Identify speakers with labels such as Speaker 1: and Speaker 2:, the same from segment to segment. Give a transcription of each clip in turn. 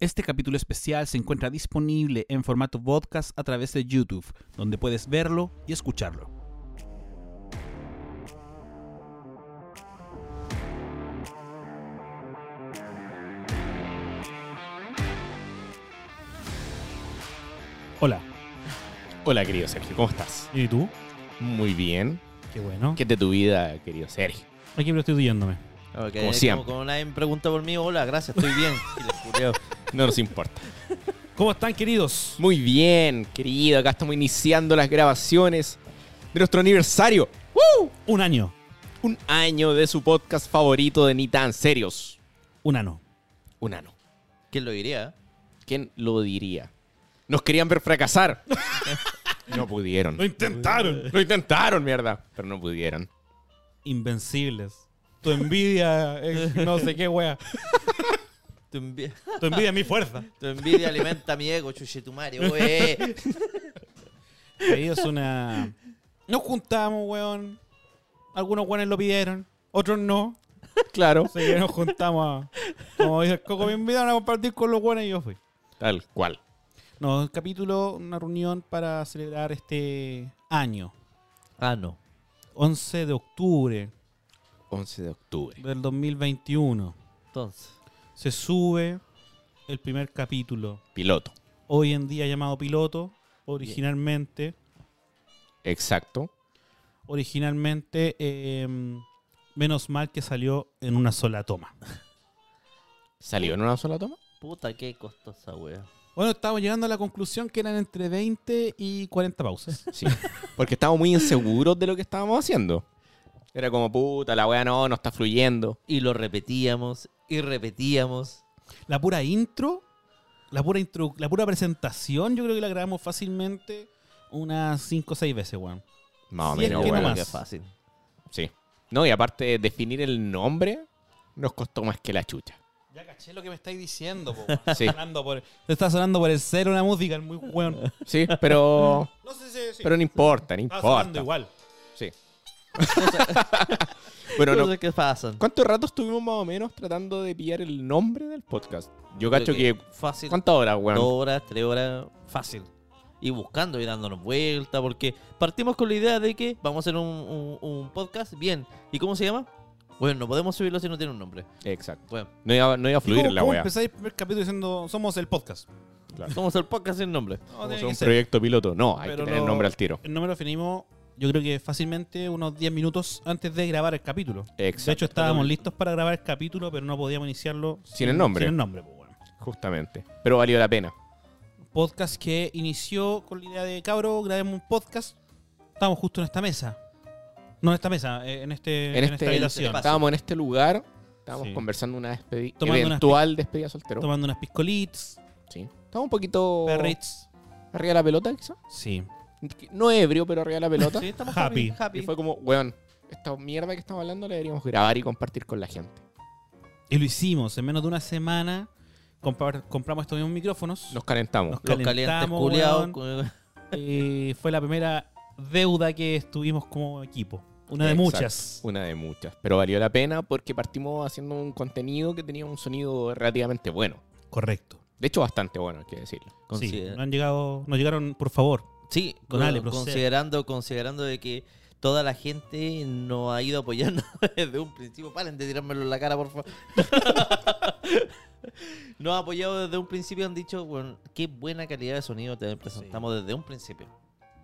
Speaker 1: Este capítulo especial se encuentra disponible en formato podcast a través de YouTube, donde puedes verlo y escucharlo. Hola,
Speaker 2: Hola, querido Sergio, ¿cómo estás?
Speaker 1: ¿y tú?
Speaker 2: Muy bien.
Speaker 1: Qué bueno.
Speaker 2: ¿Qué es de tu vida, querido Sergio?
Speaker 1: Aquí prostituyéndome.
Speaker 3: Ok,
Speaker 2: Como siempre.
Speaker 3: Como, como nadie me pregunta por mí, hola, gracias, estoy bien. Y les culeo.
Speaker 2: No nos importa.
Speaker 1: ¿Cómo están, queridos?
Speaker 2: Muy bien, querido. Acá estamos iniciando las grabaciones de nuestro aniversario. ¡Woo!
Speaker 1: Un año,
Speaker 2: Un año de su podcast favorito de Ni Tan Serios.
Speaker 1: un ano.
Speaker 2: Un ano.
Speaker 3: ¿Quién lo diría?
Speaker 2: ¿Quién lo diría? Nos querían ver fracasar. No pudieron.
Speaker 1: Lo intentaron.
Speaker 2: Lo intentaron, mierda. Pero no pudieron.
Speaker 1: Invencibles. Tu envidia es no sé qué wea.
Speaker 3: Tu, envi-
Speaker 1: Tu envidia es mi fuerza.
Speaker 3: tu envidia alimenta mi ego, chuchetumario. wey.
Speaker 1: es una. Nos juntamos, weón. Algunos weones lo pidieron, otros no.
Speaker 2: Claro.
Speaker 1: Así que nos juntamos. a- Como dice el Coco, me invitaron a compartir con los buenos y yo fui.
Speaker 2: Tal cual.
Speaker 1: No, un capítulo, una reunión para celebrar este año.
Speaker 3: Ah, no.
Speaker 1: 11 de octubre
Speaker 2: 11 de octubre.
Speaker 1: del 2021.
Speaker 3: Entonces,
Speaker 1: Se sube el primer capítulo.
Speaker 2: Piloto.
Speaker 1: Hoy en día llamado piloto, originalmente.
Speaker 2: Exacto.
Speaker 1: Originalmente, eh, menos mal que salió en una sola toma.
Speaker 2: ¿Salió en una sola toma?
Speaker 3: puta, qué costosa, wea.
Speaker 1: Bueno, estamos llegando a la conclusión que eran entre 20 y 40 pausas.
Speaker 2: Sí. Porque estábamos muy inseguros de lo que estábamos haciendo. Era como, puta, la weá no, no está fluyendo.
Speaker 3: Y lo repetíamos, y repetíamos.
Speaker 1: La pura intro, la pura intro, la pura presentación, yo creo que la grabamos fácilmente unas 5 o 6 veces, weón.
Speaker 2: Más o
Speaker 1: Sí, es
Speaker 2: menos,
Speaker 1: que no
Speaker 2: weón.
Speaker 1: más.
Speaker 3: Qué fácil.
Speaker 2: Sí. No, y aparte, definir el nombre nos costó más que la chucha.
Speaker 1: Ya caché lo que me estáis diciendo, po.
Speaker 2: Sí.
Speaker 1: Te está sonando por el cero una música, es muy weón.
Speaker 2: Sí, pero.
Speaker 1: No sé si.
Speaker 2: Pero no importa, no
Speaker 1: está sonando
Speaker 2: importa.
Speaker 1: igual.
Speaker 2: Sí. bueno, no.
Speaker 3: Cosas que pasan.
Speaker 2: ¿Cuánto rato estuvimos más o menos tratando de pillar el nombre del podcast? Yo cacho que.
Speaker 3: Creo Fácil.
Speaker 2: ¿Cuántas horas, weón?
Speaker 3: Dos horas, tres horas, fácil. Y buscando y dándonos vuelta, porque partimos con la idea de que vamos a hacer un, un- un podcast bien. ¿Y cómo se llama? Bueno, no podemos subirlo si no tiene un nombre.
Speaker 2: Exacto.
Speaker 3: Bueno,
Speaker 2: No iba, no iba a fluir
Speaker 1: ¿Cómo,
Speaker 2: la
Speaker 1: cómo
Speaker 2: weá.
Speaker 1: empezáis el primer capítulo diciendo somos el podcast?
Speaker 3: vamos a hacer podcast sin nombre.
Speaker 1: No,
Speaker 2: Como
Speaker 1: tiene
Speaker 2: sea un
Speaker 1: que ser.
Speaker 2: proyecto piloto. No, hay
Speaker 1: Pero
Speaker 2: que tener
Speaker 1: lo-
Speaker 2: nombre al tiro.
Speaker 1: El nombre lo definimos, yo creo que fácilmente unos 10 minutos antes de grabar el capítulo.
Speaker 2: Exacto.
Speaker 1: De hecho, estábamos listos para grabar el capítulo, pero no podíamos iniciarlo
Speaker 2: Sin el nombre.
Speaker 1: Sin el nombre, pues, bueno.
Speaker 2: Justamente. Pero valió la pena.
Speaker 1: Podcast que inició con la idea de cabro, grabemos un podcast. Estamos justo en esta mesa. No en esta mesa, eh, en, este,
Speaker 2: En
Speaker 1: esta
Speaker 2: este-
Speaker 1: habitación.
Speaker 3: espacio.
Speaker 2: Estábamos en este lugar, estábamos
Speaker 1: Sí.
Speaker 2: conversando una despedida,
Speaker 1: Tomando unas
Speaker 2: eventual despedida soltero.
Speaker 1: Tomando unas piscolits,
Speaker 2: Sí. Estábamos un poquito
Speaker 1: perrits.
Speaker 2: arriba de la pelota, quizá.
Speaker 1: Sí.
Speaker 2: No ebrio, pero arriba de la pelota.
Speaker 3: Sí, estamos
Speaker 1: Happy.
Speaker 3: happy.
Speaker 2: Y fue como, weón, esta mierda que estamos hablando la deberíamos grabar y compartir con la gente.
Speaker 1: Y lo hicimos en menos de una semana. comprar- compramos estos mismos micrófonos.
Speaker 2: Nos calentamos.
Speaker 1: Nos
Speaker 3: Los calientes
Speaker 1: Calentamos,
Speaker 3: culiados.
Speaker 1: weón.
Speaker 3: con-
Speaker 1: Eh, fue la primera deuda que estuvimos como equipo. Una de
Speaker 2: Exacto.
Speaker 1: muchas.
Speaker 2: Una de muchas. Pero valió la pena porque partimos haciendo un contenido que tenía un sonido relativamente bueno.
Speaker 1: Correcto.
Speaker 2: De hecho, bastante bueno, hay que decirlo.
Speaker 1: Sí,
Speaker 3: consider-
Speaker 1: no han llegado, nos llegaron, por favor.
Speaker 3: Sí,
Speaker 1: Con Ale,
Speaker 3: con-
Speaker 1: procede.
Speaker 3: considerando, considerando de que toda la gente nos ha ido apoyando desde un principio. Paren de tirármelo en la cara, por favor. nos ha apoyado desde un principio. Han dicho, bueno, qué buena calidad de sonido te presentamos desde un principio.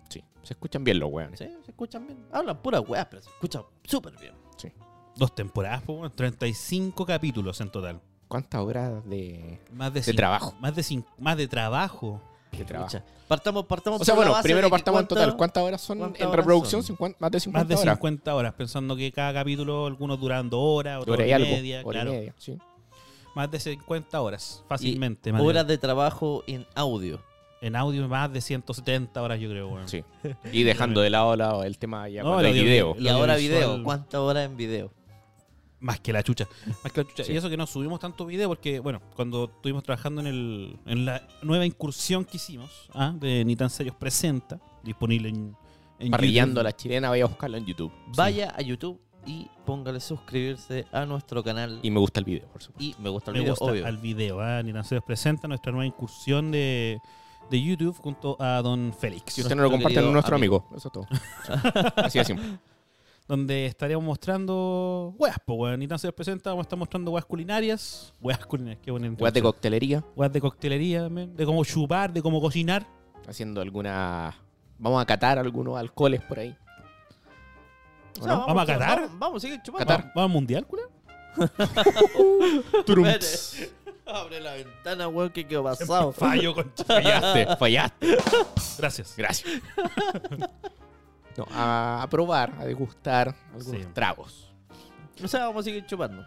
Speaker 2: Sí. Se escuchan bien los weones.
Speaker 3: Sí, se escuchan bien. Hablan puras weas, pero se escuchan súper bien.
Speaker 1: Dos temporadas, pues, po, weón. 35 capítulos en total.
Speaker 2: ¿Cuántas horas de,
Speaker 1: Más de,
Speaker 2: de
Speaker 1: cin-
Speaker 2: trabajo?
Speaker 1: Más de, cin- más de trabajo.
Speaker 2: De trabajo.
Speaker 3: Escucha, Partamos, partamos.
Speaker 2: O sea,
Speaker 3: por la
Speaker 2: bueno,
Speaker 3: base de
Speaker 2: primero
Speaker 3: que
Speaker 2: partamos en total.
Speaker 3: cuánto-
Speaker 2: ¿Cuántas horas son
Speaker 3: cuántas
Speaker 2: en
Speaker 3: horas
Speaker 2: reproducción?
Speaker 3: son?
Speaker 2: Cincuenta- más de 50
Speaker 1: Más de
Speaker 2: horas.
Speaker 1: 50 horas, pensando que cada capítulo, algunos duran dos horas, otros
Speaker 2: Hora y
Speaker 1: hora y
Speaker 2: algo.
Speaker 1: media,
Speaker 2: hora y
Speaker 1: claro.
Speaker 2: media, sí.
Speaker 1: Más de 50 horas,
Speaker 3: y
Speaker 1: fácilmente. más de-
Speaker 3: Horas de trabajo en audio.
Speaker 1: En audio, más de 170 horas, yo creo. weón.
Speaker 2: Sí. Y dejando de lado, lado el tema ya
Speaker 1: No,
Speaker 2: cuando hay
Speaker 1: el audio-
Speaker 2: video.
Speaker 1: el-
Speaker 3: Y ahora
Speaker 1: audiovisual-
Speaker 3: video. ¿Cuántas horas en video?
Speaker 1: Más que la chucha. Más que la chucha.
Speaker 2: Sí.
Speaker 1: Y eso que no subimos tanto video porque, bueno, cuando estuvimos trabajando en, el, en la nueva incursión que hicimos, ¿ah? de Ni tan serios presenta, disponible en, en
Speaker 2: Parrillando a
Speaker 1: YouTube.
Speaker 2: la chilena, voy a buscarlo en YouTube.
Speaker 3: Vaya a YouTube y póngale suscribirse a nuestro canal. Y,
Speaker 2: Y me gusta el video, por supuesto.
Speaker 3: me gusta el
Speaker 1: Me
Speaker 3: video,
Speaker 1: gusta
Speaker 3: obvio.
Speaker 1: al video. ¿ah? Nina se os presenta nuestra nueva incursión de, de YouTube junto a Don Félix.
Speaker 2: Si usted no lo comparte, no es nuestro
Speaker 3: Nuestro querido
Speaker 2: amigo. Eso es todo. Así de simple.
Speaker 1: Donde estaríamos mostrando weas, po, weón. Nina se os presenta, vamos a estar mostrando weas culinarias. Weas culinarias, qué bonito.
Speaker 2: Weas de coctelería,
Speaker 1: Weas de coctelería también. De cómo chupar, de cómo cocinar.
Speaker 2: haciendo alguna. Vamos a catar algunos alcoholes por ahí.
Speaker 3: O sea,
Speaker 1: ¿no? ¿Vamos a catar?
Speaker 3: Vamos, vamos, sigue chupando.
Speaker 2: Catar.
Speaker 1: ¿Va- ¿Va al mundial, culé?
Speaker 2: Turumps.
Speaker 3: Abre la ventana, weón, que quedó pasado.
Speaker 1: Fallo, concha.
Speaker 2: fallaste, fallaste.
Speaker 1: Gracias.
Speaker 2: Gracias. No, a, a probar, a degustar algunos
Speaker 1: Sí.
Speaker 2: tragos.
Speaker 3: O sea, vamos a seguir chupando.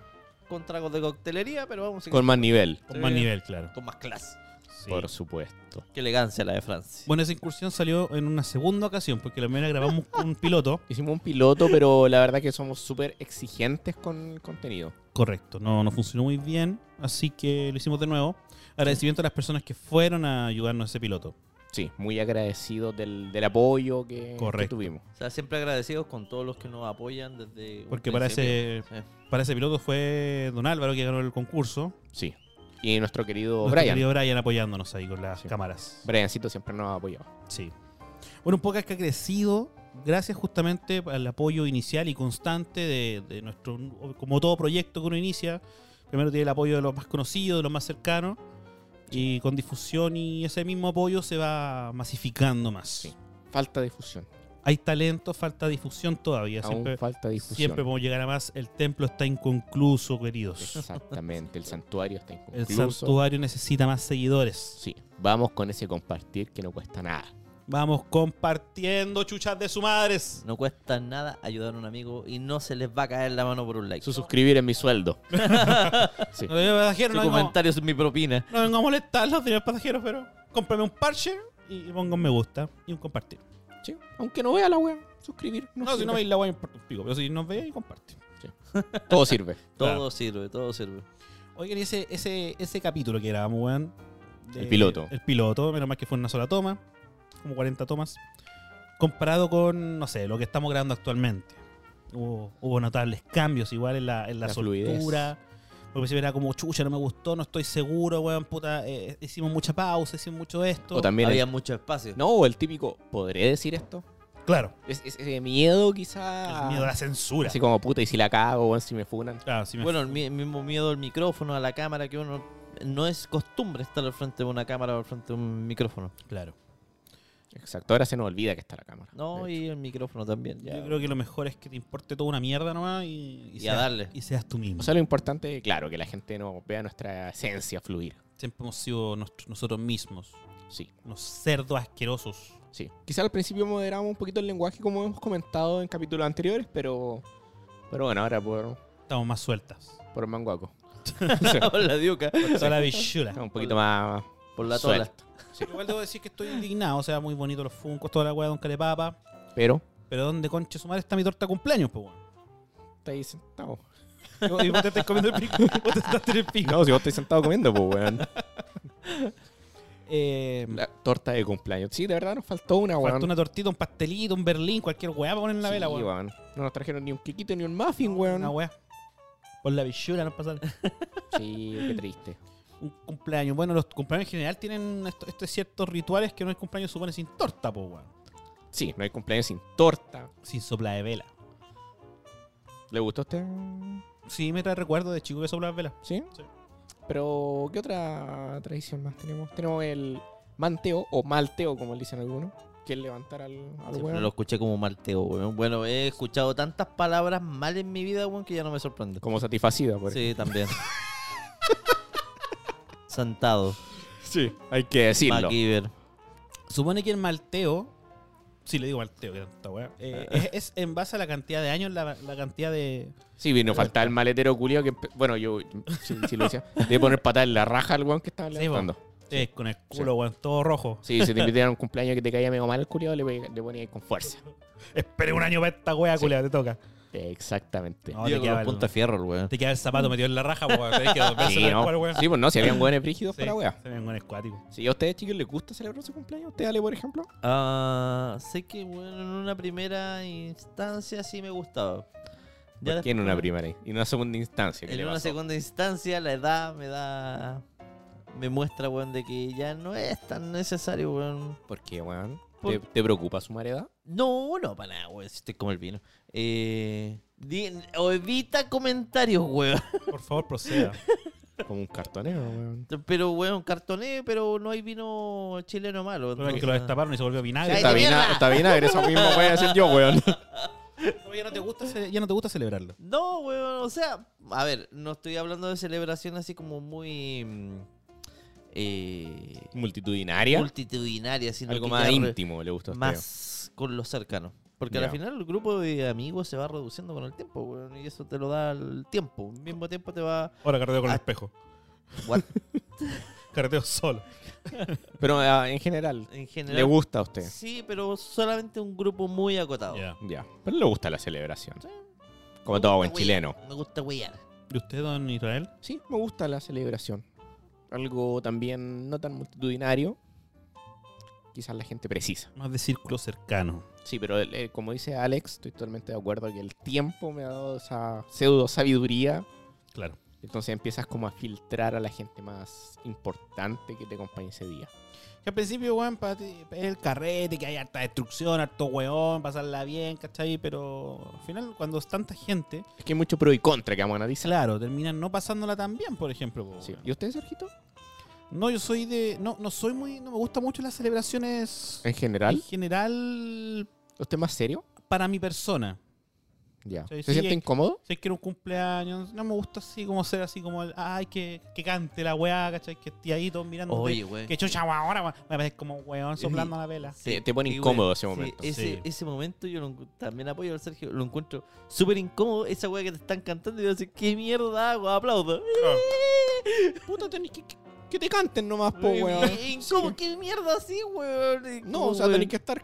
Speaker 3: Con tragos de coctelería, pero vamos a seguir
Speaker 2: Con más nivel.
Speaker 1: Con más nivel, claro.
Speaker 3: con más clase.
Speaker 1: Sí.
Speaker 2: Por supuesto.
Speaker 3: Qué elegancia la de Francia.
Speaker 1: Bueno, esa incursión salió en una segunda ocasión, porque la primera grabamos con un piloto.
Speaker 2: Hicimos un piloto, pero la verdad que somos súper exigentes con el contenido.
Speaker 1: Correcto, no, no funcionó muy bien, así que lo hicimos de nuevo. Agradecimiento a las personas que fueron a ayudarnos a ese piloto.
Speaker 2: Sí, muy agradecidos del, del apoyo que, que
Speaker 1: Correcto.
Speaker 2: tuvimos.
Speaker 3: O sea, siempre agradecidos con todos los que nos apoyan desde. un
Speaker 1: Porque para
Speaker 3: principio.
Speaker 1: ese,
Speaker 3: Sí.
Speaker 1: para ese piloto fue Don Álvaro que ganó el concurso.
Speaker 2: Sí. Y nuestro querido
Speaker 1: Nuestro
Speaker 2: Brian.
Speaker 1: querido Brian apoyándonos ahí con las
Speaker 2: Sí.
Speaker 1: cámaras.
Speaker 2: Briancito siempre nos ha apoyado.
Speaker 1: Sí. Bueno, un podcast que ha crecido gracias justamente al apoyo inicial y constante de, de nuestro, como todo proyecto que uno inicia, primero tiene el apoyo de los más conocidos, de los más cercanos, y con difusión y ese mismo apoyo se va masificando más.
Speaker 2: Sí. Falta difusión.
Speaker 1: Hay talento, falta difusión todavía.
Speaker 2: Aún
Speaker 1: Siempre,
Speaker 2: falta difusión.
Speaker 1: siempre podemos llegar a más. El templo está inconcluso, queridos.
Speaker 2: Exactamente. El santuario está
Speaker 1: El
Speaker 2: inconcluso.
Speaker 1: santuario necesita más seguidores.
Speaker 2: Sí. Vamos con ese compartir que no cuesta nada.
Speaker 1: Vamos compartiendo chuchas de su madres.
Speaker 3: No cuesta nada ayudar a un amigo y no se les va a caer la mano por un like.
Speaker 2: Su suscribir es mi sueldo. sí.
Speaker 1: No, pasajeros,
Speaker 3: Su
Speaker 1: no, vengo,
Speaker 3: comentario es mi propina.
Speaker 1: no vengo a molestarlos, señores pasajeros, pero cómprame un parche y ponga un me gusta y un compartir.
Speaker 2: Sí. Aunque no vea la wea, suscribir.
Speaker 1: No,
Speaker 2: sirve.
Speaker 1: si no veis la guay, un pico, pero si nos veis, comparte.
Speaker 2: Todo sirve.
Speaker 3: Todo
Speaker 1: Claro.
Speaker 3: sirve, todo sirve.
Speaker 1: Oigan, y ese, ese, ese capítulo que grabamos, weón. de-
Speaker 2: El piloto.
Speaker 1: El piloto, menos mal que fue una sola toma, como 40 tomas. Comparado con, no sé, lo que estamos grabando actualmente. Hubo, hubo notables cambios, igual en la, en la,
Speaker 2: La fluidez.
Speaker 1: soltura. Porque se era como, chucha, no me gustó, no estoy seguro, weón, puta. eh, hicimos mucha pausa, hicimos mucho esto.
Speaker 2: O también. el-
Speaker 3: Había mucho espacio.
Speaker 2: no, o el típico, ¿podré decir esto?
Speaker 1: Claro,
Speaker 2: Es, es- ese miedo
Speaker 1: el
Speaker 2: quizá.
Speaker 1: miedo a la censura.
Speaker 2: Así como puta, y si la cago, weón, si me funan.
Speaker 1: Claro, sí me-
Speaker 3: Bueno, el mi- mismo miedo al micrófono, a la cámara, que uno no es costumbre estar al frente de una cámara o al frente de un micrófono.
Speaker 1: claro.
Speaker 2: Exacto, ahora se nos olvida que está la cámara.
Speaker 3: No,
Speaker 2: De hecho.
Speaker 3: y el micrófono también. ya.
Speaker 1: Yo creo que lo mejor es que te importe toda una mierda nomás y,
Speaker 3: Y a darle.
Speaker 1: y seas tú mismo.
Speaker 2: O sea, lo importante, claro, que la gente no vea nuestra esencia fluir.
Speaker 1: Siempre hemos sido nos- nosotros mismos.
Speaker 2: Sí,
Speaker 1: Unos cerdos asquerosos.
Speaker 2: sí. Quizá al principio moderamos un poquito el lenguaje como hemos comentado en capítulos anteriores, pero pero bueno, ahora por,
Speaker 1: Estamos más sueltas.
Speaker 2: por el manguaco.
Speaker 3: por la diuca,
Speaker 1: Toda la bichula.
Speaker 2: un poquito más
Speaker 3: por la tola.
Speaker 2: Suelto.
Speaker 1: Igual debo decir que estoy indignado. O sea, muy bonito los funcos, toda la weá de Don Calepapa.
Speaker 2: Pero
Speaker 1: Pero ¿dónde concha su madre está mi torta de cumpleaños, pues, weón?
Speaker 2: está ahí sentado.
Speaker 1: No, Y vos te estás comiendo el pico. Vos te estás en el pico.
Speaker 2: No, si vos estás sentado comiendo, pues weón.
Speaker 1: Eh,
Speaker 2: La torta de cumpleaños. Sí, de verdad nos faltó una, weón.
Speaker 1: falta una tortita, un pastelito, un berlín, cualquier weá para poner en la
Speaker 2: Sí,
Speaker 1: vela, weón.
Speaker 2: weón. No nos trajeron ni un quiquito ni un muffin, weón.
Speaker 1: Una weá. Por la bichula, no pasa nada.
Speaker 2: Sí, qué triste.
Speaker 1: un cumpleaños. Bueno, los cumpleaños en general tienen esto- estos ciertos rituales que no es cumpleaños supone sin torta, po, weón.
Speaker 2: Sí, no hay cumpleaños sin torta.
Speaker 1: Sin sopla de vela.
Speaker 2: ¿Le gustó a usted?
Speaker 1: Sí, me trae recuerdo de chico que soplaba vela.
Speaker 2: ¿Sí?
Speaker 1: Sí.
Speaker 2: Pero, ¿qué otra tradición más tenemos? Tenemos el manteo o malteo, como le dicen algunos, que es levantar al, al
Speaker 3: Siempre
Speaker 2: weón.
Speaker 3: lo escuché como malteo, weón. Bueno, he escuchado tantas palabras mal en mi vida, weón, que ya no me sorprende.
Speaker 2: Como satisfacida, por
Speaker 3: Sí, también. Sentado.
Speaker 2: sí, hay que decirlo.
Speaker 3: MacGyver.
Speaker 1: Supone que el malteo, sí le digo malteo, que tanta weá, eh, es, es en base a la cantidad de años, la, la cantidad de.
Speaker 2: Sí, vino faltar el maletero culiao que, empe- bueno, yo, sí, sí lo decía, debe poner patada en la raja al weón que estaba
Speaker 1: Sí,
Speaker 2: levantando.
Speaker 1: eh, con el culo, weón, todo rojo.
Speaker 2: Sí, si te invitaron a un cumpleaños que te caía medio mal el culiao, le, pe- le ponías ahí con fuerza.
Speaker 1: Esperé un año para esta weá,
Speaker 2: Sí.
Speaker 1: culiao, te toca.
Speaker 2: Exactamente.
Speaker 1: No, te,
Speaker 3: Digo,
Speaker 1: queda
Speaker 3: los
Speaker 1: el,
Speaker 3: punta fierro, el weón.
Speaker 1: te queda el zapato metido en la raja, po, weón. Tenés que dormirse
Speaker 2: Sí,
Speaker 1: en el
Speaker 2: no.
Speaker 1: cual, weón.
Speaker 2: Sí, pues no, si habían hueones brígidos
Speaker 1: Sí,
Speaker 2: para weá.
Speaker 1: Se ven con escuático.
Speaker 2: Si a ustedes, chicos, les gusta celebrar su cumpleaños, usted dale, por ejemplo.
Speaker 3: Ah, sé que, bueno, en una primera instancia sí me gustaba. Ya
Speaker 2: Que en
Speaker 3: después-
Speaker 2: una primera y en una segunda instancia. ¿qué
Speaker 3: En
Speaker 2: le
Speaker 3: una
Speaker 2: pasó?
Speaker 3: segunda instancia, la edad me da. Me muestra, weón, de que ya no es tan necesario, weón.
Speaker 2: ¿Por qué, weón?
Speaker 3: Por-
Speaker 2: ¿Te, te preocupa sumar edad?
Speaker 3: No, no, para nada, weón. si Estoy como el vino. Eh, di- o evita comentarios, weón.
Speaker 1: Por favor, proceda.
Speaker 2: Como un cartonero, weón.
Speaker 3: Pero, weón, cartoné, pero no hay vino chileno malo.
Speaker 1: Pero es que lo
Speaker 3: entonces-
Speaker 1: destaparon y se volvió vinagre.
Speaker 3: ¡Ay,
Speaker 2: Está
Speaker 3: de
Speaker 2: bien,
Speaker 3: mierda!
Speaker 2: está bien, agre, eso mismo voy a decir yo, weón.
Speaker 1: No, ya, no te gusta ce- ya no te gusta celebrarlo.
Speaker 3: No, weón, o sea, a ver, no estoy hablando de celebración así como muy. mm, eh,
Speaker 2: Multitudinaria.
Speaker 3: multitudinaria, sino
Speaker 2: algo
Speaker 3: que
Speaker 2: más
Speaker 3: ya re-
Speaker 2: íntimo le gusta a usted.
Speaker 3: más con los cercanos. Porque
Speaker 2: Ya.
Speaker 3: al final el grupo de amigos se va reduciendo con el tiempo, weón, y eso te lo da el tiempo. Al mismo tiempo te va.
Speaker 1: Ahora carreteo con
Speaker 3: Ah.
Speaker 1: el espejo.
Speaker 3: What?
Speaker 1: Carreteo solo.
Speaker 2: Pero ah, en general,
Speaker 3: En
Speaker 2: le
Speaker 3: general.
Speaker 2: gusta a usted.
Speaker 3: Sí, pero solamente un grupo muy acotado.
Speaker 1: Ya.
Speaker 2: Ya. Pero le gusta la celebración.
Speaker 3: Sí.
Speaker 2: Como todo
Speaker 3: Me
Speaker 2: buen
Speaker 3: gusta
Speaker 2: chileno.
Speaker 3: huear, Me gusta huear.
Speaker 1: ¿Y usted, don Israel?
Speaker 2: Sí, me gusta la celebración. Algo también no tan multitudinario. Quizás la gente precisa.
Speaker 1: Más de círculo cercano.
Speaker 2: Sí, pero el- eh, como dice Alex, estoy totalmente de acuerdo que el tiempo me ha dado esa pseudo sabiduría.
Speaker 1: Claro.
Speaker 2: Entonces empiezas como a filtrar a la gente más importante que te acompañe ese día.
Speaker 1: Que al principio, weón, pa- ti- es el carrete, que hay harta destrucción, harto weón, pasarla bien, ¿cachai? Pero al final, cuando es tanta gente,
Speaker 2: Es que hay mucho pro y contra que vamos a analizar.
Speaker 1: claro, terminan no pasándola tan bien, por ejemplo. po,
Speaker 2: Sí.
Speaker 1: weón.
Speaker 2: ¿Y usted, Sergito?
Speaker 1: No, yo soy de. No, no soy muy. No me gustan mucho las celebraciones.
Speaker 2: En general,
Speaker 1: En general,
Speaker 2: ¿usted más serio?
Speaker 1: para mi persona.
Speaker 2: Ya.
Speaker 1: Sí,
Speaker 2: ¿Se
Speaker 1: sí,
Speaker 2: siente
Speaker 1: eh.
Speaker 2: incómodo?
Speaker 1: Si es que era un cumpleaños, no me gusta así como ser así como el. Ay, que, que cante la weá, ¿cachai? Que esté ahí todos mirando.
Speaker 3: Oye, weón.
Speaker 1: Que chucha, weón, ahora, weón. Me parece como un weón soplando la vela.
Speaker 2: Te- te pone incómodo ese
Speaker 3: sí,
Speaker 2: momento.
Speaker 3: ese,
Speaker 1: Sí.
Speaker 3: ese momento yo lo encu- también apoyo al Sergio, lo encuentro súper incómodo. Esa weá que te están cantando y yo dices, ¿qué mierda hago? Aplaudo.
Speaker 2: Puta, tenés que, que, que te canten nomás, po,
Speaker 3: Eh,
Speaker 2: weón.
Speaker 3: eh, ¿Cómo? ¿Qué mierda así, weón? Eh,
Speaker 2: No,
Speaker 3: como,
Speaker 2: o sea,
Speaker 3: weón.
Speaker 2: tenés que estar.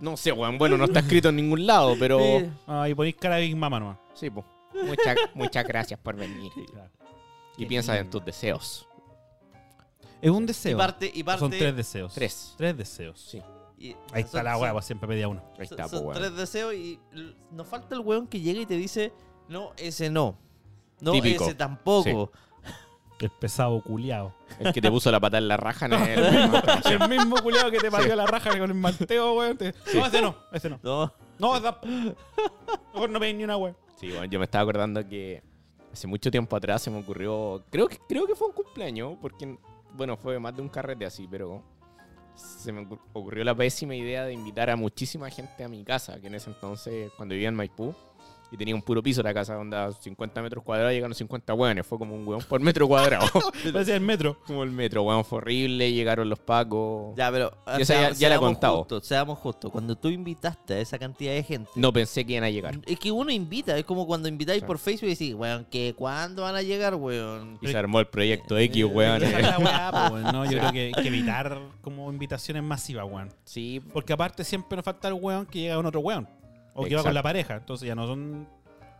Speaker 2: No sé, weón. Bueno, no está escrito en ningún lado, pero.
Speaker 3: Eh,
Speaker 1: Ah, y ponéis cara de Big Mama, nomás.
Speaker 2: Sí, po. Mucha- muchas gracias por venir. Y
Speaker 3: Qué
Speaker 2: piensa en
Speaker 3: lindo.
Speaker 2: tus deseos.
Speaker 1: Es un
Speaker 3: y
Speaker 1: deseo.
Speaker 3: parte, y parte.
Speaker 1: Son tres deseos.
Speaker 2: Tres.
Speaker 1: Tres deseos.
Speaker 2: Sí.
Speaker 3: y-
Speaker 1: Ahí está
Speaker 3: son-
Speaker 1: la
Speaker 3: son-
Speaker 1: weá, pues siempre pedía uno.
Speaker 2: Ahí
Speaker 3: son-
Speaker 2: está, po,
Speaker 3: son
Speaker 2: weón.
Speaker 3: tres deseos y l- nos falta el weón que llega y te dice, no, ese no. No,
Speaker 2: Típico.
Speaker 3: ese tampoco.
Speaker 1: El pesado culiado.
Speaker 2: El que te puso la pata en la raja no es el mismo.
Speaker 1: El mismo culiado que te
Speaker 2: pateó
Speaker 1: la raja con el manteo, weón. No, ese no, ese no.
Speaker 3: No.
Speaker 1: No, Mejor no pedís ni una weón.
Speaker 2: Sí, bueno, yo me estaba acordando que hace mucho tiempo atrás se me ocurrió. Creo que, creo que fue un cumpleaños, porque, bueno, fue más de un carrete así, pero. Se me ocur- ocurrió la pésima idea de invitar a muchísima gente a mi casa, que en ese entonces, cuando vivía en Maipú, y tenía un puro piso la casa, onda 50 metros cuadrados, llegaron 50 hueones, fue como un hueón por metro cuadrado.
Speaker 1: Parecía el metro.
Speaker 2: como el metro, hueón, fue horrible, llegaron los pacos.
Speaker 3: Ya, pero.
Speaker 2: Y esa ya- ya la he
Speaker 3: seamos
Speaker 2: contado.
Speaker 3: justos, seamos justos. Cuando tú invitaste a esa cantidad de gente.
Speaker 2: No pensé que iban a llegar.
Speaker 3: Es que uno invita, es como cuando invitáis
Speaker 2: Sí.
Speaker 3: por Facebook y decís, weón, que cuándo van a llegar, weón.
Speaker 2: Y se armó el proyecto X, hueón.
Speaker 1: Esa es la weá, po, weón, ¿no? Yo creo que hay que evitar como invitaciones masivas, weón.
Speaker 2: Sí,
Speaker 1: Porque aparte siempre nos falta el weón que llega con otro weón. O que va
Speaker 2: Exacto.
Speaker 1: con la pareja. Entonces ya no son.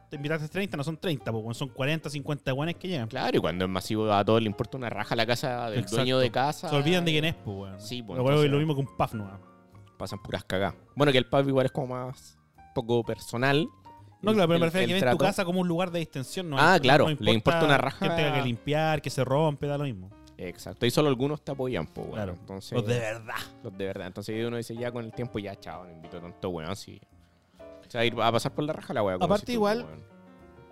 Speaker 1: Te invitaste 30, no son 30, po, weón. Son 40, 50 weones que llegan.
Speaker 2: Claro, y cuando es masivo a todos le importa una raja la casa del
Speaker 1: Exacto.
Speaker 2: dueño de casa.
Speaker 1: Se olvidan de quién es, pues, weón.
Speaker 2: Sí, po,
Speaker 1: Lo cual es
Speaker 2: entonces-
Speaker 1: lo mismo que un paf, ¿no?
Speaker 2: Pasan puras cagadas. Bueno, que el pub igual es como más poco personal.
Speaker 1: No,
Speaker 2: El-
Speaker 1: claro, pero me
Speaker 2: el-
Speaker 1: refiero a
Speaker 2: el
Speaker 1: que ven
Speaker 2: trato-
Speaker 1: tu casa como un lugar de distensión. No
Speaker 2: Ah,
Speaker 1: no-
Speaker 2: claro,
Speaker 1: no
Speaker 2: le importa una raja.
Speaker 1: Que tenga que limpiar, que se rompe, da lo mismo.
Speaker 2: Exacto. Y solo algunos te apoyan, pues,
Speaker 1: Claro.
Speaker 2: Entonces,
Speaker 1: Los de verdad.
Speaker 2: los de verdad. Entonces ahí uno dice, ya con el tiempo, ya, chao, no invito a tanto weón, así. O sea, ir a pasar por la raja la weá. como
Speaker 1: Aparte
Speaker 2: si tú,
Speaker 1: igual-
Speaker 2: weón.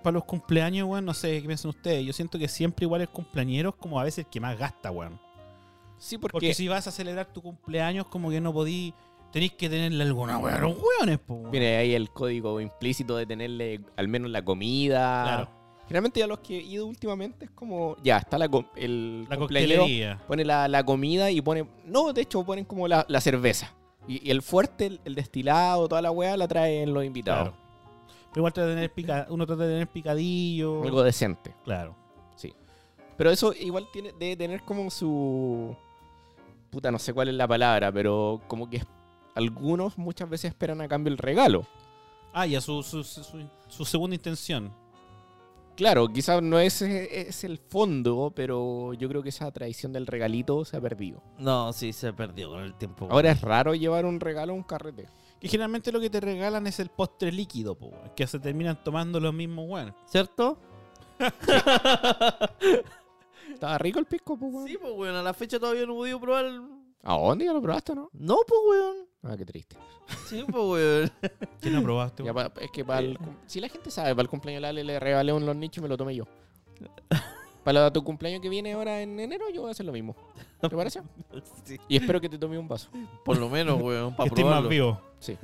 Speaker 1: Para los cumpleaños, weón, no sé qué piensan ustedes. Yo siento que siempre igual el cumpleañero es como a veces el que más gasta, weón.
Speaker 2: Sí, porque,
Speaker 1: Porque si vas a celebrar tu cumpleaños, como que no podí. Tenéis que tenerle alguna weón a los weones, po, weón.
Speaker 2: viene ahí el código implícito de tenerle al menos la comida.
Speaker 1: Claro.
Speaker 2: Generalmente ya los que he ido últimamente es como, ya, está la, com- el
Speaker 1: La
Speaker 2: cumpleañero
Speaker 1: coctelería.
Speaker 2: pone la, la comida y pone. No, de hecho, ponen como la, la cerveza. Y, y el fuerte, el, el destilado, toda la weá la traen los invitados.
Speaker 1: Claro. Pero igual trata de tener pica- uno trata de tener picadillo.
Speaker 2: Algo decente.
Speaker 1: Claro.
Speaker 2: Pero eso igual tiene, debe tener como su. Puta, no sé cuál es la palabra, pero como que es- algunos muchas veces esperan a cambio el regalo.
Speaker 1: Ah, ya, su, su, su- su- su segunda intención.
Speaker 2: Claro, quizás no es, es el fondo, pero yo creo que esa tradición del regalito se ha perdido.
Speaker 3: No, sí, se perdió con el tiempo.
Speaker 2: Ahora es raro llevar un regalo a un carrete.
Speaker 1: Que generalmente lo que te regalan es el postre líquido, po, weón, que se terminan tomando los mismos weones.
Speaker 3: ¿Cierto?
Speaker 4: Estaba rico el pisco, pues, weón.
Speaker 3: Sí, pues, weón. A la fecha todavía no he podido probar.
Speaker 4: ¿A dónde ya lo probaste, no?
Speaker 3: No, pues, weón.
Speaker 4: Ah, qué triste.
Speaker 3: Sí, pues, weón.
Speaker 1: ¿Qué no probaste?
Speaker 4: Ya
Speaker 1: weón?
Speaker 4: pa- es que para el cum- si la gente sabe, para el cumpleaños de la Ale le regalé un los nichos y me lo tomé yo. Para tu cumpleaños que viene ahora en enero, yo voy a hacer lo mismo. ¿Te parece?
Speaker 3: Sí.
Speaker 4: Y espero que te tome un vaso.
Speaker 3: Por lo menos, weón.
Speaker 1: Que
Speaker 3: Para
Speaker 1: estoy
Speaker 3: probarlo.
Speaker 1: más vivo.
Speaker 4: Sí.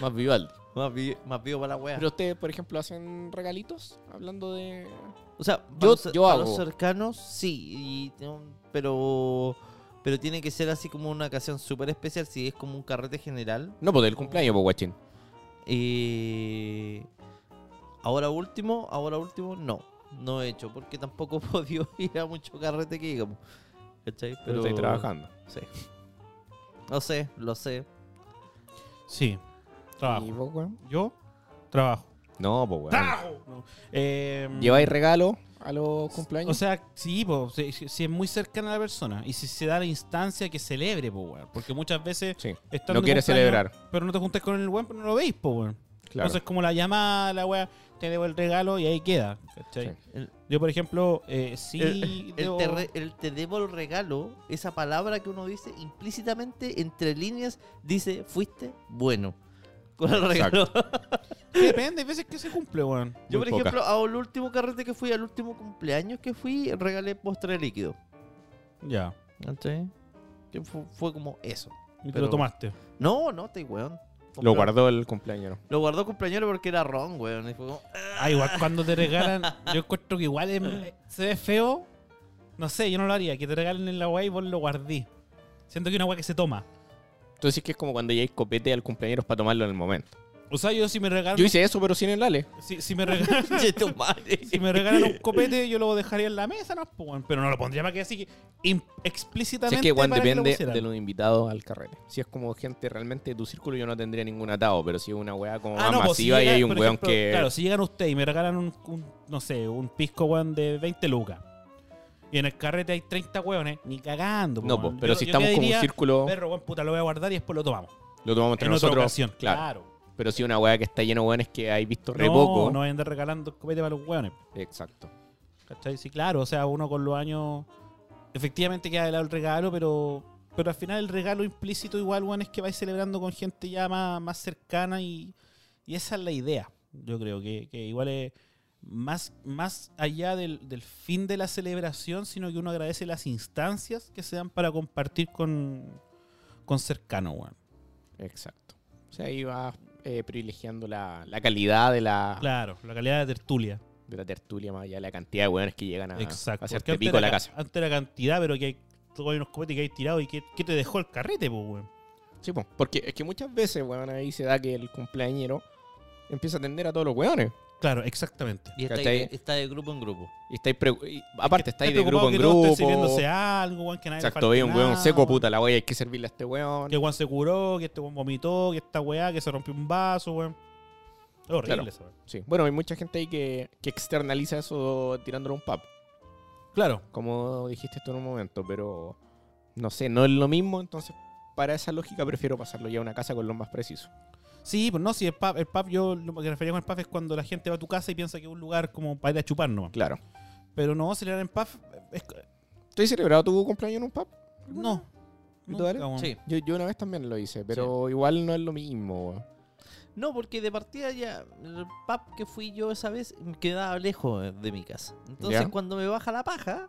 Speaker 4: Más vival.
Speaker 3: Más vi- más vivo para la weá.
Speaker 4: Pero ustedes, por ejemplo, hacen regalitos hablando de.
Speaker 3: O sea, para
Speaker 4: Yo-
Speaker 3: los,
Speaker 4: yo
Speaker 3: para los
Speaker 4: hago.
Speaker 3: cercanos, sí. y tengo- pero pero tiene que ser así como una ocasión súper especial. Si es como un carrete general.
Speaker 4: No, pues del cumpleaños, pues, guachín.
Speaker 3: Eh, ahora último, ahora último, no. No he hecho, porque tampoco he podido ir a mucho carrete que digamos. ¿Cachai?
Speaker 4: Pero estoy trabajando.
Speaker 3: Sí. Lo sé, lo sé.
Speaker 1: Sí,
Speaker 4: ¿Y
Speaker 1: trabajo.
Speaker 4: vos, weón?
Speaker 1: Yo, trabajo.
Speaker 4: No, pues, weón.
Speaker 1: No. Eh,
Speaker 4: ¿Lleváis regalo a los cumpleaños?
Speaker 1: O sea, sí, po, si, si- si es muy cercana a la persona y si se da la instancia que celebre, po, weón. Porque muchas veces
Speaker 4: sí.
Speaker 1: están
Speaker 4: No
Speaker 1: de cumpleaños,
Speaker 4: quieres celebrar.
Speaker 1: Pero no te juntas con el weón, pero no lo veis, po, weón.
Speaker 4: Claro.
Speaker 1: Entonces, como la llamada, la weá, te debo el regalo y ahí queda. ¿cachai?
Speaker 4: Sí.
Speaker 3: El-
Speaker 1: Yo, por ejemplo, eh, sí.
Speaker 3: el, el
Speaker 1: debo-
Speaker 3: te re- el te debo el regalo, esa palabra que uno dice implícitamente entre líneas, dice fuiste bueno. Con el regalo.
Speaker 1: Sí, Depende, hay veces que se cumple, weón.
Speaker 3: Yo, por
Speaker 4: Muy poca.
Speaker 3: ejemplo, al último carrete que fui, al último cumpleaños que fui, regalé postre líquido.
Speaker 1: Ya.
Speaker 3: ¿Cachai? Que fu- fue como eso.
Speaker 1: Y te
Speaker 3: Pero-
Speaker 1: lo tomaste.
Speaker 3: No, no, te weón.
Speaker 4: Lo guardó el cumpleaños.
Speaker 3: Lo guardó cumpleañero porque era ron, weón. Y fue como, "Ah".
Speaker 1: Ah, igual cuando te regalan, yo encuentro que igual es- se ve feo. No sé, yo no lo haría. Que te regalen en la weá y vos lo guardí. Siento que es una weá que se toma.
Speaker 4: Entonces es que es como cuando lleváis copete al cumpleañero para tomarlo en el momento.
Speaker 1: O sea, yo si me regalan.
Speaker 4: Yo hice eso, pero sin el Ale.
Speaker 1: Si, si me regalan,
Speaker 3: Che, tu madre.
Speaker 1: si me regalan un copete, yo lo dejaría en la mesa, ¿no? Pues, weón, Pero no lo pondría para que así que im-
Speaker 4: Si
Speaker 1: explícitamente.
Speaker 4: es que Juan
Speaker 1: para que lo
Speaker 4: depende
Speaker 1: pusieran. Ah,
Speaker 4: de los invitados al carrete. Si es como gente realmente de tu círculo, yo no tendría ningún atado, pero si es una weá como
Speaker 1: Ah,
Speaker 4: más
Speaker 1: no, pues, si
Speaker 4: masiva y
Speaker 1: llega,
Speaker 4: hay un
Speaker 1: por
Speaker 4: weón
Speaker 1: ejemplo,
Speaker 4: que.
Speaker 1: Claro, si llegan ustedes y me regalan un, un- no sé, un pisco weón de 20 lucas. Y en el carrete hay 30 weones, ni cagando.
Speaker 4: no, pues,
Speaker 1: weón.
Speaker 4: pero
Speaker 1: Yo-
Speaker 4: si
Speaker 1: yo
Speaker 4: estamos
Speaker 1: qué
Speaker 4: como un
Speaker 1: diría,
Speaker 4: círculo,
Speaker 1: Perro, weón, puta, lo voy a guardar y después lo tomamos.
Speaker 4: lo tomamos entre
Speaker 1: en
Speaker 4: nosotros.
Speaker 1: otra ocasión,
Speaker 4: claro.
Speaker 1: claro.
Speaker 4: Pero si una weá que está lleno de weones que hay visto re
Speaker 1: no,
Speaker 4: poco.
Speaker 1: no vayan a andar regalando copete para los weones.
Speaker 4: Exacto.
Speaker 1: ¿Cachai? Sí, claro, o sea, uno con los años efectivamente queda de lado el regalo, pero pero al final el regalo implícito igual, weón, es que vais celebrando con gente ya más, más cercana y, y esa es la idea. Yo creo que, que igual es más, más allá del, del fin de la celebración, sino que uno agradece las instancias que se dan para compartir con, con cercano, weón.
Speaker 4: Exacto. O sea, ahí vas eh, privilegiando la, la calidad de la,
Speaker 1: Claro, la calidad de tertulia.
Speaker 4: de la tertulia, más allá de la cantidad de weones que llegan a,
Speaker 1: Exacto. porque
Speaker 4: a Ah, hacerte
Speaker 1: antes
Speaker 4: pico en
Speaker 1: era
Speaker 4: la
Speaker 1: ca-
Speaker 4: casa.
Speaker 1: Antes era cantidad, pero que hay, hay unos cohetes que hay tirado y que, que te dejó el carrete, pues, weón.
Speaker 4: Sí, po, porque es que muchas veces, weón, ahí se da que el cumpleañero empieza a atender a todos los weones.
Speaker 1: Claro, exactamente.
Speaker 3: Y está,
Speaker 4: ¿Cachai?
Speaker 3: ahí- está de grupo en grupo.
Speaker 4: Y estáis pre- y aparte, estáis de
Speaker 1: preocupado
Speaker 4: grupo en
Speaker 1: que todos
Speaker 4: grupo.
Speaker 1: estén sirviéndose algo, weón, que nadie le
Speaker 4: Exacto,
Speaker 1: falte
Speaker 4: veis un weón
Speaker 1: nada,
Speaker 4: seco,
Speaker 1: weón.
Speaker 4: puta, la wea, hay que servirle a este weón.
Speaker 1: Que Juan se curó, que este weón vomitó, que esta weá, que se rompió un vaso, weón. Es horrible
Speaker 4: Claro.
Speaker 1: esa weá.
Speaker 4: Sí. Bueno, hay mucha gente ahí que, que externaliza eso tirándolo a un pub.
Speaker 1: Claro.
Speaker 4: Como dijiste tú en un momento, pero no sé, no es lo mismo. Entonces, para esa lógica, prefiero pasarlo ya a una casa con lo más preciso.
Speaker 1: Sí, pues no, si el pub, el pub, yo lo que refería con el pub es cuando la gente va a tu casa y piensa que es un lugar como para ir a chupar nomás.
Speaker 4: Claro.
Speaker 1: Pero no, celebrar en pub es-
Speaker 4: ¿Tú has celebrado tu cumpleaños en un pub?
Speaker 1: No.
Speaker 4: ¿Y tú, Ale?
Speaker 1: Nunca, weón.
Speaker 3: Sí.
Speaker 4: Yo, yo una vez también lo hice, pero igual no es lo mismo, weón.
Speaker 3: No, porque de partida ya, el pub que fui yo esa vez me quedaba lejos de mi casa. Entonces,
Speaker 4: Ya.
Speaker 3: cuando me baja la paja,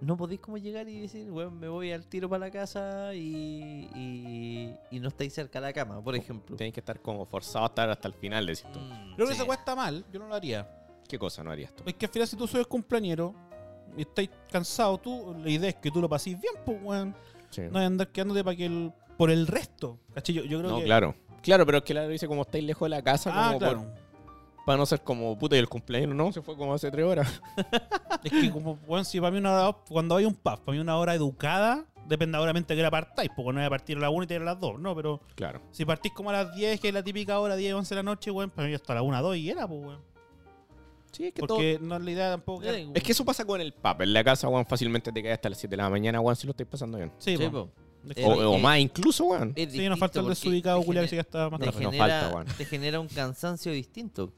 Speaker 3: no podéis como llegar y decir, weón, me voy al tiro para la casa y, y, y no estáis cerca de la cama, por ejemplo.
Speaker 4: Tienes que estar como forzado a estar hasta el final, decís tú.
Speaker 3: Mm,
Speaker 1: Creo que
Speaker 3: sí.
Speaker 1: esa weá está mal, yo no lo haría.
Speaker 4: ¿Qué cosa no harías tú?
Speaker 1: Es que al final, si tú soy el cumpleañero y estás cansado, tú, la idea es que tú lo pases bien, pues, weón.
Speaker 4: Sí.
Speaker 1: No hay andar quedándote para que el, por el resto. ¿Cachai? Yo, yo creo
Speaker 4: No,
Speaker 1: que.
Speaker 4: claro. Claro, pero es que la dice como estáis lejos de la casa,
Speaker 1: Ah,
Speaker 4: como
Speaker 1: claro.
Speaker 4: por- para no ser como puta y el cumpleaños, no, se fue como hace tres horas.
Speaker 1: Es que, como, weón, si para mí una hora, cuando hay un pub, para mí una hora educada, depende obviamente de que la partáis, porque no voy a partir a las 1 y te a las 2, ¿no? Pero
Speaker 4: Claro.
Speaker 1: si partís como a las 10, que es la típica hora, 10, 11 de la noche, weón, para mí hasta las 1, 2 y era, pues, weón.
Speaker 4: Sí, es que todo.
Speaker 1: Porque no es la idea tampoco. que-
Speaker 3: Sí,
Speaker 4: Es que eso pasa con el pub. En la casa, Juan, fácilmente te quedas hasta las 7 de la mañana, Juan, si lo estáis pasando bien.
Speaker 1: Sí,
Speaker 3: sí,
Speaker 1: po.
Speaker 3: po.
Speaker 4: O, o
Speaker 3: Eh,
Speaker 4: más incluso, weón.
Speaker 3: Es
Speaker 1: Sí, nos falta
Speaker 3: distinto
Speaker 1: el
Speaker 3: porque
Speaker 1: desubicado
Speaker 3: te
Speaker 1: culiao que
Speaker 3: genera-
Speaker 1: sí que está más
Speaker 4: No,
Speaker 3: te
Speaker 1: tarde.
Speaker 4: no
Speaker 3: genera,
Speaker 4: falta, weón.
Speaker 3: te genera un cansancio distinto.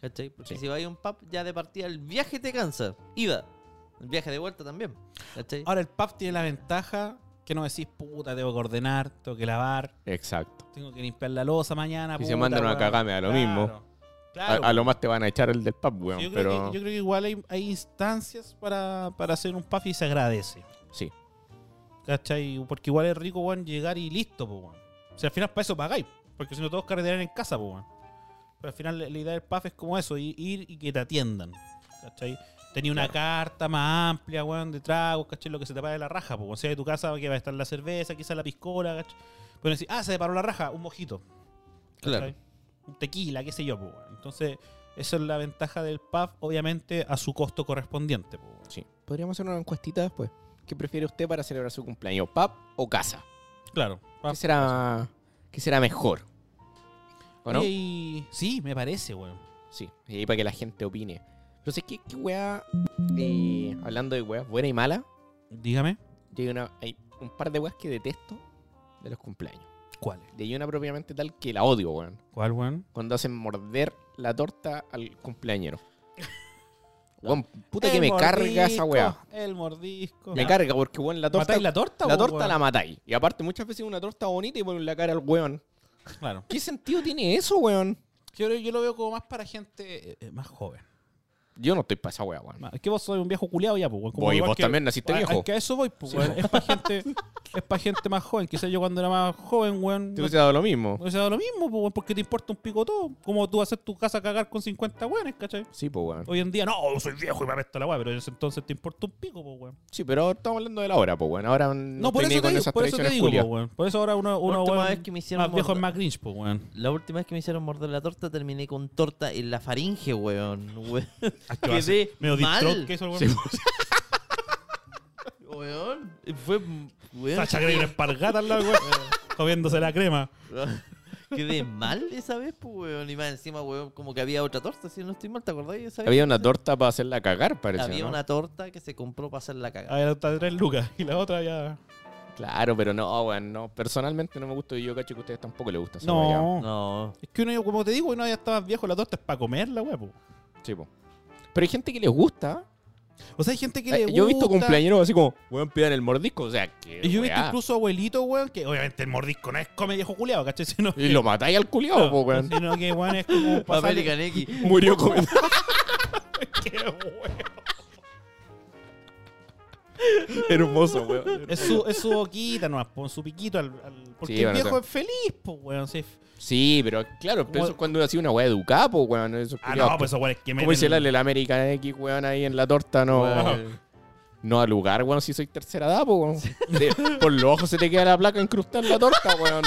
Speaker 3: ¿Cachai? Porque
Speaker 4: Sí.
Speaker 3: si vas a un pub, ya de partida el viaje te cansa. Iba. El viaje de vuelta también. ¿Cachai?
Speaker 1: Ahora, el pub tiene la ventaja que no decís, puta, tengo que ordenar, tengo que lavar,
Speaker 4: Exacto.
Speaker 1: tengo que limpiar la losa mañana.
Speaker 4: Si se
Speaker 1: puta,
Speaker 4: mandan una
Speaker 1: weón.
Speaker 4: cagada, me da lo mismo. A-
Speaker 1: Claro.
Speaker 4: a, lo más te van a echar el del pub, weón.
Speaker 1: yo, creo
Speaker 4: pero
Speaker 1: que, yo creo que igual hay, hay instancias para, para hacer un puff y se agradece.
Speaker 4: sí.
Speaker 1: ¿Cachai? Porque igual es rico, weón, llegar y listo, pues, weón. O sea, al final para eso pagáis. Porque si no, todos carreteran en casa, pues, weón. Pero al final la, la idea del puff es como eso, i- ir y que te atiendan. ¿Cachai? Tenía una carta más amplia, weón, de tragos, ¿cachai? Lo que se te paga de la raja, pues. O sea, de tu casa que va a estar la cerveza, quizás la piscola, ¿cachai? Pero decís, ah, se te paró la raja, un mojito.
Speaker 3: Claro.
Speaker 1: ¿cachai? Un tequila, qué sé yo, pues, weón. Entonces, esa es la ventaja del pub, obviamente, a su costo correspondiente, pues, weón.
Speaker 4: Sí. Podríamos hacer una encuestita después. ¿Qué prefiere usted para celebrar su cumpleaños? ¿Pub o casa?
Speaker 1: Claro.
Speaker 4: ¿Qué será, qué será mejor? ¿O no?
Speaker 1: Y- Sí, me parece, weón.
Speaker 4: Sí, y ahí para que la gente opine. Pero sé que, qué weá, eh, hablando de weas buena y mala,
Speaker 1: Dígame.
Speaker 4: yo hay, una, hay un par de weas que detesto de los cumpleaños.
Speaker 1: ¿Cuál?
Speaker 4: Y hay una propiamente tal que la odio, weón.
Speaker 1: ¿Cuál, weón?
Speaker 4: Cuando hacen morder la torta al cumpleañero. Weón, puta que
Speaker 1: El
Speaker 4: me carga
Speaker 1: mordisco,
Speaker 4: esa weá.
Speaker 1: El mordisco.
Speaker 4: Me carga porque, weón, la torta.
Speaker 1: ¿Matáis la torta?
Speaker 4: La
Speaker 1: po,
Speaker 4: torta
Speaker 1: weón?
Speaker 4: la matáis. Y aparte, muchas veces una torta bonita y ponen la cara al weón.
Speaker 1: Claro.
Speaker 4: ¿Qué sentido tiene eso, weón?
Speaker 1: Yo, yo lo veo como más para gente eh, eh, más joven.
Speaker 4: Yo no estoy para esa wea, weón.
Speaker 1: Ma- Es que vos sois un viejo culiado ya, pues, weón. Como
Speaker 4: Voy,
Speaker 1: igual
Speaker 4: vos
Speaker 1: que-
Speaker 4: también naciste
Speaker 1: Ah,
Speaker 4: viejo.
Speaker 1: Es que a eso voy, pues, weón. Es para gente, es pa' gente más joven. Quizás yo cuando era más joven, weón.
Speaker 4: Te
Speaker 1: No
Speaker 4: hubiese dado lo mismo.
Speaker 1: no hubiese dado lo mismo, pues, weón, porque te importa un pico todo. Como tú hacer tu casa cagar con 50 weones, ¿cachai?
Speaker 4: Sí, pues, weón.
Speaker 1: Hoy en día, no, oh, soy viejo y me apesta la weá, pero en ese entonces te importa un pico, pues, weón.
Speaker 4: Sí, pero ahora estamos hablando de la hora, pues, weón. Ahora no,
Speaker 1: No, por
Speaker 4: estoy ni
Speaker 1: eso, te
Speaker 4: con
Speaker 1: digo,
Speaker 4: esas
Speaker 1: por eso te
Speaker 4: tradiciones
Speaker 1: digo, po,
Speaker 4: culias.
Speaker 1: weón. Por eso ahora uno,
Speaker 3: La
Speaker 1: uno
Speaker 3: última
Speaker 1: weón,
Speaker 3: vez que me hicieron
Speaker 1: más viejo es
Speaker 3: morder-
Speaker 1: más Grinch, pues, weón.
Speaker 3: La última vez que me hicieron morder la torta terminé con torta en la faringe, weón. weón.
Speaker 1: ¿Qué va a ser?
Speaker 3: Quedé
Speaker 1: Medio
Speaker 3: mal.
Speaker 1: distrot que eso, weón.
Speaker 4: Sí,
Speaker 3: Weón. Fue. Weón.
Speaker 1: Sacha Grey en espargata al lado, weón. Comiéndose la crema.
Speaker 3: Quedé mal esa vez, pues, weón. Y más encima, weón, como que había otra torta, si no estoy mal, ¿te acordás? de esa vez?
Speaker 4: Había una torta para hacerla cagar, parece.
Speaker 3: Había
Speaker 4: ¿no?
Speaker 3: una torta que se compró para hacer la cagada.
Speaker 1: A ver, hasta tres lucas. Y la otra ya.
Speaker 4: Claro, pero no, weón. No. Personalmente no me gusta y yo cacho que a ustedes tampoco les gusta. esa weá.
Speaker 1: Ah,
Speaker 3: No.
Speaker 1: Es que uno, como te digo, uno ya está más viejo, la torta es para comerla, weón. po.
Speaker 4: Sí, po. Pero hay gente que les gusta.
Speaker 1: O sea, hay gente que le
Speaker 4: Eh,
Speaker 1: gusta.
Speaker 4: Yo he visto cumpleaños así como, weón, pidan el mordisco. O sea, que.
Speaker 1: Y yo he visto incluso abuelitos, weón, que obviamente el mordisco no es come viejo culeado, ¿cachai? Sino,
Speaker 4: Y lo matáis al culiao, po, weón.
Speaker 1: sino que, weón, es como pasarle-
Speaker 3: American X.
Speaker 4: Murió con.
Speaker 1: Qué weón.
Speaker 4: Hermoso, weón.
Speaker 1: Es su, es su boquita nomás, pon su piquito al. al- porque
Speaker 4: Sí,
Speaker 1: el
Speaker 4: bueno,
Speaker 1: viejo
Speaker 4: sí.
Speaker 1: es feliz, pues, weón. sí.
Speaker 4: Sí, pero claro, pero eso es cuando hacía una weá educada, po, weón. Esos
Speaker 1: Ah,
Speaker 4: culiaos
Speaker 1: no, pues eso, weón, es que me.
Speaker 4: ¿Cómo dice la el American X, weón, ahí en la torta? No,
Speaker 3: Weón.
Speaker 4: no da lugar, weón, si soy tercera edad, po, weón. De- por los ojos se te queda la placa incrustada en la torta, weón.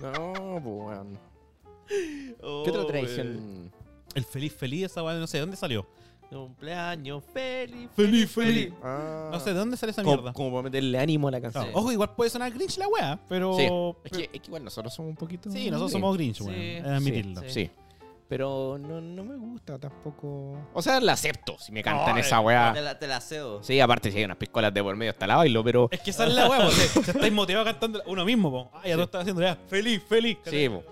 Speaker 4: No, po, weón. ¿Qué otra
Speaker 3: Oh,
Speaker 4: tradición?
Speaker 1: El feliz, feliz, esa weón, no sé de dónde salió.
Speaker 3: weón. eh, Cumpleaños feliz.
Speaker 1: Feliz,
Speaker 3: feliz.
Speaker 4: Ah,
Speaker 1: No sé de dónde sale esa
Speaker 4: como,
Speaker 1: mierda.
Speaker 4: como para meterle ánimo a la
Speaker 1: No,
Speaker 4: canción.
Speaker 1: Ojo, igual puede sonar Grinch la weá, pero.
Speaker 4: Sí. Es,
Speaker 1: pero-
Speaker 4: que, es que igual nosotros somos un poquito.
Speaker 1: sí, nosotros somos Grinch,
Speaker 3: Sí,
Speaker 1: weón. hay que
Speaker 3: sí,
Speaker 1: admitirlo.
Speaker 4: Sí.
Speaker 3: sí.
Speaker 4: Pero no, no me gusta tampoco. O sea, la acepto si me cantan
Speaker 1: No,
Speaker 4: esa
Speaker 3: Te,
Speaker 4: weá.
Speaker 3: la, te la cedo.
Speaker 4: Sí, aparte si hay unas piscolas de por medio hasta la bailo, pero.
Speaker 1: Es que esa es la weá, porque se estáis motivados cantando uno mismo, po. Ah, ya tú estás haciendo ya. Feliz, feliz.
Speaker 4: Sí, po.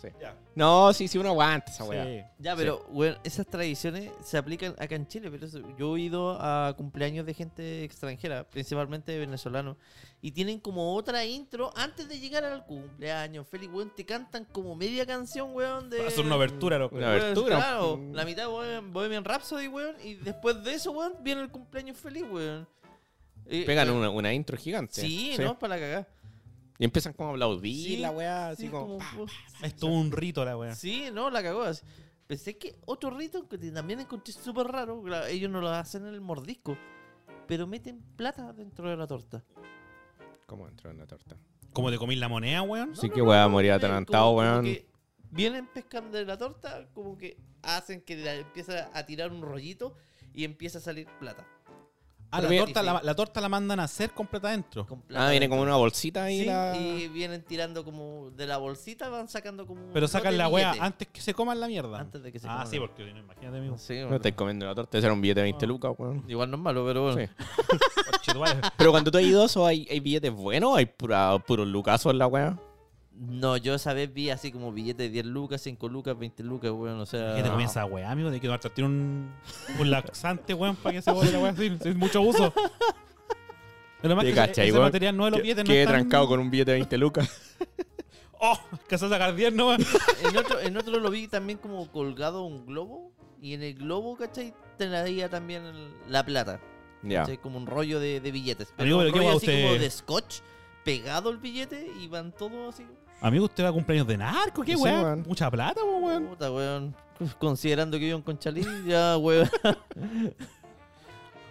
Speaker 4: Sí.
Speaker 1: Ya.
Speaker 4: No, sí, sí, uno aguanta esa weá.
Speaker 1: Sí.
Speaker 3: Ya, pero, weón, esas tradiciones se aplican acá en Chile. Pero eso- yo he ido a cumpleaños de gente extranjera, principalmente venezolanos, y tienen como otra intro antes de llegar al cumpleaños. Feliz, weón, te cantan como media canción, weón. De...
Speaker 1: Va a ser una abertura, loco.
Speaker 4: Una
Speaker 3: Weón,
Speaker 4: abertura.
Speaker 3: Claro,
Speaker 4: Mm.
Speaker 3: la mitad Bohemian, Bohemian Rhapsody, weón. Y después de eso, weón, viene el cumpleaños feliz, weón. Eh,
Speaker 4: Pegan
Speaker 3: eh,
Speaker 4: una, una intro gigante.
Speaker 3: Sí, ¿no? Para la cagada.
Speaker 4: Y empiezan como a aplaudir
Speaker 3: Sí,
Speaker 4: la weá, así
Speaker 3: Sí,
Speaker 4: como.
Speaker 3: como- pues,
Speaker 4: pa.
Speaker 1: Es todo un rito la weá.
Speaker 3: sí, no, la cagó. así. Pensé que otro rito que te- también encontré súper raro, la- ellos no lo hacen en el mordisco, pero meten plata dentro de la torta.
Speaker 4: ¿Cómo entró en la torta?
Speaker 1: Como te comís la moneda, weón.
Speaker 4: Sí, que weá, morir
Speaker 3: Como
Speaker 4: atarantado,
Speaker 3: que
Speaker 4: weón.
Speaker 3: Vienen pescando de la torta, como que hacen que la- empieza a tirar un rollito y empieza a salir plata.
Speaker 1: Ah, la
Speaker 4: Pero
Speaker 1: torta,
Speaker 3: viene-
Speaker 1: la, la torta la mandan a hacer completa adentro.
Speaker 3: con plata
Speaker 4: Ah, viene
Speaker 3: dentro.
Speaker 4: como una bolsita ahí
Speaker 3: Sí,
Speaker 4: la...
Speaker 3: y vienen tirando como de la bolsita, van sacando como.
Speaker 1: Pero
Speaker 3: un
Speaker 1: sacan
Speaker 3: lote
Speaker 1: la
Speaker 3: de
Speaker 1: wea
Speaker 3: billetes.
Speaker 1: antes que se coman la mierda.
Speaker 3: Antes de que se
Speaker 1: ah,
Speaker 3: coma
Speaker 1: sí,
Speaker 3: la-
Speaker 1: porque bueno, imagínate, amigo.
Speaker 3: Sí,
Speaker 4: No
Speaker 3: bueno.
Speaker 4: estáis comiendo la torta, ese era un billete de 20 lucas, weón.
Speaker 3: Igual no es malo, pero bueno.
Speaker 4: Sí.
Speaker 1: Conchetumare.
Speaker 4: Pero cuando tú has ido a eso, ¿hay, hay billetes buenos o hay pura- puros lucazos en la weá?
Speaker 3: No, yo esa vez vi así como billetes de 10 lucas, 5 lucas, 20 lucas, weón. O sea.
Speaker 1: ¿Qué te comí esa weá, amigo? Te quiero tiene un, un laxante, weón, para que se vuelva la weá sin, sin mucho uso. Pero más
Speaker 4: Te
Speaker 1: que
Speaker 4: cachai,
Speaker 1: ese
Speaker 4: weón.
Speaker 1: material no de los billetes, no
Speaker 4: Quedé
Speaker 1: es tan-
Speaker 4: trancado con un billete de 20 lucas.
Speaker 1: ¡Oh! Casas a sacar 10 nomás.
Speaker 3: En otro, en otro lo vi también como colgado a un globo. Y en el globo, ¿cachai? Tenía también el- la plata.
Speaker 4: ya.
Speaker 3: ¿cachai? Como un rollo de, de billetes. Pero,
Speaker 1: Amigo,
Speaker 3: un
Speaker 1: ¿pero qué
Speaker 3: rollo
Speaker 1: va
Speaker 3: así
Speaker 1: usted?
Speaker 3: como de scotch, pegado el billete y van todos así.
Speaker 1: Amigo, usted va a cumpleaños de narco, qué
Speaker 4: Sí,
Speaker 1: weá.
Speaker 4: weón.
Speaker 1: Mucha plata, po, Ah, weón.
Speaker 3: Puta, weón. Considerando que viven con Chalí, ya, weón.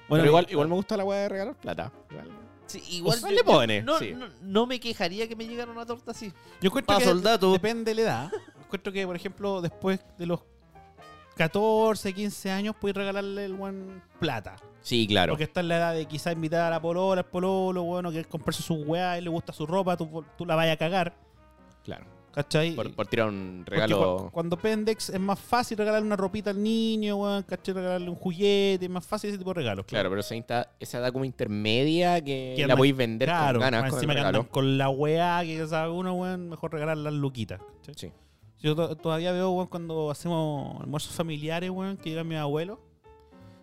Speaker 1: Bueno,
Speaker 4: Pero igual, igual me gusta la weá de regalar plata. Igual.
Speaker 3: Sí, igual.
Speaker 4: sea, le pone,
Speaker 3: no,
Speaker 4: sí.
Speaker 3: no, no me quejaría que me llegara una torta así.
Speaker 1: yo encuentro
Speaker 3: Paso
Speaker 1: que
Speaker 3: el dato.
Speaker 1: depende de la edad. Encuentro que, por ejemplo, después de los 14, 15 años, puedes regalarle el weón plata.
Speaker 4: Sí, claro.
Speaker 1: Porque está en la edad de quizá invitar a la polola, al pololo, bueno, que comprarse su weá, a él le gusta su ropa, tú, tú la vayas a cagar,
Speaker 4: Claro.
Speaker 1: ¿cachai?
Speaker 4: Por, por tirar un
Speaker 1: Porque
Speaker 4: regalo.
Speaker 1: cu- cuando pendex es más fácil regalarle una ropita al niño, weón, ¿cachai? Regalarle un juguete, es más fácil ese tipo de regalos.
Speaker 4: Claro, pero esa, insta- esa edad como intermedia que,
Speaker 1: Que
Speaker 4: la
Speaker 1: andan-
Speaker 4: podéis vender
Speaker 1: Claro,
Speaker 4: con ganas
Speaker 1: más
Speaker 4: con el
Speaker 1: encima que andan
Speaker 4: regalo.
Speaker 1: con la weá que ya sabe uno, weón, mejor regalar las luquitas. ¿cachai?
Speaker 4: Sí.
Speaker 1: Yo to- todavía veo, weón, cuando hacemos almuerzos familiares, weón, que llegan mis abuelos,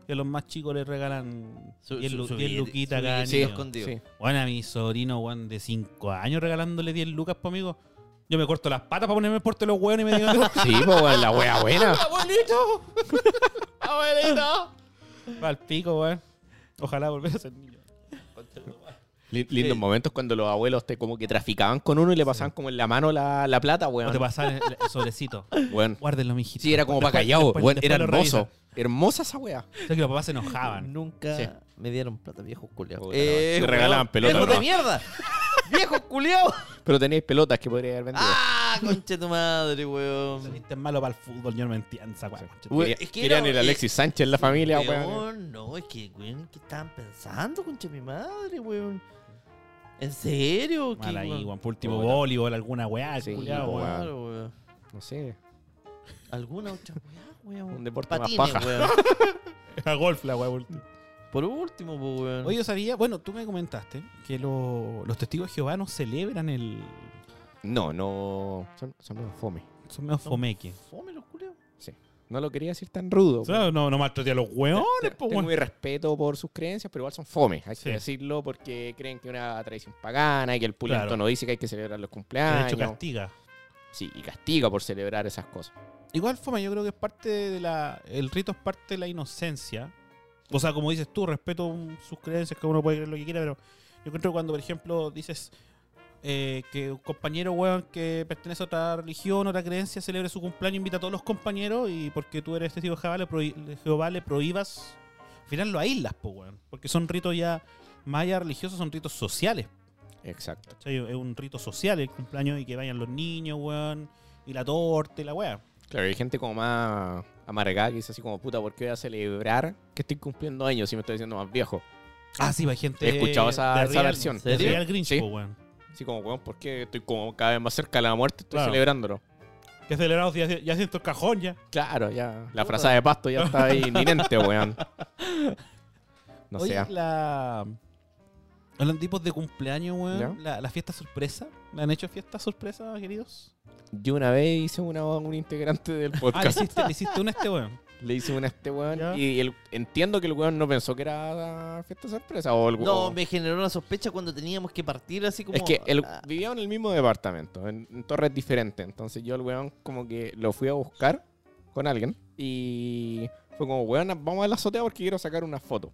Speaker 1: que a los más chicos les regalan
Speaker 3: Su-
Speaker 1: 10
Speaker 3: su-
Speaker 1: lu-
Speaker 3: su
Speaker 1: 10
Speaker 3: billete-
Speaker 1: luquitas
Speaker 3: su
Speaker 1: cada
Speaker 3: billete
Speaker 1: niño.
Speaker 3: escondido.
Speaker 4: Sí.
Speaker 1: Bueno, a mi sobrino, weón, de 5 años regalándole 10 lucas, pues, amigo. Yo me corto las patas para ponerme el puerto de los huevos y me digo,
Speaker 4: Sí, pues weón, la wea buena.
Speaker 1: ¡Abuelito! ¡Abuelito! Va al pico, weón. Ojalá volver a ser niño.
Speaker 4: Lin- Lindos momentos cuando los abuelos te como que traficaban con uno y le pasaban como en la mano la, la plata,
Speaker 1: O te
Speaker 4: weón.
Speaker 1: pasan el el sobrecito.
Speaker 4: Weón.
Speaker 1: Guárdenlo, mijito.
Speaker 4: Sí, era como para callado.
Speaker 1: después-
Speaker 4: weón,
Speaker 1: después
Speaker 4: era
Speaker 1: lo
Speaker 4: hermoso.
Speaker 1: revisan.
Speaker 4: Hermosa esa wea.
Speaker 1: O sea, que los papás se enojaban.
Speaker 3: Nunca
Speaker 4: Sí.
Speaker 3: me dieron plata, viejos culiados.
Speaker 4: Puta, no, te regalaban pelota,
Speaker 3: ¡Viejos de
Speaker 4: ¿no?
Speaker 3: mierda! ¡Viejos culiados!
Speaker 4: Pero tenéis pelotas que podría haber vendido.
Speaker 3: ¡Ah, conche tu madre, weón!
Speaker 1: Este es malo para el fútbol, yo no me entiendo esa weón.
Speaker 4: Quería-
Speaker 3: Weón, es que
Speaker 4: querían
Speaker 3: era-
Speaker 4: el Alexis Sánchez en la familia, weón.
Speaker 3: Weón, no, es que, weón, ¿qué estaban pensando, conche mi madre, weón? ¿En serio? ¿Qué,
Speaker 1: Mal ahí,
Speaker 3: weón?
Speaker 1: weón. Por último,
Speaker 4: Puta.
Speaker 1: voleibol, alguna weá,
Speaker 4: Sí,
Speaker 1: culiao,
Speaker 4: po,
Speaker 1: weón.
Speaker 4: weón.
Speaker 3: Claro, weón.
Speaker 4: No sé.
Speaker 3: Alguna otra weá, weón.
Speaker 4: Un deporte más paja.
Speaker 3: weón.
Speaker 1: A golf la weá, por último.
Speaker 4: Mm.
Speaker 3: Por último, po, weón.
Speaker 1: Oye, yo sabía, bueno, tú me comentaste que lo- los testigos de Jehová no celebran el.
Speaker 4: No, no. Son, son medio fome.
Speaker 1: Son medio fomeque.
Speaker 3: fome los culiados.
Speaker 4: No lo quería decir tan rudo.
Speaker 1: O sea, no, no maltraté a los hueones,
Speaker 4: Tengo
Speaker 1: pues, weón.
Speaker 4: mi respeto por sus creencias, pero igual son fome, hay
Speaker 1: Sí.
Speaker 4: que decirlo, porque creen que es una tradición pagana y que el pulento
Speaker 1: Claro.
Speaker 4: no dice que hay que celebrar los
Speaker 1: De
Speaker 4: cumpleaños.
Speaker 1: hecho, castiga.
Speaker 4: Sí, y castiga por celebrar esas cosas.
Speaker 1: Igual fome, yo creo que es parte de la. El rito es parte de la inocencia. O sea, como dices tú, respeto mm, sus creencias, que uno puede creer lo que quiera, pero yo encuentro que cuando, por ejemplo, dices eh, que un compañero, weón, que pertenece a otra religión, otra creencia, celebre su cumpleaños, invita a todos los compañeros y porque tú eres testigo de Jehová, le, prohí- de Jehová, le prohíbas. Al final lo aíslas, pues, weón. Porque son ritos ya, más allá religiosos, son ritos sociales.
Speaker 4: Exacto.
Speaker 1: ¿cachai? Es un rito social el cumpleaños y que vayan los niños, weón, y la torta y la weá.
Speaker 4: Claro, hay gente como más amargada que dice así como, puta, ¿por qué voy a celebrar que estoy cumpliendo años si me estoy haciendo más viejo?
Speaker 1: Ah, sí, hay gente.
Speaker 4: He escuchado esa-
Speaker 1: de
Speaker 4: esa
Speaker 1: Real-
Speaker 4: versión.
Speaker 1: De
Speaker 3: ¿Serio?
Speaker 1: Real Grinch,
Speaker 4: Sí.
Speaker 1: po, weón.
Speaker 4: Así como, weón, ¿por qué estoy como cada vez más cerca de la muerte? Estoy
Speaker 1: Claro.
Speaker 4: celebrándolo.
Speaker 1: Que acelerados ya, ya siento el cajón ya.
Speaker 4: Claro, ya. La
Speaker 3: Puta.
Speaker 4: frazada de pasto ya está ahí inminente, weón. No
Speaker 1: Oye,
Speaker 4: sea.
Speaker 1: la. Hablan tipos de cumpleaños, weón.
Speaker 4: ¿Ya?
Speaker 1: La, la fiesta sorpresa. ¿Le han hecho fiesta sorpresa, queridos?
Speaker 4: Yo una vez hice una a un integrante del
Speaker 1: Ah, le
Speaker 4: podcast.
Speaker 1: hiciste, le hiciste una a este weón.
Speaker 4: Le hice una a este
Speaker 1: Ya.
Speaker 4: weón. Y el- entiendo que el weón no pensó que era fiesta sorpresa. O el
Speaker 3: No,
Speaker 4: o-
Speaker 3: me generó una sospecha cuando teníamos que partir así como.
Speaker 4: oh. Es que el,
Speaker 3: Ah,
Speaker 4: vivía en el mismo departamento, en, en torres diferentes. Entonces yo al weón como que lo fui a buscar con alguien. Y fue como, weón, vamos a la azotea porque quiero sacar una foto.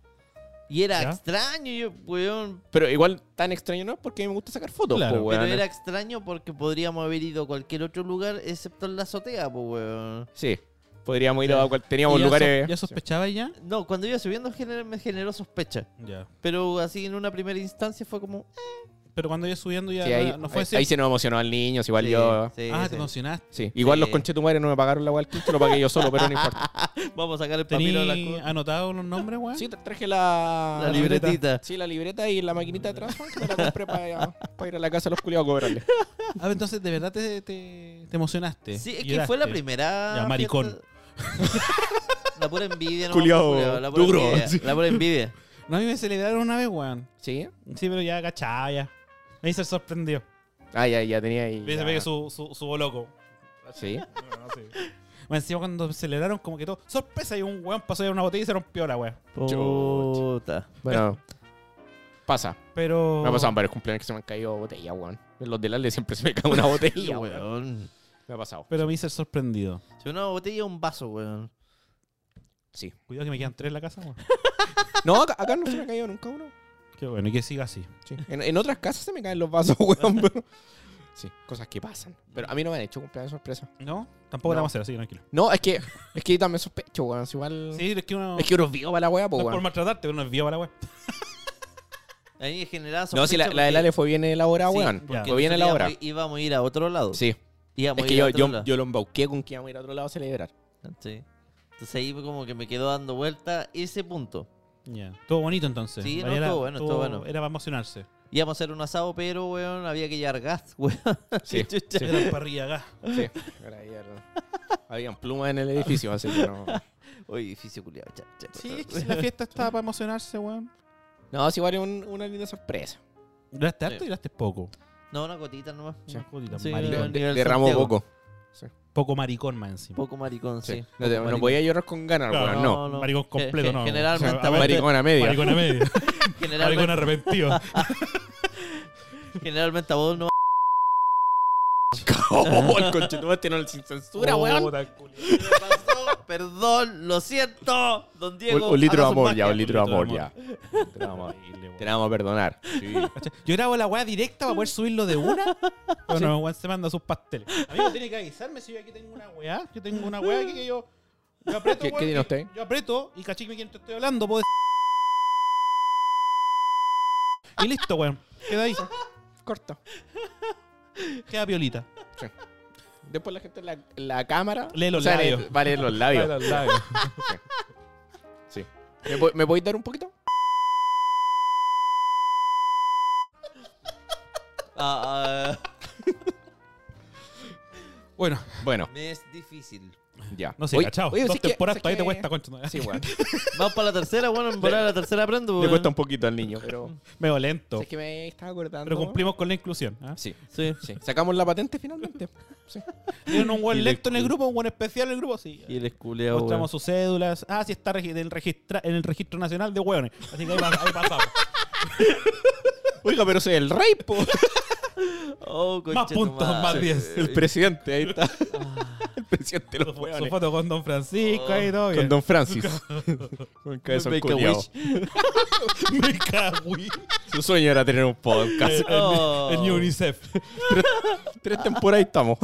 Speaker 3: Y era
Speaker 1: ¿Ya?
Speaker 3: extraño, yo, weón.
Speaker 4: Pero igual tan extraño no es porque a mí me gusta sacar fotos.
Speaker 1: Claro.
Speaker 4: po,
Speaker 3: Pero
Speaker 4: weón.
Speaker 3: era extraño porque podríamos haber ido a cualquier otro lugar excepto en la azotea, pues, weón.
Speaker 4: Sí, podríamos ir a
Speaker 1: Ya.
Speaker 4: cual... Teníamos
Speaker 1: ¿Y ya
Speaker 4: pues, lugares...
Speaker 1: sos- ¿Ya
Speaker 4: sí.
Speaker 1: sospechaba ya?
Speaker 3: No, cuando iba subiendo gener- me generó sospecha.
Speaker 1: Ya.
Speaker 3: Pero así en una primera instancia fue como. eh,
Speaker 1: Pero cuando yo subiendo ya
Speaker 4: Sí, ahí,
Speaker 1: no- no fue
Speaker 4: ahí-
Speaker 1: así.
Speaker 4: ahí se nos emocionó al niño, si igual yo.
Speaker 3: sí,
Speaker 1: ah,
Speaker 3: sí.
Speaker 1: te emocionaste.
Speaker 4: Sí, igual
Speaker 3: Sí.
Speaker 4: los conchetumares no me pagaron la guardia, lo pagué yo solo, pero no importa.
Speaker 3: Vamos a sacar el papiro de la
Speaker 1: ¿Tení
Speaker 3: cu-
Speaker 1: anotados los nombres, weón?
Speaker 4: Sí, tra- traje la.
Speaker 3: La libretita.
Speaker 4: Sí, la libreta y la maquinita de transfer me la compré para, para ir a la casa de los culiados a cobrarle.
Speaker 1: Ah, pero entonces de verdad te, te- te emocionaste.
Speaker 3: Sí, es que
Speaker 1: lloraste.
Speaker 3: fue la primera.
Speaker 1: este, Ya, maricón.
Speaker 3: fiesta- La pura envidia, ¿no?
Speaker 4: Culiao,
Speaker 3: la pura
Speaker 4: duro.
Speaker 3: envidia,
Speaker 4: Sí.
Speaker 3: La pura envidia.
Speaker 1: No, a mí me celebraron una vez, weón.
Speaker 4: ¿Sí?
Speaker 1: Sí, pero ya cachaba, ya. Me hice el sorprendido.
Speaker 4: Ah, ya, ya tenía ahí.
Speaker 1: Me
Speaker 4: ya.
Speaker 1: hice pegue su, su, su boloco.
Speaker 4: Sí.
Speaker 1: No, sí. Bueno, encima cuando celebraron, como que todo. Sorpresa, y un weón pasó de una botella y se rompió la weón.
Speaker 3: Puta.
Speaker 4: Bueno, pasa.
Speaker 1: Pero.
Speaker 4: Me ha pasado en varios cumpleaños que se me han caído botellas, weón. En los del Ale siempre se me cae una botella, weón.
Speaker 3: weón.
Speaker 4: Me ha pasado.
Speaker 1: Pero me hice el sorprendido.
Speaker 3: Si una botella, un vaso, weón.
Speaker 4: Sí.
Speaker 1: Cuidado que me quedan tres en la casa, weón.
Speaker 4: No, acá, acá no se me ha caído nunca uno.
Speaker 1: Qué bueno, y que siga así.
Speaker 4: Sí. En, en otras casas se me caen los vasos, weón, pero... Sí, cosas que pasan. Pero a mí no me han hecho cumpleaños sorpresa.
Speaker 1: ¿No? Tampoco
Speaker 4: No.
Speaker 1: la vamos a hacer así, tranquilo.
Speaker 4: No, es que, es que yo también sospecho, weón. Es igual...
Speaker 1: Sí, es que uno.
Speaker 4: Es que uno es vivo para la weá,
Speaker 1: no
Speaker 4: pues,
Speaker 1: es por
Speaker 4: weón.
Speaker 1: maltratarte, pero uno es vivo para la weón.
Speaker 3: A mí en general
Speaker 4: No, si la,
Speaker 3: sospecho
Speaker 4: la del
Speaker 3: porque-
Speaker 4: Ale fue bien elaborada,
Speaker 3: Sí,
Speaker 4: weón.
Speaker 1: porque
Speaker 4: Fue bien
Speaker 3: nosotros
Speaker 4: elaborada.
Speaker 3: íbamos- Íbamos a ir a otro lado.
Speaker 4: Sí.
Speaker 3: Íbamos
Speaker 4: Es
Speaker 3: a
Speaker 4: que
Speaker 3: ir a
Speaker 4: yo,
Speaker 3: otro
Speaker 4: yo,
Speaker 3: lado.
Speaker 4: yo lo embauqué con que íbamos a ir a otro lado a celebrar.
Speaker 3: Sí. Entonces ahí fue como que me quedó dando vuelta ese punto.
Speaker 1: Ya. Estuvo bonito entonces.
Speaker 3: Sí, no,
Speaker 1: Era-
Speaker 3: estuvo bueno, estuvo bueno.
Speaker 1: Era para emocionarse.
Speaker 3: Íbamos a hacer un asado, pero, weón, había que llevar gas, weón.
Speaker 4: Sí.
Speaker 3: Chucha.
Speaker 1: Era un parrilla acá.
Speaker 4: Sí, era ahí, era- Habían plumas en el edificio, así que no.
Speaker 3: Oye, edificio culiado. cha, cha.
Speaker 1: Sí, es que si la fiesta estaba para emocionarse, weón.
Speaker 4: No, es igual es un- una linda sorpresa.
Speaker 1: ¿Duraste
Speaker 3: Sí.
Speaker 1: harto y duraste poco?
Speaker 3: No, una gotita nomás.
Speaker 4: Sí.
Speaker 1: Una jodida,
Speaker 3: Sí,
Speaker 1: maricón.
Speaker 3: era-
Speaker 4: De,
Speaker 3: nivel
Speaker 4: de- derramó
Speaker 3: Santiago.
Speaker 4: poco.
Speaker 1: Poco maricón más encima.
Speaker 3: Poco maricón, sí.
Speaker 4: Sí. No, te-
Speaker 3: Poco
Speaker 4: no podía llorar con ganas,
Speaker 1: Claro,
Speaker 4: weón, no.
Speaker 1: Maricón completo,
Speaker 3: Ge-
Speaker 1: no.
Speaker 3: Generalmente,
Speaker 1: A ver,
Speaker 4: Maricón a media.
Speaker 1: Maricón a medio.
Speaker 3: generalmente,
Speaker 1: maricón arrepentido.
Speaker 3: generalmente a vos no.
Speaker 4: Oh, el conchetumate no sin censura, weón.
Speaker 1: Puta, culiao.
Speaker 3: ¿Qué le pasó? Perdón, lo siento, don
Speaker 4: Un,
Speaker 3: Diego.
Speaker 4: un litro de
Speaker 3: haga su
Speaker 4: amor ya,
Speaker 3: magia.
Speaker 4: un litro de amor
Speaker 1: de
Speaker 4: ya. Te la vamos a-
Speaker 1: Horrible, weón.
Speaker 4: te la vamos a perdonar. Sí.
Speaker 1: Yo grabo la weá directa para poder subirlo de una. Bueno, Juan se manda sus pasteles. Amigo, tiene que avisarme si yo aquí tengo una weá. Yo tengo una weá aquí que yo. Yo aprieto,
Speaker 4: ¿Qué-
Speaker 1: weón,
Speaker 4: qué tiene
Speaker 1: que-
Speaker 4: usted?
Speaker 1: Yo aprieto y cachique quién te estoy hablando. Puedo decir. Y listo, weón. Queda ahí.
Speaker 4: Corta.
Speaker 1: Queda piolita.
Speaker 4: Después la gente en la, en la cámara.
Speaker 1: Lee los
Speaker 4: o sea, en el-
Speaker 1: labios.
Speaker 4: Va a leer los labios. Sí. ¿Me, po- ¿Me podéis dar un poquito?
Speaker 3: Ah,
Speaker 1: Bueno,
Speaker 4: Bueno,
Speaker 3: ah, me es difícil.
Speaker 4: ya.
Speaker 1: no sé,
Speaker 4: Oye,
Speaker 1: cachao.
Speaker 4: oye,
Speaker 1: Dos
Speaker 4: sí que-
Speaker 1: temporadas
Speaker 4: sí
Speaker 1: todavía te
Speaker 4: que-
Speaker 1: cuesta, concha.
Speaker 4: Sí, weón.
Speaker 3: Vamos para la tercera, bueno, en volar a la tercera aprendo.
Speaker 4: Le
Speaker 3: weón.
Speaker 4: cuesta un poquito al niño, pero.
Speaker 1: Medio lento.
Speaker 4: Es que me estaba acordando.
Speaker 1: Pero cumplimos con la inclusión. ¿ah?
Speaker 4: Sí,
Speaker 3: Sí.
Speaker 4: sí. Sacamos la patente finalmente. Sí.
Speaker 1: Tienen un buen
Speaker 3: Y le-
Speaker 1: lento en el grupo, un buen especial en el grupo, sí.
Speaker 3: Y el esculeo.
Speaker 1: Mostramos sus cédulas. Ah, sí está regi- del registra- en el registro nacional de hueones. Así que ahí, pas- ahí pasamos.
Speaker 4: Oiga, pero soy el rey, po.
Speaker 3: Oh,
Speaker 1: más puntos,
Speaker 3: conchetumare.
Speaker 1: más 10.
Speaker 4: El presidente, ahí está.
Speaker 1: Ah.
Speaker 4: El presidente de
Speaker 1: Su,
Speaker 4: los
Speaker 1: fo- su
Speaker 4: hueones.
Speaker 1: foto con Don Francisco ahí todo bien.
Speaker 4: Con Don Francis. Con cabezón
Speaker 3: Make a
Speaker 4: culiao.
Speaker 3: wish.
Speaker 1: Me cagüí.
Speaker 4: Su sueño era tener un podcast.
Speaker 1: El,
Speaker 3: Oh.
Speaker 1: el New UNICEF.
Speaker 4: Tres temporadas y estamos.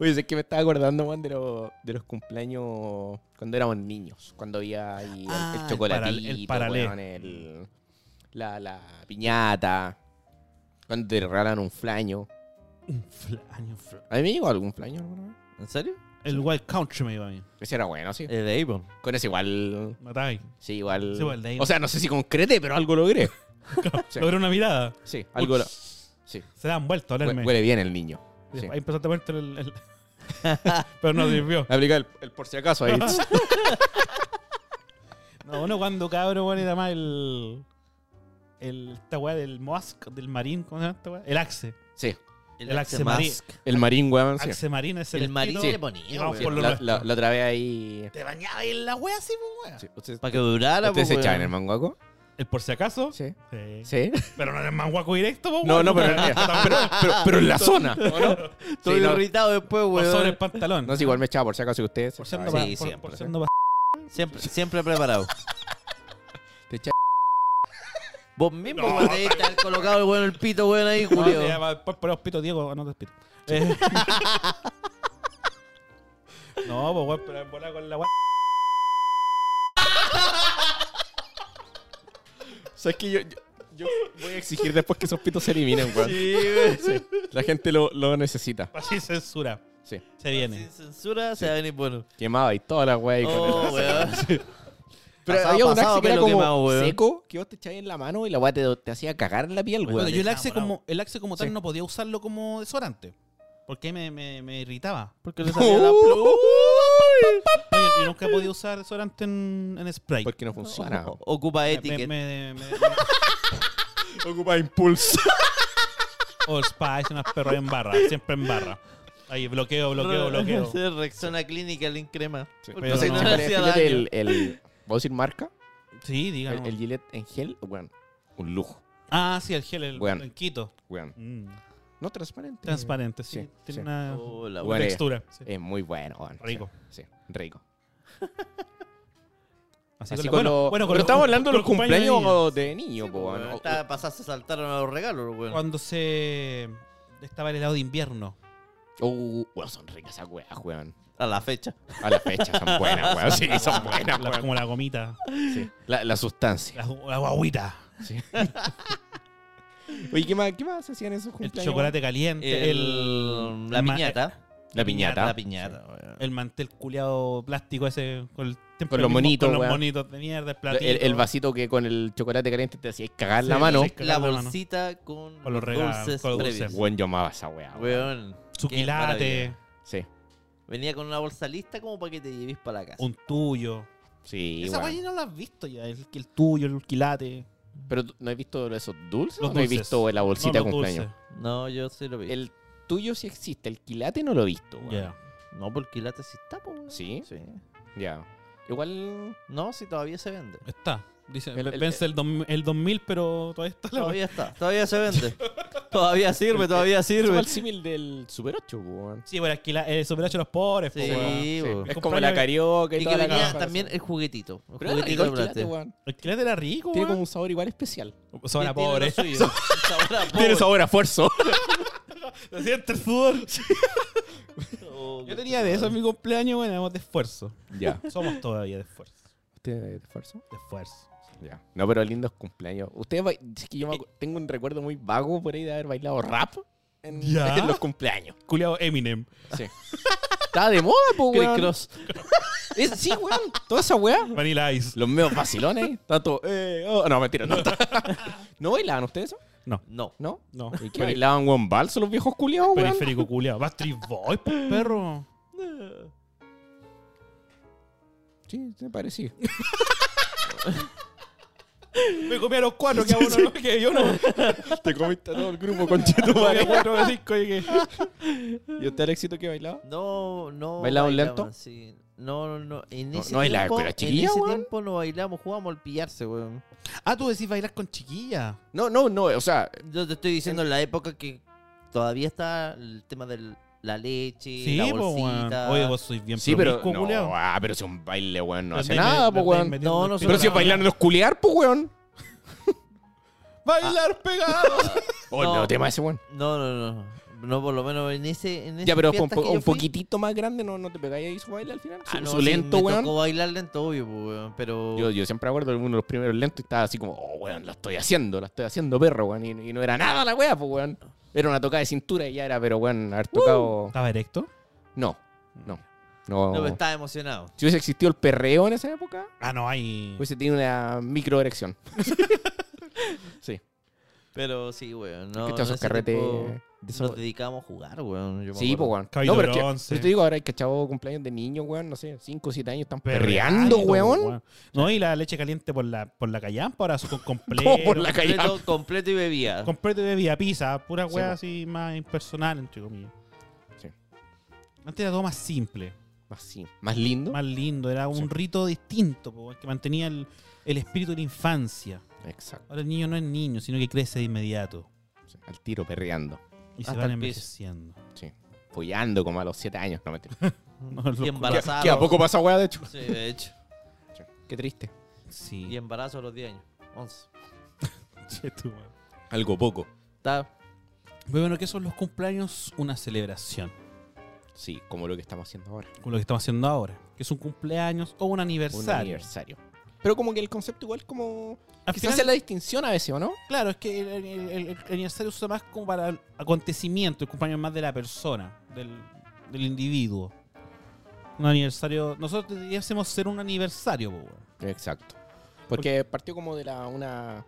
Speaker 4: Oye, es que me estaba acordando, Juan, de, los- de los cumpleaños cuando éramos niños. Cuando había ahí el,
Speaker 1: Ah,
Speaker 4: el
Speaker 1: el
Speaker 4: chocolatito,
Speaker 1: paral- el paralé.
Speaker 4: weón, el- la, la piñata. Cuando te regalan un flaño.
Speaker 1: Un flaño, un fla-
Speaker 4: A mí me llegó algún flaño alguna vez.
Speaker 3: ¿En serio?
Speaker 1: El Wild Country me iba a mí.
Speaker 4: Ese era bueno, sí.
Speaker 3: El Avon.
Speaker 4: Con ese igual.
Speaker 1: Matai.
Speaker 4: Sí, igual.
Speaker 1: Sí, igual, de ahí-
Speaker 4: o sea, no sé si concreté, pero algo logré. Sí.
Speaker 1: Logré una mirada.
Speaker 4: Sí, algo lo- Sí.
Speaker 1: Se dan vuelto a
Speaker 4: Hue-
Speaker 1: olerme.
Speaker 4: Huele bien el niño. sí.
Speaker 1: Ahí empezaste a ponerte el. el- Pero no sirvió.
Speaker 4: Aplica el, el por si acaso ahí.
Speaker 1: No, uno cuando cabro, bueno, era más el. el esta weá del Moask, del Marín, ¿cómo se llama esta weá? El Axe.
Speaker 4: sí.
Speaker 1: El Axe Marín.
Speaker 4: El marín, weón. Sí.
Speaker 1: Axe Marín es el.
Speaker 3: El marido
Speaker 1: estilo.
Speaker 3: le
Speaker 1: Y
Speaker 3: ponía,
Speaker 1: vamos
Speaker 3: weón.
Speaker 1: por lo
Speaker 4: la,
Speaker 1: nuestro.
Speaker 4: la, la otra vez ahí.
Speaker 1: Te bañaba en la wea así, pues, wea.
Speaker 4: Sí, ¿Ustedes,
Speaker 3: Para que durara,
Speaker 4: ustedes
Speaker 3: pues,
Speaker 4: se
Speaker 3: weón.
Speaker 4: echaban el manguaco?
Speaker 1: ¿El por si acaso?
Speaker 4: Sí.
Speaker 1: Sí.
Speaker 4: Sí.
Speaker 1: Pero no eres más guaco directo, pues,
Speaker 4: No,
Speaker 1: weón.
Speaker 4: no, pero, pero, pero, pero en la zona. ¿o no?
Speaker 3: Estoy
Speaker 4: Sí, no,
Speaker 3: irritado después,
Speaker 1: Por sobre el
Speaker 3: weón.
Speaker 1: pantalón.
Speaker 4: no sé, igual me echaba por si acaso que ustedes.
Speaker 1: Por siendo
Speaker 4: Sí,
Speaker 1: pa-
Speaker 3: sí,
Speaker 1: por-
Speaker 4: siempre,
Speaker 1: por
Speaker 4: sí.
Speaker 1: siendo pa-
Speaker 3: Siempre, siempre preparado.
Speaker 4: Te echa-
Speaker 3: Vos mismo,
Speaker 1: No,
Speaker 3: weón, tenés que estar colocado el weón el pito, weón, ahí,
Speaker 1: No,
Speaker 3: Julio.
Speaker 1: te llama- Después ponemos pito Diego, no te pito. Eh. no, pues, weón, pero en volar con la wea.
Speaker 4: O sea, es que yo, yo, Yo voy a exigir después que esos pitos se eliminen, weón.
Speaker 3: Sí, güey.
Speaker 4: La gente lo, lo necesita.
Speaker 1: Así censura.
Speaker 4: Sí.
Speaker 1: Se viene.
Speaker 3: Sin censura se va a venir bueno.
Speaker 4: Quemaba y toda la weá. y con
Speaker 3: Oh, weón.
Speaker 4: Pero
Speaker 3: Pasado,
Speaker 4: había un
Speaker 3: pasado,
Speaker 4: axe que era
Speaker 3: pelo
Speaker 4: como
Speaker 3: quemado, weón.
Speaker 4: seco, que vos te echabas en la mano y la weá te, te hacía cagar en la piel, weón.
Speaker 1: Bueno, yo el axe
Speaker 3: Bravo, bravo.
Speaker 1: como, el axe como tal
Speaker 4: Sí.
Speaker 1: no podía usarlo como desodorante. Porque me, me, me irritaba.
Speaker 3: Porque le salía
Speaker 4: Oh.
Speaker 3: la plu-
Speaker 1: No, yo, yo nunca podía usar desodorante en, en spray.
Speaker 4: Porque no funciona.
Speaker 3: O- Ocupa
Speaker 1: Me- me,
Speaker 3: etiqueta.
Speaker 1: me, me-
Speaker 4: Ocupa impulso.
Speaker 1: Old Spice, unas perros en barra. Siempre en barra. Ahí, bloqueo, bloqueo, bloqueo.
Speaker 3: Sí, Rexona Clínica, Link Crema. Porque
Speaker 1: Pero
Speaker 4: no sé
Speaker 3: no
Speaker 1: no.
Speaker 4: si
Speaker 3: le hacía daño.
Speaker 4: el, el, ¿Vos decir marca?
Speaker 1: Sí,
Speaker 4: El,
Speaker 1: díganos.
Speaker 4: el Gillette en gel, weón. Un lujo,
Speaker 1: ah, sí, el gel, el,
Speaker 4: Bueno.
Speaker 1: el quito.
Speaker 4: weón.
Speaker 1: Mm,
Speaker 4: No transparente.
Speaker 1: transparente, sí.
Speaker 4: Sí,
Speaker 1: Tiene
Speaker 4: sí. Eh,
Speaker 1: una
Speaker 3: Oh, la
Speaker 4: Bueno,
Speaker 1: textura. sí.
Speaker 4: Es muy bueno, weón.
Speaker 1: Rico.
Speaker 4: Sí, sí, rico.
Speaker 1: Así con la-
Speaker 4: Así con
Speaker 1: bueno,
Speaker 4: lo-
Speaker 1: bueno, con
Speaker 4: pero
Speaker 1: los-
Speaker 4: estamos hablando de
Speaker 1: con
Speaker 4: los
Speaker 1: los
Speaker 4: cumpleaños
Speaker 1: cumpleaños de
Speaker 4: de niños, po,
Speaker 3: Bueno,
Speaker 4: weón.
Speaker 3: esta pasada se saltaron a los regalos, weón.
Speaker 1: Cuando se estaba el helado de invierno.
Speaker 4: Uh, weón, son ricas esas weas, weón.
Speaker 3: A la fecha.
Speaker 4: A la fecha son buenas, weón. Sí, son buenas,
Speaker 1: Ah, La-
Speaker 4: weón.
Speaker 1: como la gomita,
Speaker 4: Sí. La, la sustancia.
Speaker 1: la, la guaguita,
Speaker 4: Sí. Oye, ¿qué más, ¿qué más se hacían esos
Speaker 1: el
Speaker 4: cumpleaños?
Speaker 1: chocolate caliente, el,
Speaker 3: la
Speaker 1: ma-
Speaker 3: piñata.
Speaker 4: La piñata.
Speaker 3: La piñata, weón.
Speaker 1: el mantel culeado plástico ese con, el- siempre
Speaker 4: Con
Speaker 1: el
Speaker 4: los
Speaker 1: mismo-
Speaker 4: monitos,
Speaker 1: con los
Speaker 4: weón.
Speaker 1: monitos de mierda, el
Speaker 4: El,
Speaker 1: platito,
Speaker 4: el vasito que con el chocolate caliente te hacías cagar la
Speaker 1: Sí,
Speaker 4: mano.
Speaker 1: sí.
Speaker 3: La
Speaker 1: Cagar la mano.
Speaker 3: bolsita con,
Speaker 1: Con los regalos,
Speaker 3: dulces
Speaker 1: con los
Speaker 3: previos.
Speaker 1: dulces.
Speaker 4: Buen yo amaba esa wea. Weón.
Speaker 3: Weón.
Speaker 1: su
Speaker 3: qué
Speaker 1: quilate,
Speaker 3: maravilla.
Speaker 4: Sí,
Speaker 3: Venía con una bolsa lista como para que te lleves para la casa.
Speaker 1: un tuyo.
Speaker 4: sí.
Speaker 1: Esa
Speaker 4: weón.
Speaker 1: guay no la has visto ya, el, el tuyo, el quilate,
Speaker 4: Pero tú- no he visto esos dulces.
Speaker 1: los
Speaker 4: no he
Speaker 1: dulces.
Speaker 4: visto la bolsita
Speaker 1: No,
Speaker 4: de
Speaker 1: los
Speaker 4: cumpleaños.
Speaker 1: dulces.
Speaker 3: No, yo sí lo vi.
Speaker 4: El tuyo sí existe, el quilate no lo he visto. weón.
Speaker 1: Ya.
Speaker 3: No, por quilate sí está, po, weón.
Speaker 4: ¿Sí? Ya. Igual.
Speaker 3: No, sí, todavía se vende.
Speaker 1: Está. Dice,
Speaker 4: El- el-
Speaker 1: vence el, dos mil- el 2000, pero todavía está la
Speaker 3: Todavía está. Todavía se vende. todavía sirve, todavía
Speaker 4: Es como
Speaker 3: sirve.
Speaker 4: el símil del Super 8, weón.
Speaker 1: Sí, bueno, es que la, eh, superó a los pobres, po,
Speaker 3: Sí,
Speaker 1: weón.
Speaker 3: weón.
Speaker 4: Es como la carioca y,
Speaker 3: Y
Speaker 4: toda
Speaker 3: que
Speaker 4: la
Speaker 3: venía
Speaker 4: caja,
Speaker 3: también
Speaker 4: sí.
Speaker 3: el juguetito. El
Speaker 4: Pero era
Speaker 3: juguetito
Speaker 4: rico
Speaker 3: de
Speaker 4: el quilate,
Speaker 3: plástico.
Speaker 4: weón.
Speaker 1: El quilate era rico,
Speaker 4: Tiene como
Speaker 1: weón.
Speaker 4: un sabor igual especial.
Speaker 1: Son a
Speaker 3: Tiene lo
Speaker 1: pobres.
Speaker 3: suyo. Sabor a pobre.
Speaker 4: Tiene sabor a esfuerzo.
Speaker 1: Lo siento, el sudor.
Speaker 3: Oh,
Speaker 1: Yo tenía de eso en mi cumpleaños, bueno, éramos de esfuerzo.
Speaker 4: Ya.
Speaker 1: Somos todavía de esfuerzo.
Speaker 4: ¿Tiene esfuerzo?
Speaker 1: De esfuerzo.
Speaker 4: Ya. No, pero lindos cumpleaños. Ustedes bai- es que yo me acu- tengo un recuerdo muy vago por ahí de haber bailado rap en,
Speaker 1: Ya.
Speaker 4: en los cumpleaños.
Speaker 1: Culeado Eminem.
Speaker 4: Sí. Estaba de moda,
Speaker 2: pues,
Speaker 4: po,
Speaker 3: Criss
Speaker 4: weón.
Speaker 3: Cross.
Speaker 4: Es- sí, weón. Toda esa weá.
Speaker 1: Vanilla Ice.
Speaker 4: Los meos vacilones ahí. Tanto, eh, oh, no, mentira, no. ¿No bailaban ustedes eso?
Speaker 3: No.
Speaker 4: ¿No?
Speaker 1: No.
Speaker 4: ¿Y qué bailaban, weón, balso los viejos culiados, weón?
Speaker 1: Periférico culeado. Backstreet Boys, po, perro.
Speaker 4: Sí, se parecía.
Speaker 1: Me comí a los cuatro, que a uno no, que yo no.
Speaker 4: Te comiste a todo el grupo, conchetumare. ¿Y usted, éxito que bailaba?
Speaker 3: No, no.
Speaker 4: ¿Bailaban lento?
Speaker 3: sí. No, no, no. En
Speaker 4: No-
Speaker 3: ese
Speaker 4: no bailaba
Speaker 3: tiempo,
Speaker 4: con la chiquilla,
Speaker 3: en ese
Speaker 4: weón.
Speaker 3: tiempo no bailamos, jugábamos al pillarse, weón.
Speaker 1: Ah, tú decís bailar con chiquilla.
Speaker 4: No, no, no, o sea,
Speaker 1: Eh,
Speaker 3: Yo te estoy diciendo en la época que todavía está el tema de la leche,
Speaker 1: Sí,
Speaker 3: la
Speaker 1: po, weón.
Speaker 3: bolsita.
Speaker 1: Oye, vos sois bien
Speaker 4: sí, pero.
Speaker 1: promiscuo,
Speaker 4: No,
Speaker 1: culeado.
Speaker 4: ah, pero si un baile, weón, no
Speaker 1: Los
Speaker 4: hace
Speaker 1: dime-
Speaker 4: nada, po,
Speaker 1: los
Speaker 4: weón.
Speaker 1: dime- metiendo
Speaker 3: No,
Speaker 1: los
Speaker 3: no,
Speaker 4: Pero
Speaker 1: pies.
Speaker 4: si es bailar no es culiar, po, weón.
Speaker 1: Bailar pegado.
Speaker 4: Oh,
Speaker 3: No.
Speaker 4: no, tema ese, weón.
Speaker 3: No, no, no. No, por lo menos en ese. En
Speaker 4: Ya, pero
Speaker 3: esas
Speaker 4: con
Speaker 3: fiestas
Speaker 4: po-
Speaker 3: que yo
Speaker 4: un
Speaker 3: fui-
Speaker 4: poquitito más grande, ¿no, no te pegáis ahí su baile al final?
Speaker 3: Ah,
Speaker 4: Su-
Speaker 3: no,
Speaker 4: su
Speaker 3: sí,
Speaker 4: lento,
Speaker 3: me
Speaker 4: weón.
Speaker 3: tocó bailar lento, obvio, po, weón. Pero.
Speaker 4: Yo, yo siempre acuerdo de uno de los primeros lentos y estaba así como, oh, weón, lo estoy haciendo, lo estoy haciendo, perro, weón. Y, y no era nada la weá, pues, weón. Era una tocada de cintura y ya era, pero, weón, haber tocado.
Speaker 1: ¿Estaba erecto?
Speaker 4: No, no. No.
Speaker 3: No, pero estaba emocionado.
Speaker 4: Si hubiese existido el perreo en esa época,
Speaker 1: Ah, no, hay.
Speaker 4: hubiese tenido una microerección. sí.
Speaker 3: Pero sí, weón. No,
Speaker 4: que esos
Speaker 3: en ese
Speaker 4: carretes.
Speaker 3: tiempo
Speaker 4: de esos-
Speaker 3: Nos dedicamos a jugar, weón. yo me
Speaker 4: Sí, pues,
Speaker 3: acuerdo.
Speaker 4: weón.
Speaker 1: Cabello
Speaker 4: no, pero es que-
Speaker 1: bronce.
Speaker 4: yo te digo, ahora hay cachado cumpleaños de niños, weón, no sé, 5 o 7 años, están perreando, weón.
Speaker 1: No, y la leche caliente por la, por la callampa, ahora con completo.
Speaker 4: Como por la calle.
Speaker 3: Completo, completo y bebía.
Speaker 1: Completo de vía pizza, pura
Speaker 4: Sí,
Speaker 1: weá
Speaker 4: po.
Speaker 1: así más impersonal, entre comillas.
Speaker 4: Sí.
Speaker 1: Antes era todo más simple,
Speaker 4: Más, sí, más lindo.
Speaker 1: más lindo, era un
Speaker 4: Sí.
Speaker 1: rito distinto, po, que mantenía el, el espíritu de la infancia.
Speaker 4: Exacto.
Speaker 1: Ahora el niño no es niño, sino que crece de inmediato
Speaker 4: sí, Al tiro, perreando.
Speaker 1: y se
Speaker 3: Hasta
Speaker 1: van
Speaker 3: el piso.
Speaker 1: envejeciendo.
Speaker 4: Sí. Follando como a los 7 años, no me Mm.
Speaker 1: No,
Speaker 3: y
Speaker 1: loco.
Speaker 3: embarazado.
Speaker 4: Que a poco pasa, weón, de hecho.
Speaker 3: Sí, de hecho.
Speaker 4: Sí. Qué triste.
Speaker 1: Sí.
Speaker 3: Y embarazo a los 10 años. 11.
Speaker 1: Che, tu madre.
Speaker 4: Algo poco.
Speaker 3: Está.
Speaker 1: Pero bueno, que son los cumpleaños, una celebración,
Speaker 4: Sí, como lo que estamos haciendo ahora.
Speaker 1: con lo que estamos haciendo ahora, que es un cumpleaños o un
Speaker 4: Un
Speaker 1: aniversario.
Speaker 4: aniversario. Pero como que el concepto igual como...
Speaker 1: Al
Speaker 4: Que se
Speaker 1: final-
Speaker 4: hace la distinción a veces, ¿o no?
Speaker 1: Claro, es que el, el- el- el aniversario se usa más como para el acontecimiento, el cumpleaños más de la persona, del, del individuo. Un aniversario. Nosotros deberíamos ser un aniversario, po, weón.
Speaker 4: Exacto. Porque partió como de la una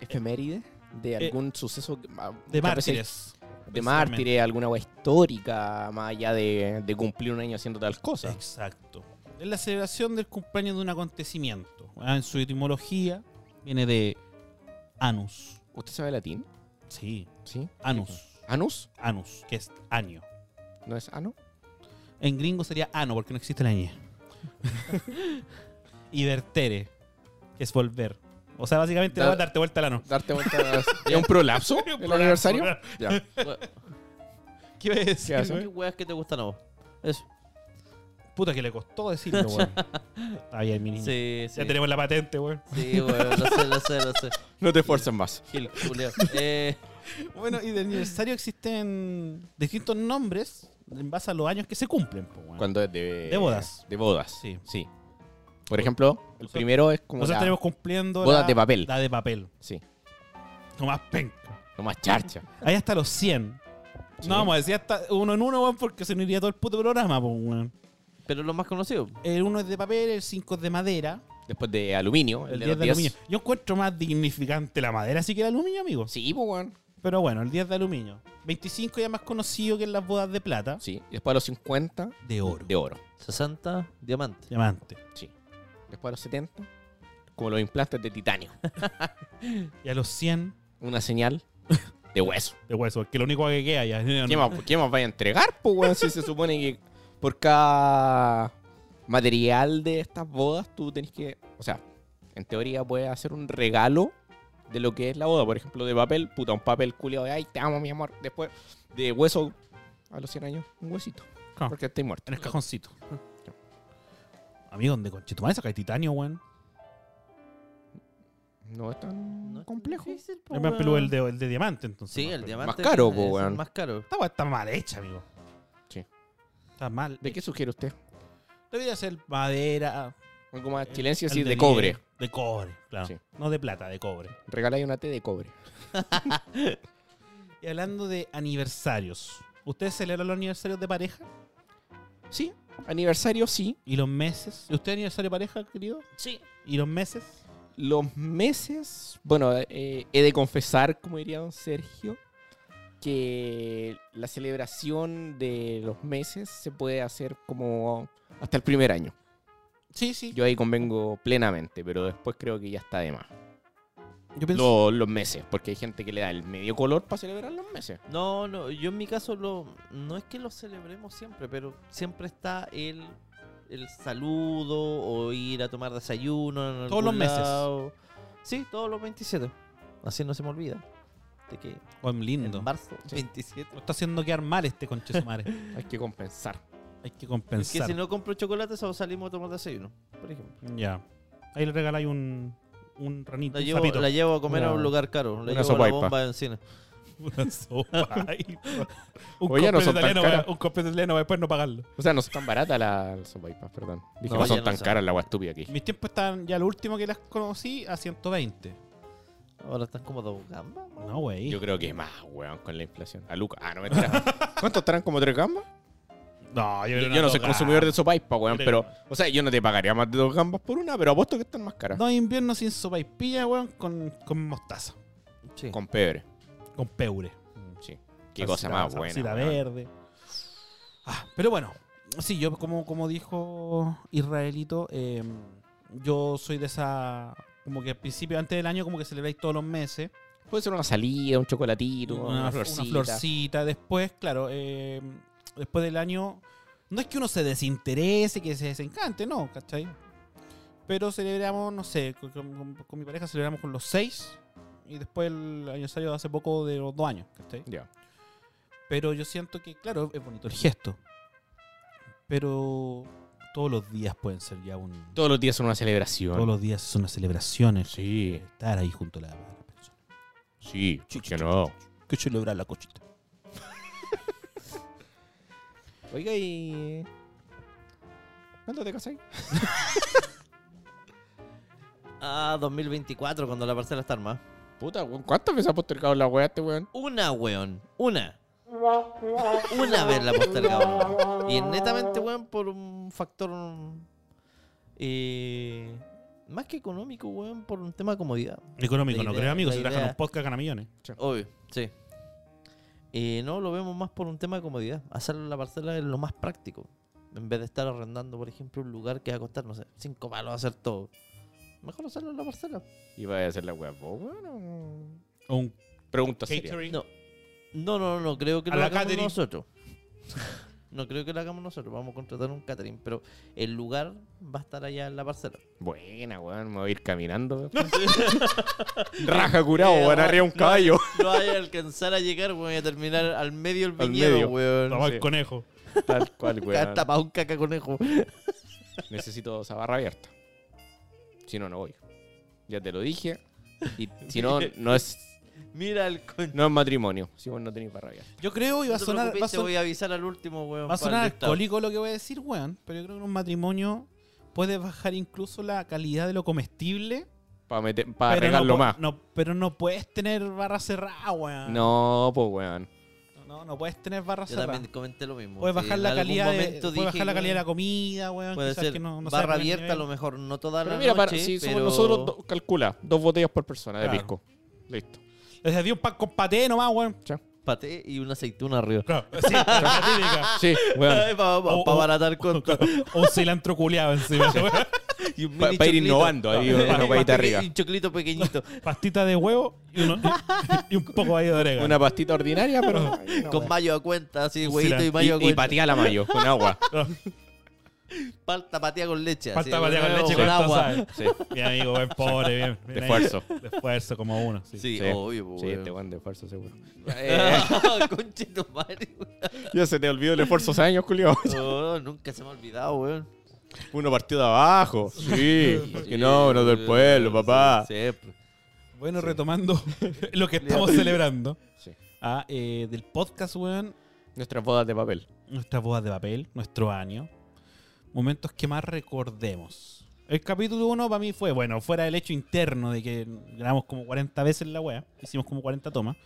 Speaker 4: efeméride de
Speaker 1: eh,
Speaker 4: algún suceso que- ah,
Speaker 1: De
Speaker 4: muchas veces
Speaker 1: mártires.
Speaker 4: de
Speaker 1: principalmente.
Speaker 4: mártires, alguna wea histórica, más allá de, de cumplir un año haciendo tal cosa.
Speaker 1: Exacto. Es la celebración del cumpleaños de un acontecimiento. Ah, En su etimología viene de anus.
Speaker 4: ¿Usted sabe latín?
Speaker 1: Sí,
Speaker 4: Sí.
Speaker 1: anus.
Speaker 4: ¿Anus?
Speaker 1: Anus, que es año.
Speaker 4: ¿No es ano?
Speaker 1: En gringo sería ano, porque no existe la ñ. y vertere, que es volver. O sea, básicamente
Speaker 4: Da-
Speaker 1: va a darte vuelta al ano.
Speaker 4: Darte vuelta. ¿Es un prolapso? ¿El aniversario? Ya.
Speaker 1: ¿Qué iba a decir,
Speaker 4: ¿Qué hace?
Speaker 1: güey?
Speaker 3: ¿Qué weas que te gustan a vos? Eso.
Speaker 1: Puta que le costó decirlo, weón. Está bien, mi niño.
Speaker 3: Sí, sí.
Speaker 1: Ya tenemos la patente, weón.
Speaker 3: Sí, weón, lo sé, lo sé, lo sé.
Speaker 4: No te esfuerces más.
Speaker 3: Gil, Julio. Eh,
Speaker 1: Bueno, y del aniversario existen distintos nombres en base a los años que se cumplen, po, weón.
Speaker 4: Cuando es de...
Speaker 1: De bodas.
Speaker 4: De bodas.
Speaker 1: Sí.
Speaker 4: Sí. Por ejemplo, el
Speaker 1: Nosotros-
Speaker 4: primero es como
Speaker 1: Nosotros
Speaker 4: la...
Speaker 1: tenemos cumpliendo
Speaker 4: bodas
Speaker 1: la-
Speaker 4: de papel.
Speaker 1: La de papel.
Speaker 4: Sí.
Speaker 1: Nomás penca.
Speaker 4: Nomás charcha.
Speaker 1: Ahí hasta los 100.
Speaker 4: Sí.
Speaker 1: No, vamos a decir hasta uno en uno, weón, porque se nos iría todo el puto programa, po, weón.
Speaker 3: pero lo más conocido.
Speaker 1: El uno es de papel, el 5 es de madera,
Speaker 4: Después de aluminio.
Speaker 1: el, 10
Speaker 4: El,
Speaker 1: de
Speaker 4: de los
Speaker 1: aluminio.
Speaker 4: 10.
Speaker 1: Yo encuentro más dignificante la madera, así que el aluminio, amigos.
Speaker 4: Sí, pues, weón.
Speaker 1: Pero bueno, el 10 de aluminio. 25 ya más conocido que en las bodas de plata.
Speaker 4: Sí. Y después a los 50,
Speaker 1: De oro.
Speaker 4: de oro.
Speaker 3: 60 diamantes.
Speaker 1: Diamante.
Speaker 4: Sí. Después a los 70, como los implantes de titanio.
Speaker 1: Y a los 100
Speaker 4: Una señal de hueso.
Speaker 1: de hueso, porque lo único que queda ya.
Speaker 4: ¿Qué más, qué más vaya a entregar, pues, weón? Si se supone que por cada material de estas bodas tú tenés que. O sea, en teoría puedes hacer un regalo de lo que es la boda. Por ejemplo, de papel, puta, un papel culiado de ay, te amo, mi amor. Después, de hueso, a los 100 años, un huesito.
Speaker 1: Claro.
Speaker 4: Porque estoy muerto.
Speaker 1: En el cajoncito. Amigo, ¿dónde conchito más saca titanio, weón?
Speaker 4: No es tan complejo.
Speaker 3: difícil, po,
Speaker 1: Yo me
Speaker 3: weón.
Speaker 1: apeló el de, el de diamante, entonces.
Speaker 3: Sí,
Speaker 1: ¿no?
Speaker 3: el diamante.
Speaker 4: caro,
Speaker 3: es
Speaker 4: po,
Speaker 3: el
Speaker 4: weón.
Speaker 3: Más caro.
Speaker 1: Esta weá está mal hecha, amigo.
Speaker 4: Sí.
Speaker 1: Está mal.
Speaker 4: ¿De qué sugiere usted?
Speaker 1: Debería ser madera.
Speaker 4: Algo más chilense, así,
Speaker 1: al
Speaker 4: de
Speaker 1: nieve,
Speaker 4: cobre.
Speaker 1: De cobre, claro.
Speaker 4: Sí.
Speaker 1: No de plata, de cobre.
Speaker 4: Regaláis una T de cobre.
Speaker 1: Y hablando de aniversarios, ¿ustedes celebran los aniversarios de pareja?
Speaker 4: Sí, aniversario sí.
Speaker 1: ¿Y los meses? ¿Usted aniversario de pareja, querido?
Speaker 3: Sí.
Speaker 1: ¿Y los meses?
Speaker 4: Los meses, bueno, eh, he de confesar, como diría don Sergio, que la celebración de los meses se puede hacer como hasta el primer año.
Speaker 1: Sí, sí. Yo,
Speaker 4: Yo ahí convengo plenamente, pero después creo que ya está de más.
Speaker 1: pienso.
Speaker 4: Lo- los meses, porque hay gente que le da el medio color para celebrar los meses.
Speaker 3: No, no, yo en mi caso lo, no es que lo celebremos siempre, pero siempre está el, el saludo o ir a tomar desayuno. en
Speaker 1: Todos los
Speaker 3: algún
Speaker 1: meses.
Speaker 3: lado. Sí, todos los 27. Así no se me olvida. De que
Speaker 1: Oh, lindo.
Speaker 3: en marzo
Speaker 4: Sí.
Speaker 3: 27.
Speaker 1: Lo está haciendo quedar mal este conchesumare.
Speaker 4: Hay que compensar.
Speaker 1: Hay que
Speaker 3: Es que
Speaker 1: compensar.
Speaker 3: si no compro chocolate, solo salimos a tomar desayuno, por ejemplo.
Speaker 1: Ya. Ahí le regaláis un, un ranito,
Speaker 3: La
Speaker 1: un
Speaker 3: llevo,
Speaker 1: sapito.
Speaker 3: la llevo a comer a
Speaker 4: Una-
Speaker 3: un lugar caro. La
Speaker 4: una
Speaker 3: llevo a la
Speaker 4: sopaipa.
Speaker 3: bomba de encina.
Speaker 1: Una sopa. Ay, un
Speaker 4: Oye, no
Speaker 1: completo
Speaker 4: son tan
Speaker 1: italiano, va-
Speaker 4: caras.
Speaker 1: un completo italiano va después no pagarlo.
Speaker 4: O sea, no son tan baratas las sopaipas, perdón. Dije,
Speaker 3: No,
Speaker 4: no, son
Speaker 3: ya no
Speaker 4: tan
Speaker 3: son.
Speaker 4: caras la agua estúpida aquí.
Speaker 1: Mis tiempos estaban ya lo último que las conocí a 120.
Speaker 3: Ahora están como dos gambas. ¿no?
Speaker 1: No, güey.
Speaker 4: Yo creo que más, weón, con la inflación. A Luca. Ah, no me trajo. ¿Cuántos traen como tres gambas?
Speaker 1: No, yo,
Speaker 4: Yo,
Speaker 1: era
Speaker 4: yo no
Speaker 1: una
Speaker 4: soy
Speaker 1: loca.
Speaker 4: consumidor de sopaipa, weón,
Speaker 1: Creo.
Speaker 4: pero... O sea, yo no te pagaría más de dos gambas por una, pero apuesto que están más caras.
Speaker 1: No, invierno sin sopa y pilla, weón, con, con mostaza.
Speaker 3: Sí.
Speaker 4: Con pebre.
Speaker 1: Con peure.
Speaker 4: Sí. Qué cosa más buena.
Speaker 1: Salsita
Speaker 4: weón.
Speaker 1: verde. Ah, pero bueno, sí, yo como, como dijo Israelito, eh, yo soy de esa... Como que al principio, antes del año, como que celebráis todos los meses.
Speaker 4: Puede ser una salida, un chocolatito, una,
Speaker 1: una, una
Speaker 4: florcita.
Speaker 1: florcita. Después, claro, eh, después del año. No es que uno se desinterese, que se desencante, no, ¿cachai? Pero celebramos, no sé, con, con- con mi pareja celebramos con los seis y después el aniversario de hace poco de los dos años, ¿cachai?
Speaker 4: Ya.
Speaker 1: Pero yo siento que, claro, es bonito el gesto. Pero todos los días pueden ser ya un.
Speaker 4: Todos los días son una celebración.
Speaker 1: Todos los días son las celebraciones.
Speaker 4: Sí,
Speaker 1: Estar ahí junto a la, a la persona.
Speaker 4: sí, ¿por qué no?
Speaker 1: Que celebrar la cochita.
Speaker 4: Oiga, y... ¿Cuánto te casas?
Speaker 3: a 2024 cuando la parcela está armada.
Speaker 4: Puta, weón, ¿cuántas veces ha postergado la weá este weón?
Speaker 3: Una, weón. Una. Una vez la postergamos. Y es netamente, weón, por un factor. eh, más que económico, weón, por un tema de comodidad.
Speaker 1: Económico,
Speaker 3: La
Speaker 1: no
Speaker 3: idea-
Speaker 1: creo, amigo.
Speaker 3: la
Speaker 1: Si trajan
Speaker 3: idea-
Speaker 1: un podcast, gana millones.
Speaker 3: Obvio, sí. Eh, no, lo vemos más por un tema de comodidad. Hacer la parcela es lo más práctico. En vez de estar arrendando, por ejemplo, un lugar que va a costar, no sé, cinco palos hacer todo. Mejor hacerlo en la parcela.
Speaker 4: ¿Y va a hacer la weá vos, weón? o-
Speaker 1: O un
Speaker 4: Pregunta seria.
Speaker 1: catering.
Speaker 3: No. No, no, no, creo que
Speaker 1: A
Speaker 3: lo
Speaker 1: la
Speaker 3: hagamos
Speaker 1: catering.
Speaker 3: nosotros. No creo que lo hagamos nosotros. Vamos a contratar un catering, pero el lugar va a estar allá en la parcela.
Speaker 4: Buena, weón, me voy a ir caminando. Raja curado, weón,
Speaker 3: Eh,
Speaker 4: arriba un
Speaker 3: no.
Speaker 4: caballo.
Speaker 3: No voy a alcanzar a llegar, weón, voy a terminar al medio el
Speaker 4: Al
Speaker 3: viñedo,
Speaker 4: medio.
Speaker 3: weón.
Speaker 1: Toma el
Speaker 4: Sí.
Speaker 1: conejo.
Speaker 4: Tal cual, weón.
Speaker 3: Hasta pa' un caca conejo.
Speaker 4: Necesito esa barra abierta. Si no, no voy. Ya te lo dije. Y si no, no es,
Speaker 3: Mira el conejo.
Speaker 4: no es matrimonio. Si vos no tenés barra abierta.
Speaker 1: Yo creo, y va a
Speaker 3: te
Speaker 1: sonar,
Speaker 3: preocupes,
Speaker 1: va a
Speaker 3: te
Speaker 1: son-
Speaker 3: este voy a avisar al último, weón.
Speaker 1: va
Speaker 3: para
Speaker 1: a
Speaker 3: el
Speaker 1: sonar
Speaker 3: listado.
Speaker 1: alcohólico lo que voy a decir, weón. Pero yo creo que en un matrimonio puedes bajar incluso la calidad de lo comestible.
Speaker 4: Para meter, para
Speaker 1: pero no
Speaker 4: arreglarlo
Speaker 1: pu-
Speaker 4: más.
Speaker 1: No, pero no puedes tener barra cerrada, weón.
Speaker 4: No, pues weón.
Speaker 1: No, no puedes tener barra
Speaker 3: Yo
Speaker 1: cerrada.
Speaker 3: también comenté lo mismo.
Speaker 1: Puedes
Speaker 3: Sí,
Speaker 1: bajar
Speaker 3: en
Speaker 1: la
Speaker 3: algún
Speaker 1: calidad de,
Speaker 3: momento
Speaker 1: puedes
Speaker 3: dije,
Speaker 1: bajar la calidad de la
Speaker 3: weón,
Speaker 1: comida, weón.
Speaker 3: Puede
Speaker 1: quizás
Speaker 3: ser
Speaker 1: que no,
Speaker 3: barra
Speaker 1: no sabe poner
Speaker 3: abierta, a
Speaker 1: nivel.
Speaker 3: lo mejor no toda
Speaker 4: Pero
Speaker 3: la
Speaker 4: mira, para-
Speaker 3: noche,
Speaker 4: si somos
Speaker 3: pero-
Speaker 4: nosotros, do- calcula. Dos botellas por persona de
Speaker 1: Claro.
Speaker 4: pisco. Listo.
Speaker 1: Les di un pan con paté nomás, weón.
Speaker 3: Paté y una aceituna arriba.
Speaker 1: Claro, sí, la típica.
Speaker 4: Sí, weón.
Speaker 3: Para
Speaker 1: O- o-
Speaker 3: abaratar conto.
Speaker 1: O un cilantro culeado encima, weón.
Speaker 3: Y un mini
Speaker 4: Para ir
Speaker 3: choclito.
Speaker 4: innovando ahí,
Speaker 1: No,
Speaker 4: una
Speaker 1: pa-
Speaker 4: paita
Speaker 3: Peque-
Speaker 4: arriba.
Speaker 3: Un choclito pequeñito.
Speaker 1: Pastita de huevo y, uno- y un poco ahí de orégano.
Speaker 4: Una pastita ordinaria, pero.
Speaker 3: con mayo a cuenta, así,
Speaker 1: Un
Speaker 3: huevito y
Speaker 1: cilantro.
Speaker 3: mayo a
Speaker 4: Y, y
Speaker 3: cuenta.
Speaker 4: patea la mayo con agua.
Speaker 3: Palta patea con leche. así,
Speaker 1: Falta patea con
Speaker 3: huevo
Speaker 1: leche
Speaker 3: con
Speaker 1: con
Speaker 3: agua.
Speaker 1: agua.
Speaker 4: Sí,
Speaker 1: Bien, amigo, buen pobre, bien.
Speaker 4: de
Speaker 1: bien ahí.
Speaker 4: esfuerzo.
Speaker 1: De esfuerzo, como uno. sí.
Speaker 3: Sí,
Speaker 4: Sí.
Speaker 3: obvio, po,
Speaker 4: Sí,
Speaker 3: weón.
Speaker 4: este weón de esfuerzo seguro.
Speaker 3: Conche tu madre, weón.
Speaker 4: Ya se te olvidó el esfuerzo hace años, Julio.
Speaker 3: Oh, nunca se me ha olvidado, weón.
Speaker 4: Uno partió de abajo. Sí. Porque no, uno del pueblo, papá.
Speaker 3: Sí, siempre.
Speaker 1: Bueno,
Speaker 4: Sí.
Speaker 1: retomando lo que estamos celebrando.
Speaker 4: Sí.
Speaker 1: Ah, eh, del podcast, weón.
Speaker 4: Nuestras bodas de papel.
Speaker 1: Nuestras bodas de papel, nuestro año. Momentos que más recordemos. El capítulo 1 para mí fue, bueno, fuera del hecho interno de que grabamos como 40 veces la wea, hicimos como 40 tomas.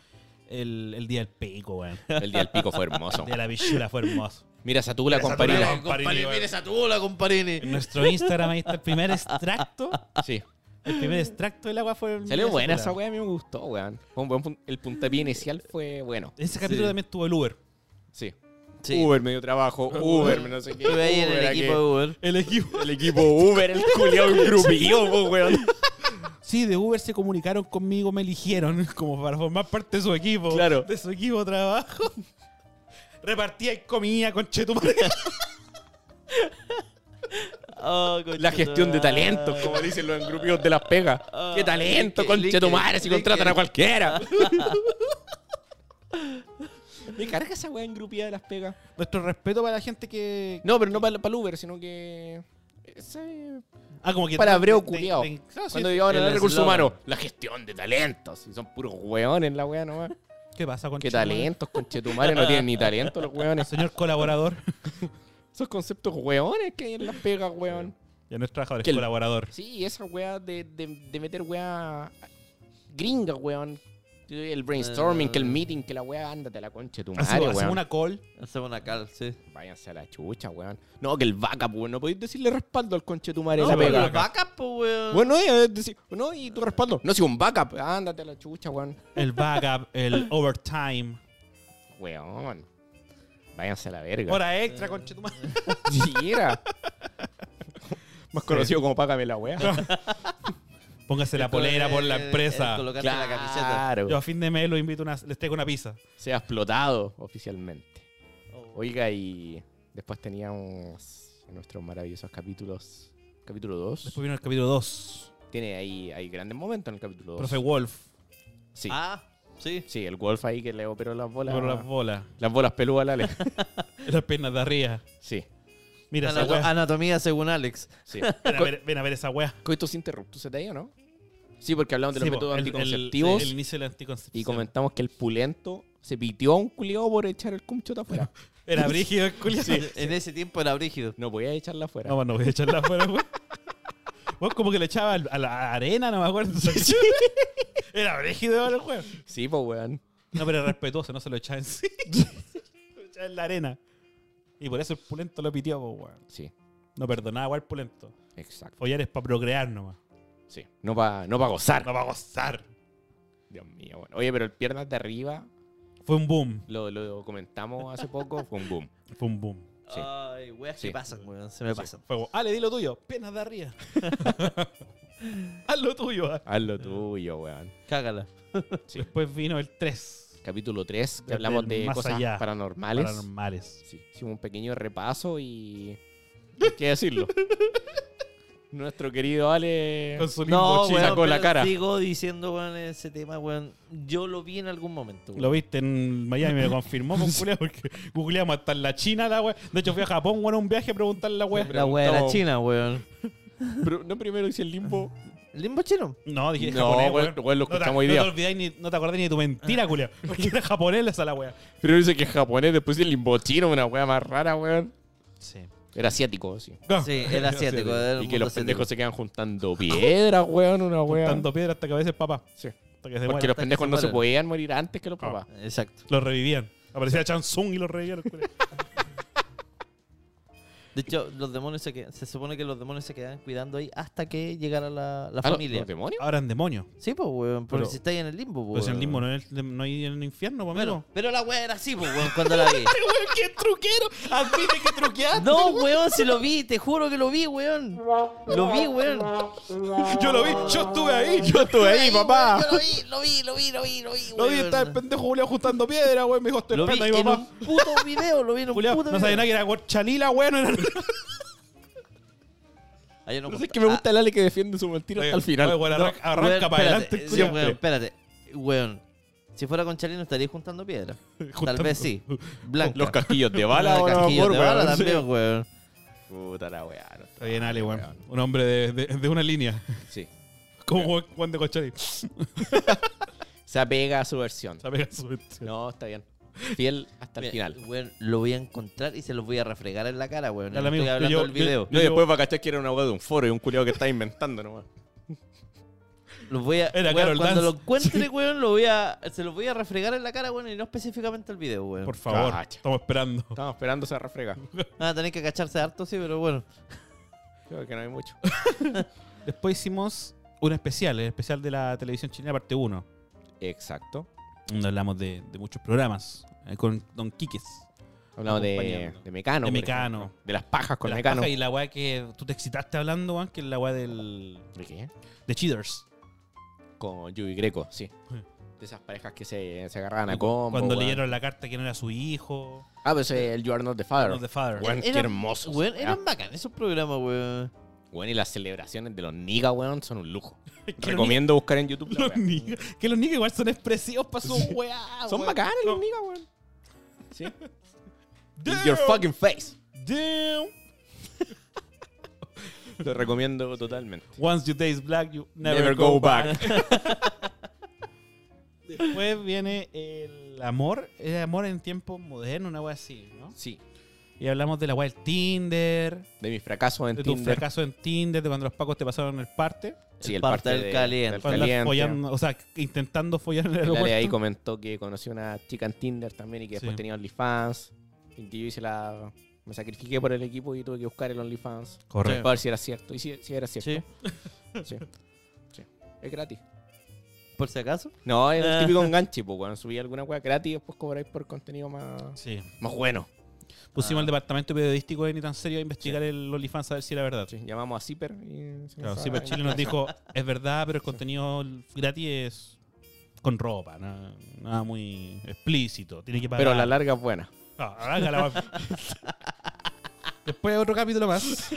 Speaker 1: El, el día del pico, weón.
Speaker 4: El día del pico fue hermoso.
Speaker 1: El día de la pichula fue hermoso.
Speaker 4: Mira esa tula,
Speaker 1: Mira esa
Speaker 4: compadre.
Speaker 1: tula.
Speaker 3: Mira, compadre,
Speaker 1: weón.
Speaker 3: mira esa tula, compadre.
Speaker 1: En nuestro Instagram ahí está el primer extracto.
Speaker 4: Sí.
Speaker 1: El primer extracto del agua fue. el día
Speaker 4: Salió
Speaker 1: de
Speaker 4: buena esa
Speaker 1: Sakura.
Speaker 4: weá, a mí me gustó, weón. Fue un buen pun- El puntapié inicial fue bueno.
Speaker 1: Ese capítulo
Speaker 3: Sí.
Speaker 1: también tuvo el Uber.
Speaker 4: Sí.
Speaker 3: Sí.
Speaker 4: Uber me dio trabajo, Uber me no sé qué.
Speaker 3: Estuve ahí en el
Speaker 4: Uber a
Speaker 3: equipo
Speaker 4: qué.
Speaker 3: de Uber.
Speaker 1: El equipo.
Speaker 4: El equipo Uber, el culiao grupillo, po, weón.
Speaker 1: Sí, de Uber se comunicaron conmigo, me eligieron como para formar parte de su equipo.
Speaker 4: Claro.
Speaker 1: De su equipo de trabacho. Repartía y comía con Chetumal.
Speaker 3: Oh, conche
Speaker 4: La
Speaker 3: tu
Speaker 4: gestión de
Speaker 3: madre.
Speaker 4: talentos, como dicen los engrupidos de las pegas. ¡Qué talento, conche tu madre! Si contratan a
Speaker 3: Ah.
Speaker 4: cualquiera. Me carga esa weá engrupida de las pegas.
Speaker 1: Nuestro respeto para la gente que.
Speaker 4: No, pero no para el Uber, sino que. ese-
Speaker 1: Ah, como que.
Speaker 4: Para
Speaker 1: abreo
Speaker 4: hebreo culiao.
Speaker 3: ah,
Speaker 1: ah,
Speaker 4: Cuando llegaban a
Speaker 3: el
Speaker 4: los recursos
Speaker 3: eslogan.
Speaker 4: humanos, la gestión de talentos. Y son puros weones la weá nomás.
Speaker 1: ¿Qué pasa con
Speaker 4: Qué
Speaker 1: Chetumal?
Speaker 4: talentos, conchetumare, no tienen ni talento los weones.
Speaker 1: Señor colaborador.
Speaker 4: Esos conceptos weones que hay en las pegas, weón.
Speaker 1: Ya no es trabajador, es
Speaker 4: Que el-
Speaker 1: colaborador.
Speaker 4: Sí, esa weá de, de, de meter weá gringa, weón. El brainstorming, que el meeting, que la weá, ándate a la concha de tu madre,
Speaker 1: Hacemos,
Speaker 4: weón.
Speaker 1: hacemos una call.
Speaker 3: Hacemos una cal, sí.
Speaker 4: Váyanse a la chucha, weón. No, que el backup, weón. No podéis decirle respaldo al conche de tu madre,
Speaker 3: No,
Speaker 4: la
Speaker 3: pero pues,
Speaker 4: pega.
Speaker 3: los backup, po, weón.
Speaker 4: Bueno, eh, decir, no, y tu respaldo. No, si un backup, ándate a la chucha, weón.
Speaker 1: El backup, el overtime.
Speaker 4: Weón. Váyanse a la verga.
Speaker 1: Hora extra, conchetumal.
Speaker 4: Sí, era. Más conocido como págame la weá.
Speaker 1: Póngase la
Speaker 3: El colo-
Speaker 1: polera por la
Speaker 3: el- el
Speaker 1: empresa.
Speaker 3: colocarte Eh, la camiseta.
Speaker 4: Claro.
Speaker 1: Yo a fin de mes lo invito una, les traigo una pizza.
Speaker 4: Se ha explotado oficialmente.
Speaker 3: Oh.
Speaker 4: Oiga, y después teníamos en nuestros maravillosos capítulos. Capítulo 2.
Speaker 1: Después vino el capítulo 2.
Speaker 4: Tiene ahí hay grandes momentos en el capítulo 2.
Speaker 1: Profe Wolf.
Speaker 4: Sí.
Speaker 3: Ah, sí.
Speaker 4: Sí, el Wolf ahí que le operó las bolas.
Speaker 1: Por las bolas.
Speaker 4: las bolas peludas a la Ale.
Speaker 1: Las piernas de arriba.
Speaker 4: Sí,
Speaker 1: Mira esa
Speaker 3: Anato-
Speaker 4: Ah,
Speaker 1: weá.
Speaker 3: Anatomía según Alex.
Speaker 4: sí.
Speaker 1: Ven a ver, ven a ver esa weá.
Speaker 4: Coitos interruptus, ¿se te dio, no? Sí, porque hablamos de los
Speaker 1: Sí, po,
Speaker 4: métodos
Speaker 1: el- el-
Speaker 4: anticonceptivos
Speaker 1: El, inicio de la anticoncepción.
Speaker 4: y comentamos que el pulento se pitió a un culiao por echar el cumchota afuera.
Speaker 1: Era brígido el culiao.
Speaker 3: En ese tiempo era brígido.
Speaker 4: No podía echarla afuera.
Speaker 1: No, no voy a echarla afuera, weá. Weón, como que le echaba al- a la arena, no me acuerdo. Era brígido el juego.
Speaker 4: Sí, pues, weón.
Speaker 1: No, pero respetuoso, no se lo echaba en sí. se lo echaba en la arena. Y por eso el pulento lo pitió, pues, weón.
Speaker 4: Sí,
Speaker 1: No perdonaba igual pulento.
Speaker 4: exacto.
Speaker 1: Follar es para procrear nomás.
Speaker 4: Sí, no para no pa gozar.
Speaker 1: No para gozar.
Speaker 4: Dios mío, bueno. Oye, pero el piernas de arriba,
Speaker 1: Fue un boom.
Speaker 4: lo, lo comentamos hace poco, fue un boom.
Speaker 1: Fue un boom.
Speaker 4: Sí.
Speaker 3: Ay, weas
Speaker 4: Sí.
Speaker 3: que pasan, weón. Se me pasan.
Speaker 1: Fue como, Ale, di lo tuyo. Penas de arriba. Haz lo tuyo. ah.
Speaker 4: Haz lo tuyo, weón.
Speaker 3: Cágala.
Speaker 4: Sí.
Speaker 1: Después vino el 3.
Speaker 4: Capítulo 3, que
Speaker 1: Desde
Speaker 4: hablamos
Speaker 1: el
Speaker 4: de
Speaker 1: más
Speaker 4: cosas
Speaker 1: allá.
Speaker 4: paranormales.
Speaker 1: Paranormales.
Speaker 4: Sí, hicimos un pequeño repaso y. hay que decirlo. Nuestro querido Ale.
Speaker 1: Con su
Speaker 3: No,
Speaker 1: limbo chino.
Speaker 4: weón.
Speaker 3: weón,
Speaker 4: sacó la
Speaker 3: pero
Speaker 4: cara.
Speaker 3: sigo diciendo, weón, ese tema, weón. Yo lo vi en algún momento, weón.
Speaker 1: Lo viste en Miami, me lo confirmó con culiao, porque googleamos hasta en la China la wea. De hecho, fui a Japón, weón, a un viaje a preguntarle a la wea.
Speaker 3: La wea de la
Speaker 4: preguntó-
Speaker 3: China, weón.
Speaker 4: Pero no primero hice el limbo.
Speaker 3: Limbo chino.
Speaker 1: No, dije
Speaker 4: No,
Speaker 1: japonés,
Speaker 4: weón,
Speaker 1: weón.
Speaker 4: weón, lo
Speaker 1: No te-
Speaker 4: escuchamos hoy
Speaker 1: No
Speaker 4: día. Ah.
Speaker 1: te, olvidás ni, no te acordás ni de tu mentira, culiao. Porque era japonés esa la wea.
Speaker 4: Primero dice que es japonés, después el limbo chino, una wea más rara, weón.
Speaker 3: Sí.
Speaker 4: Era asiático, sí.
Speaker 1: Ah.
Speaker 3: Sí, el asiático. eh.
Speaker 4: Y que los pendejos se quedan juntando piedras, weón, una wea.
Speaker 1: Tanto piedra hasta que a veces papá.
Speaker 4: Sí.
Speaker 1: Hasta que se
Speaker 4: Porque
Speaker 1: muera.
Speaker 4: los
Speaker 3: que
Speaker 4: pendejos
Speaker 3: se
Speaker 4: no se
Speaker 3: mueran.
Speaker 4: podían morir antes
Speaker 3: Ah.
Speaker 4: que los papás.
Speaker 3: Exacto.
Speaker 1: Los revivían. Aparecía Chansung y los revivían. culiao.
Speaker 3: De hecho, los demonios se quedan, se supone que los demonios se quedan cuidando ahí hasta que llegara la, la
Speaker 4: Ah, ¿lo-
Speaker 3: familia.
Speaker 4: ¿Los demonios?
Speaker 1: Ahora en demonio.
Speaker 3: Sí, pues, weón. Porque
Speaker 1: Pero-
Speaker 3: si estáis en el limbo, weón.
Speaker 1: Pero si en el limbo no, es- no hay en el infierno, pues, amigo.
Speaker 3: Pero, pero la wea era así, pues, weón, cuando la vi.
Speaker 1: ¡Qué truquero! ¡Admite que truqueaste!
Speaker 3: No, weón, si lo vi, te juro que lo vi, weón. Lo vi, weón.
Speaker 1: Yo lo vi, yo estuve ahí, yo estuve ahí,
Speaker 3: Yo
Speaker 1: papá.
Speaker 3: lo vi, lo vi, lo vi, lo vi, lo vi,
Speaker 1: Lo vi,
Speaker 3: weón.
Speaker 1: estaba el pendejo Julián ajustando piedra, weón. Me dijo, estoy
Speaker 3: Lo vi
Speaker 1: esperando a mi
Speaker 3: en
Speaker 1: papá.
Speaker 3: un puto video, lo vi en un
Speaker 1: Julián,
Speaker 3: puto
Speaker 1: no
Speaker 3: video.
Speaker 1: sabía nada que era Guachalila, weón. era-
Speaker 3: Ah, yo no
Speaker 4: No sé,
Speaker 3: conté-
Speaker 4: es que me
Speaker 3: ah,
Speaker 4: gusta el Ale que defiende su mentira hasta el
Speaker 1: Oye,
Speaker 4: final.
Speaker 1: weón,
Speaker 3: no,
Speaker 1: arranca, arranca
Speaker 3: weón,
Speaker 1: para
Speaker 3: espérate,
Speaker 1: adelante.
Speaker 3: sí,
Speaker 1: Julián.
Speaker 3: weón, espérate. Weón, si fuera con Charlie no estaría juntando piedra.
Speaker 1: Juntando-
Speaker 3: Tal vez sí. Blanca.
Speaker 4: Los castillos de bala,
Speaker 3: Los
Speaker 4: weón,
Speaker 3: casquillos
Speaker 4: por
Speaker 3: de bala
Speaker 4: weón, sí.
Speaker 3: también, weón.
Speaker 4: Puta la weá. no
Speaker 1: Está bien, Ale, weón. Un hombre de, de- de una línea.
Speaker 4: Sí.
Speaker 1: Como Juan- Juan de Guachalí.
Speaker 4: Se apega a su versión.
Speaker 1: Sabe que su-
Speaker 4: No, está bien. Fiel hasta el
Speaker 3: Mira,
Speaker 4: final.
Speaker 3: weón, lo voy a encontrar y se los voy a refregar en la cara, weón.
Speaker 1: Dale,
Speaker 3: No
Speaker 1: amigo,
Speaker 3: estoy hablando
Speaker 1: yo-
Speaker 3: del
Speaker 1: yo-
Speaker 3: video.
Speaker 1: yo-
Speaker 4: No, y después va a cachar que era una weá de un foro y un culiado que está inventando nomás.
Speaker 3: Los voy a,
Speaker 1: Era
Speaker 3: weón,
Speaker 1: Carol
Speaker 3: cuando
Speaker 1: Dance.
Speaker 3: lo encuentre, weón, lo voy a, se los voy a refregar en la cara, weón, y no específicamente el video, weón.
Speaker 1: Por favor,
Speaker 4: Cacha.
Speaker 1: estamos esperando.
Speaker 4: Estamos esperando esa refrega.
Speaker 3: Ah, tenés que cacharse harto, sí, pero bueno.
Speaker 4: Creo que no hay mucho.
Speaker 1: Después hicimos un especial, el especial de la televisión chilena, parte 1.
Speaker 4: Exacto.
Speaker 1: Donde hablamos de, de muchos programas eh, con Don Quiques.
Speaker 4: Hablamos de,
Speaker 1: Acompañando.
Speaker 4: de Mecano.
Speaker 1: De
Speaker 4: por
Speaker 1: Mecano.
Speaker 4: ejemplo. De las pajas con
Speaker 1: Las
Speaker 4: Mecano.
Speaker 1: pajas Y la weá que tú te excitaste hablando, Juan, que es la weá del.
Speaker 4: ¿De qué?
Speaker 1: de Cheaters.
Speaker 4: Con Yu y Greco, sí.
Speaker 1: Sí.
Speaker 4: De esas parejas que se, se agarraban a combo.
Speaker 1: Cuando
Speaker 4: weón.
Speaker 1: leyeron la carta que no era su hijo.
Speaker 4: Ah, pues eh, el You Are Not The Father.
Speaker 1: No, The Father.
Speaker 4: Weón, qué
Speaker 3: Era-
Speaker 4: hermoso.
Speaker 3: Weón, eran bacanes esos programas, weón.
Speaker 4: Bueno, y las celebraciones de los niggas, weón, son un lujo.
Speaker 1: Que los
Speaker 4: Recomiendo buscar en YouTube
Speaker 1: ni-
Speaker 4: la
Speaker 1: los
Speaker 4: weá.
Speaker 1: ni- Que los niggas igual son expresivos para su weá.
Speaker 4: Son
Speaker 1: weón.
Speaker 4: bacanes los
Speaker 1: No.
Speaker 4: niggas, weón. Sí. In
Speaker 1: Damn,
Speaker 4: your fucking face.
Speaker 1: damn.
Speaker 4: Lo recomiendo totalmente.
Speaker 1: Once you taste black, you never,
Speaker 4: Never
Speaker 1: go,
Speaker 4: go
Speaker 1: back. Después viene el amor. El amor en tiempo moderno, una weá así, ¿no?
Speaker 4: Sí.
Speaker 1: Y hablamos de la weá del Tinder.
Speaker 4: De mis fracasos en
Speaker 1: de tu
Speaker 4: Tinder.
Speaker 1: fracaso en Tinder, de cuando los pacos te pasaron el parte.
Speaker 4: Sí,
Speaker 3: El
Speaker 4: el
Speaker 3: parte
Speaker 4: parte
Speaker 3: del
Speaker 4: de-
Speaker 3: caliente.
Speaker 4: del
Speaker 1: Cuando andas
Speaker 4: caliente.
Speaker 1: follando, o sea, intentando follar en el
Speaker 4: El Ale
Speaker 1: aeropuerto.
Speaker 4: ahí comentó que conoció una chica en Tinder también y que después
Speaker 1: Sí.
Speaker 4: tenía OnlyFans. Y que yo hice la. Me sacrifiqué por el equipo y tuve que buscar el OnlyFans.
Speaker 1: Correcto.
Speaker 4: Para ver si era cierto. Y si, si era cierto.
Speaker 3: Sí.
Speaker 4: Sí. Sí. Es gratis.
Speaker 3: Por si acaso.
Speaker 4: No, es el típico enganche, pues, weón. Subí alguna weá gratis y después cobráis por contenido más,
Speaker 1: Sí.
Speaker 4: más bueno.
Speaker 1: Pusimos al
Speaker 4: Ah.
Speaker 1: departamento periodístico de Ni Tan Serio a investigar el OnlyFans a ver si era verdad.
Speaker 4: Sí, llamamos a Zipper. Y se
Speaker 1: Claro,
Speaker 4: nos-
Speaker 1: sí, pero Chile nos dijo, es verdad, pero el contenido gratis es con ropa, nada, nada muy explícito. Tiene que pagar.
Speaker 4: Pero a la larga es buena.
Speaker 1: Ah, a la larga la- Después otro capítulo más.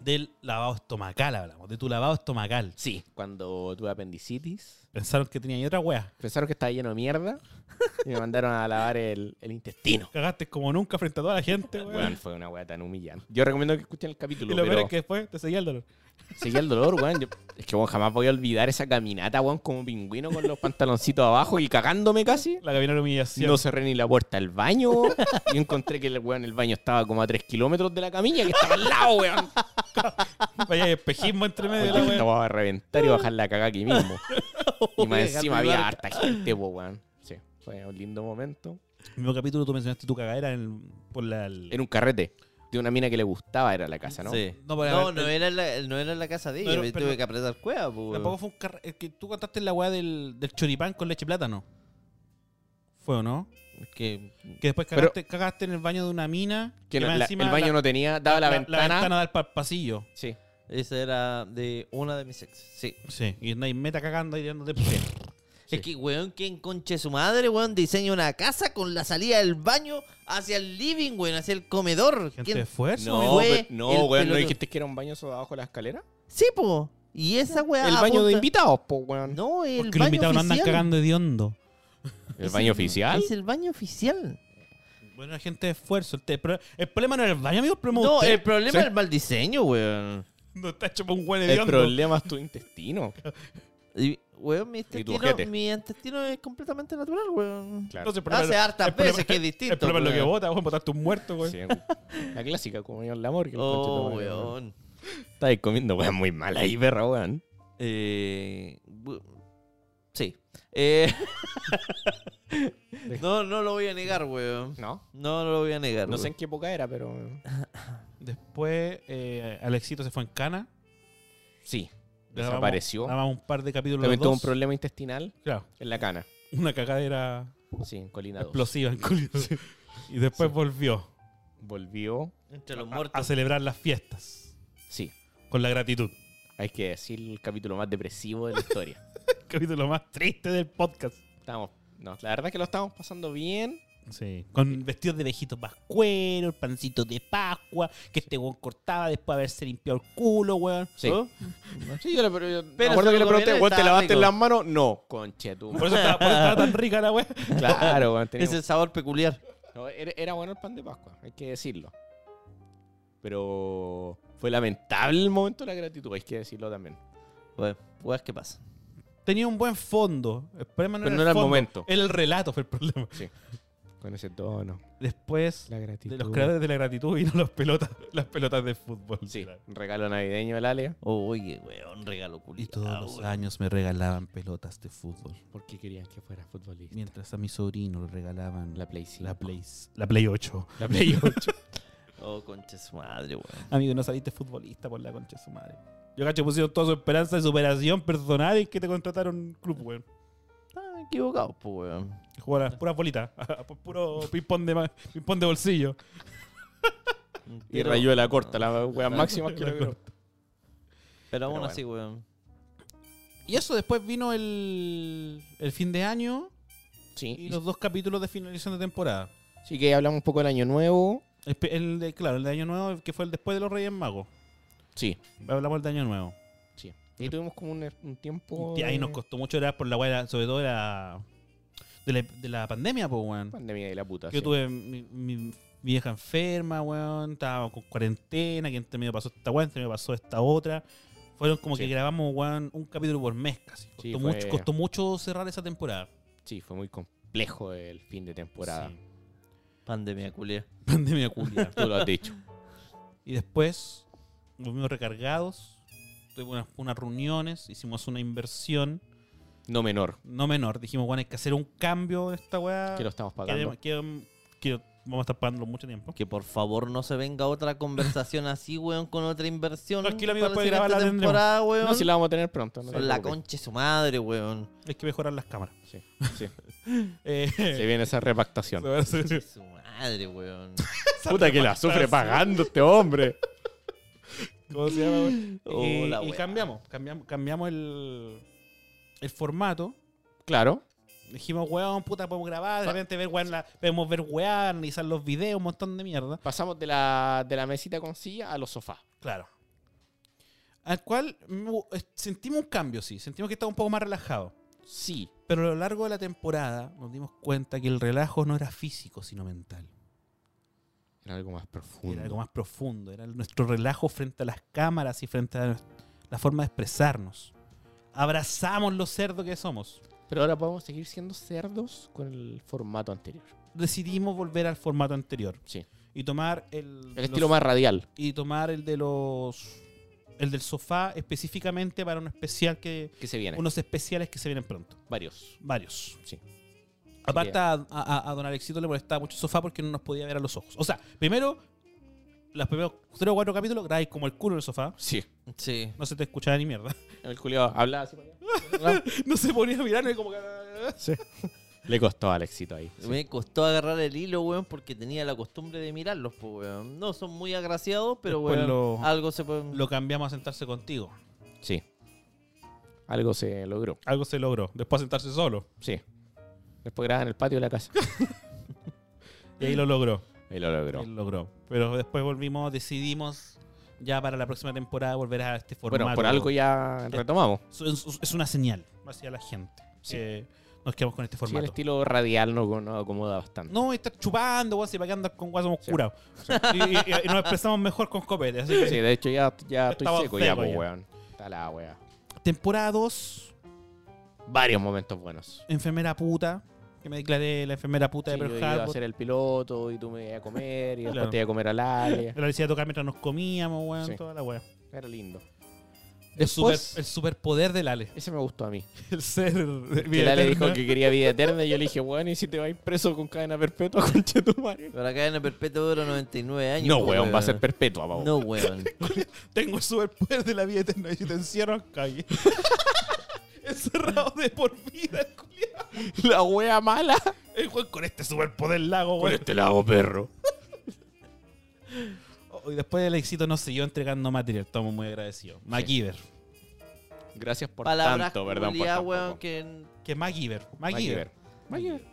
Speaker 1: Del lavado estomacal hablamos, de tu lavado estomacal.
Speaker 4: Sí. Cuando tuve apendicitis,
Speaker 1: Pensaron que tenía ahí otra wea.
Speaker 4: pensaron que estaba lleno de mierda y me mandaron a lavar el, el intestino.
Speaker 1: Cagaste como nunca frente a toda la gente, weón.
Speaker 4: Weón, fue una weá tan humillante. Yo recomiendo que escuchen el
Speaker 1: Y
Speaker 4: capítulo,
Speaker 1: lo peor
Speaker 4: pero
Speaker 1: es que después te seguía el dolor.
Speaker 4: Seguía el dolor, weón. Yo- es que, weón, jamás voy a olvidar esa caminata, weón, como pingüino con los pantaloncitos abajo y cagándome casi.
Speaker 1: La cabina de humillación.
Speaker 4: No cerré ni la puerta al baño. weón. Y encontré que el weón, el baño estaba como a 3 kilómetros de la camilla que estaba al lado, weón.
Speaker 1: Vaya espejismo entre medio de la
Speaker 4: Weón,
Speaker 1: wea.
Speaker 4: estaba a reventar y bajar la caga aquí mismo. Y más
Speaker 1: Oye, Gato
Speaker 4: encima había
Speaker 1: Ibarra.
Speaker 4: harta gente, po, weón. Sí, fue un lindo momento.
Speaker 1: En el mismo capítulo tú mencionaste tu cagadera en- por la. el-
Speaker 4: Era un carrete de una mina que le gustaba, era la casa, ¿no?
Speaker 3: Sí.
Speaker 1: No, pero-
Speaker 3: No, no era, la, no era la casa de
Speaker 1: No
Speaker 3: ella,
Speaker 1: era-
Speaker 3: me
Speaker 1: pero-
Speaker 3: tuve que apretar cueva, pues.
Speaker 1: Tampoco fue un carre- el que tú contaste la weá del, del choripán con leche de plátano. ¿Fue o no?
Speaker 3: Que-
Speaker 1: Que después
Speaker 4: Pero-
Speaker 1: cagaste, cagaste en el baño de una mina.
Speaker 4: Que no-
Speaker 1: más
Speaker 4: la- el
Speaker 1: encima
Speaker 4: baño
Speaker 1: la-
Speaker 4: no tenía, daba la, ventana.
Speaker 1: del pa- pasillo.
Speaker 4: Sí.
Speaker 3: Esa era de una de mis ex. Sí.
Speaker 1: Sí. Y andáis meta cagando y tirándote pie.
Speaker 3: Es que, weón, ¿quién conche su madre, weón? Diseña una casa con la salida del baño hacia el living, weón, hacia el comedor.
Speaker 1: Gente de
Speaker 3: ¿Quién?
Speaker 1: esfuerzo.
Speaker 4: No,
Speaker 1: amigo.
Speaker 3: fue
Speaker 4: pero- no,
Speaker 3: el
Speaker 4: weón, ¿no
Speaker 3: pelotudo.
Speaker 4: dijiste que era un baño sobre abajo de la escalera?
Speaker 3: Sí, po. Y esa weá.
Speaker 4: el baño
Speaker 3: apunta-
Speaker 4: de invitados, po, weón.
Speaker 3: No, el
Speaker 1: Porque los
Speaker 3: baño
Speaker 1: invitados no andan
Speaker 3: oficial.
Speaker 1: cagando de hondo.
Speaker 4: El
Speaker 3: Es
Speaker 4: baño oficial.
Speaker 3: Es el baño oficial.
Speaker 1: Bueno, la gente de esfuerzo. El, te- pero el problema no era el baño, amigo. El problema
Speaker 3: No,
Speaker 1: usted.
Speaker 3: el problema
Speaker 1: Sí.
Speaker 3: es el mal diseño, weón.
Speaker 1: No está hecho por un buen
Speaker 4: El
Speaker 1: hediondo.
Speaker 4: problema es tu intestino.
Speaker 3: Y, weón, mi
Speaker 4: tu
Speaker 3: intestino,
Speaker 4: ojete.
Speaker 3: mi intestino es completamente natural, weón.
Speaker 4: Claro.
Speaker 1: Entonces, el problema
Speaker 3: Hace
Speaker 1: era-
Speaker 3: hartas
Speaker 1: el problema-
Speaker 3: veces que es distinto.
Speaker 1: El problema es lo que
Speaker 3: weón.
Speaker 1: vota. Vos votaste un muerto, güey.
Speaker 4: Sí, weón. la clásica comunión del amor. Que el
Speaker 3: Oh,
Speaker 4: conchetumare, weón.
Speaker 3: weón.
Speaker 4: Estáis comiendo, weón, muy mal ahí, perra, weón.
Speaker 3: Eh, bu- sí. Eh, no, no lo voy a negar, weón.
Speaker 4: No,
Speaker 3: No, no lo voy a negar.
Speaker 4: no sé en
Speaker 3: weón.
Speaker 4: qué época era, pero.
Speaker 1: Después, eh, Alexito se fue en cana.
Speaker 4: Sí,
Speaker 1: Le dábamos-
Speaker 4: desapareció.
Speaker 1: dábamos un par de capítulos.
Speaker 4: También
Speaker 1: los
Speaker 4: tuvo un
Speaker 1: dos.
Speaker 4: problema intestinal
Speaker 1: Claro,
Speaker 4: en la cana.
Speaker 1: una cagadera
Speaker 4: Sí, en Colina 2.
Speaker 1: explosiva en Colina. Y después
Speaker 4: Sí.
Speaker 1: volvió
Speaker 4: Volvió.
Speaker 3: Entre los
Speaker 1: a, a
Speaker 3: muertos.
Speaker 1: celebrar las fiestas
Speaker 4: Sí,
Speaker 1: con la gratitud.
Speaker 4: hay que decir el capítulo más depresivo de la historia.
Speaker 1: Capítulo más triste del podcast.
Speaker 4: Estábamos. No, la verdad es que lo estábamos pasando bien.
Speaker 1: Sí, con vestidos de vejitos vascueros, pancitos de Pascua, que este weón cortaba después de haberse limpiado el culo, weón.
Speaker 4: Sí.
Speaker 3: ¿Oh?
Speaker 4: Sí, yo le, pero yo- me
Speaker 3: Pero
Speaker 4: acuerdo
Speaker 3: se
Speaker 4: que
Speaker 3: lo
Speaker 4: le pregunté,
Speaker 3: comieron,
Speaker 4: "Weón, ¿te
Speaker 3: estaba
Speaker 4: lavaste
Speaker 3: rico".
Speaker 4: las manos? No, conche tu
Speaker 1: Por eso estaba, por eso estaba tan rica la weón.
Speaker 4: Claro, weón.
Speaker 3: Es
Speaker 4: teníamos-
Speaker 3: el sabor peculiar.
Speaker 4: No, era, era bueno el pan de Pascua, hay que decirlo. Pero fue lamentable el momento de la gratitud, hay que decirlo también.
Speaker 3: Weón, weón, ¿qué pasa?
Speaker 1: Tenía un buen fondo. El problema no era
Speaker 4: Pero no era el Eh,
Speaker 1: fondo,
Speaker 4: momento.
Speaker 1: Era el relato, fue el problema.
Speaker 4: Con ese tono,
Speaker 1: Después
Speaker 4: la gratitud.
Speaker 1: de los creadores de la gratitud vino los pelotas, las pelotas de fútbol.
Speaker 4: Sí, un regalo navideño del Ale.
Speaker 3: Oye, weón, regalo culiado.
Speaker 1: Y todos los años me regalaban pelotas de fútbol.
Speaker 4: Porque querían que fuera futbolista.
Speaker 1: Mientras a mi sobrino le regalaban
Speaker 4: La
Speaker 1: la,
Speaker 4: Play 5.
Speaker 1: Play, la Play 8.
Speaker 4: La Play 8.
Speaker 3: Oh, concha de su madre, weón.
Speaker 1: Amigo, no saliste futbolista por la concha de su madre. Yo cacho pusieron toda su esperanza de superación personal y que te contrataron un club, weón.
Speaker 3: Estaba equivocado, pues, weón.
Speaker 1: Que Jugaba
Speaker 4: Ah.
Speaker 1: a las puras bolitas, a- por puro ping-pong de, ma- ping-pong de bolsillo.
Speaker 4: y
Speaker 3: Pero-
Speaker 4: Rayuela corta, la wea máxima que
Speaker 1: La
Speaker 4: logró.
Speaker 3: Pero aún
Speaker 4: Pero
Speaker 3: así, weón.
Speaker 1: Y eso, después vino el, el fin de año
Speaker 4: Sí,
Speaker 1: y los dos capítulos de finalización de temporada.
Speaker 4: sí que hablamos un poco del año nuevo.
Speaker 1: El, pe- el de- claro, el de Año Nuevo, que fue el después de los Reyes Magos.
Speaker 4: Sí,
Speaker 1: Hablamos del de Año Nuevo.
Speaker 4: sí. Y tuvimos como un, er, un tiempo...
Speaker 1: Y ahí nos
Speaker 4: de
Speaker 1: costó mucho, era por la weá, sobre todo era de la, de la pandemia, pues, weón.
Speaker 4: Pandemia de la puta.
Speaker 1: Yo
Speaker 4: sí.
Speaker 1: tuve mi, mi- mi vieja enferma, weón. Estaba con cuarentena, que entre medio pasó esta weá, entre medio pasó esta otra. Fueron como
Speaker 4: Sí.
Speaker 1: que grabamos, weón, un capítulo por mes casi. Costó,
Speaker 4: Sí, fue-
Speaker 1: mucho, costó mucho cerrar esa temporada.
Speaker 4: Sí, fue muy complejo el fin de temporada.
Speaker 1: Sí.
Speaker 3: Pandemia culia.
Speaker 1: Pandemia culia.
Speaker 4: Tú lo has dicho.
Speaker 1: y después volvimos recargados. Tuvimos unas, unas reuniones, hicimos una inversión
Speaker 4: No menor.
Speaker 1: no menor. Dijimos, weón, hay que hacer un cambio de esta weá.
Speaker 4: que lo estamos pagando.
Speaker 1: Queremos- quiero- quiero- um, vamos a estar pagándolo mucho tiempo.
Speaker 3: Que por favor no se venga otra conversación así, weón, con otra inversión.
Speaker 1: Tranquilo, amigo,
Speaker 3: para
Speaker 1: después de
Speaker 3: siguiente
Speaker 1: grabar la tendremos.
Speaker 3: temporada, weón.
Speaker 4: No, si la vamos a tener pronto. No
Speaker 3: Con la
Speaker 4: concha.
Speaker 3: concha de su madre, weón.
Speaker 1: Hay que mejorar las cámaras.
Speaker 4: Sí, sí.
Speaker 1: Eh,
Speaker 4: Se viene esa repactación.
Speaker 3: Concha de su madre, weón.
Speaker 4: Puta que la sufre pagando este hombre.
Speaker 1: ¿Cómo se llama, güey?
Speaker 3: Oh,
Speaker 1: y,
Speaker 3: la
Speaker 1: y
Speaker 3: weá.
Speaker 1: cambiamos, cambiamos, cambiamos el, el formato.
Speaker 4: Claro.
Speaker 1: Dijimos, weón, puta, podemos grabar, de repente ver, weón, la- podemos ver weá, analizar los videos, un montón de mierda.
Speaker 4: Pasamos de la, de la mesita con silla a los sofás.
Speaker 1: Claro. Al cual mm, eh, sentimos un cambio, sí, sentimos que estaba un poco más relajado.
Speaker 4: Sí.
Speaker 1: Pero a lo largo de la temporada nos dimos cuenta que el relajo no era físico, sino mental.
Speaker 4: Era algo más profundo.
Speaker 1: Era algo más profundo, era nuestro relajo frente a las cámaras y frente a la forma de expresarnos. Abrazamos los cerdos que somos.
Speaker 4: Pero ahora podemos seguir siendo cerdos con el formato anterior.
Speaker 1: Decidimos volver al formato anterior
Speaker 4: Sí.
Speaker 1: y tomar el,
Speaker 4: El
Speaker 1: los-
Speaker 4: estilo más radial.
Speaker 1: y tomar el de los el del sofá específicamente para un especial que
Speaker 4: Que se viene.
Speaker 1: unos especiales que se vienen pronto,
Speaker 4: Varios.
Speaker 1: varios.
Speaker 4: Sí.
Speaker 1: Aparte a, a- a don Alexito le molestaba mucho el sofá porque no nos podía ver a los ojos. O sea, primero los primeros tres o cuatro capítulos grabáis como el culo en el sofá,
Speaker 4: Sí.
Speaker 3: Sí.
Speaker 1: no se te escuchaba ni mierda.
Speaker 4: El Julio hablaba así para allá.
Speaker 1: No se ponía a mirarme como que
Speaker 4: Le costó al éxito ahí.
Speaker 3: Me costó agarrar el hilo, weón, porque tenía la costumbre de mirarlos, pues, weón. No, son muy agraciados, pero,
Speaker 1: Después
Speaker 3: weón,
Speaker 1: lo-
Speaker 3: algo se puede...
Speaker 1: lo cambiamos a sentarse contigo.
Speaker 4: Sí. Algo se logró.
Speaker 1: Algo se logró, después a sentarse solo
Speaker 4: Sí. Después graban en el patio de la casa.
Speaker 1: y ahí lo logró.
Speaker 4: Y lo logró.
Speaker 1: Él logró. Pero después volvimos, decidimos ya para la próxima temporada volver a este formato.
Speaker 4: Bueno, por algo ya retomamos.
Speaker 1: Es- Es, es una señal hacia la gente
Speaker 4: Sí.
Speaker 1: que nos quedamos con este
Speaker 4: Sí, el
Speaker 1: formato.
Speaker 4: estilo radial nos nos acomoda bastante.
Speaker 1: no, está chupando, guau, si para qué andar con guasos
Speaker 4: Sí.
Speaker 1: oscuros. Y, y- y nos expresamos mejor con copete. Así que-
Speaker 4: Sí, de hecho ya, ya estoy
Speaker 1: Estamos
Speaker 4: seco ya,
Speaker 1: secos
Speaker 4: pues,
Speaker 1: ya.
Speaker 4: weón. Está la weá.
Speaker 1: Temporada 2,
Speaker 4: Varios momentos buenos.
Speaker 1: enfermera puta, que me declaré la enfermera puta de
Speaker 4: Sí, yo
Speaker 1: Pearl
Speaker 4: iba a
Speaker 1: Harbor.
Speaker 4: hacer el piloto y tú me ibas a comer y después
Speaker 1: Claro.
Speaker 4: te ibas a comer al área.
Speaker 1: Me la decía tocar mientras nos comíamos, weón,
Speaker 4: Sí.
Speaker 1: toda la weá.
Speaker 4: Era lindo.
Speaker 1: El, super,
Speaker 4: Después-
Speaker 1: el superpoder del Ale.
Speaker 4: Ese me gustó a mí.
Speaker 1: El ser.
Speaker 4: Que el Ale dijo que quería vida eterna y yo le dije, weón, ¿y si te vas preso con cadena perpetua, concha de tu madre?
Speaker 3: Pero la cadena perpetua dura 99 años.
Speaker 4: No,
Speaker 3: po,
Speaker 4: weón, va a ser perpetua, pavo.
Speaker 3: No, weón.
Speaker 1: Tengo el superpoder de la vida eterna y si te encierro en calle. Encerrado de por vida, culiao.
Speaker 4: La wea mala.
Speaker 1: El Juan con este superpoder lago,
Speaker 4: Con
Speaker 1: güey.
Speaker 4: este lago, perro.
Speaker 1: Oh, y después del éxito nos siguió entregando material. Estamos muy agradecidos. MacGyver.
Speaker 4: Gracias por
Speaker 3: Palabras
Speaker 4: tanto, perdón. Por
Speaker 3: culiadas,
Speaker 4: tan
Speaker 3: weón,
Speaker 4: poco.
Speaker 3: que... n-
Speaker 1: Que MacGyver.
Speaker 4: MacGyver.
Speaker 1: MacGyver.
Speaker 4: MacGyver.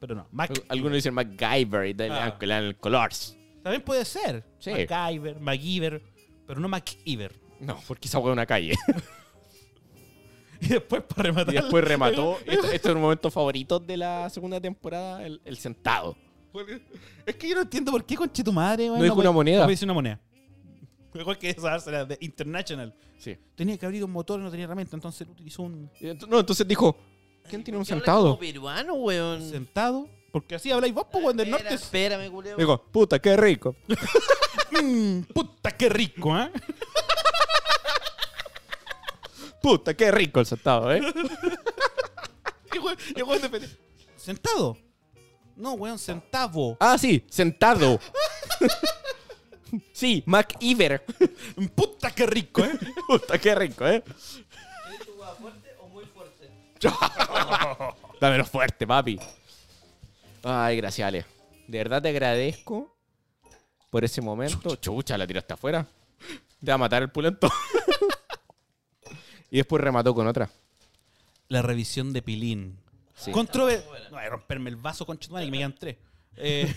Speaker 1: Pero no. Mac
Speaker 4: Algunos dicen MacGyver y le
Speaker 1: Ah.
Speaker 4: dan- le dan el colors.
Speaker 1: También puede ser.
Speaker 4: Sí.
Speaker 1: MacGyver, MacGyver. Pero no MacGyver.
Speaker 4: No, porque esa weá es una calle.
Speaker 1: Y después para
Speaker 4: Y
Speaker 1: rematar.
Speaker 4: después remató. Esto, este es un momento favorito de la segunda temporada, el, el sentado.
Speaker 1: Es que yo no entiendo por qué, conche tu madre, güey,
Speaker 4: No dijo
Speaker 1: puede-
Speaker 4: una moneda.
Speaker 1: No dice una moneda. Mejor que esa dársela de International.
Speaker 4: Sí.
Speaker 1: Tenía que abrir un motor y no tenía herramienta, entonces utilizó un
Speaker 4: Y ent- No, entonces dijo, ¿quién tiene un
Speaker 3: Yo hablé
Speaker 4: sentado?
Speaker 3: como peruano, weón.
Speaker 1: sentado. Porque así habláis vos, po, weón, del
Speaker 3: Espera,
Speaker 1: norte.
Speaker 3: Espérame, culeo.
Speaker 4: Digo, puta, qué rico.
Speaker 1: Mm, puta, qué rico, ¿eh?
Speaker 4: Puta, qué rico el sentado, ¿eh?
Speaker 1: Y weón- y weón de pende- Sentado. No, weón, centavo.
Speaker 4: Ah, sí, sentado. sí, MacIver.
Speaker 1: Mm, Puta, qué rico, ¿eh?
Speaker 4: puta, qué rico, ¿eh?
Speaker 3: fuerte o muy fuerte?
Speaker 4: Dámelo fuerte, papi. Ay, gracias, Ale. De verdad te agradezco por ese momento. Chucha, la tiraste afuera. Te va a matar el pulento. y después remató con otra.
Speaker 1: La revisión de Pilín.
Speaker 4: Sí.
Speaker 1: Controver... No, voy a romperme el vaso, con que me quedan tres. Eh,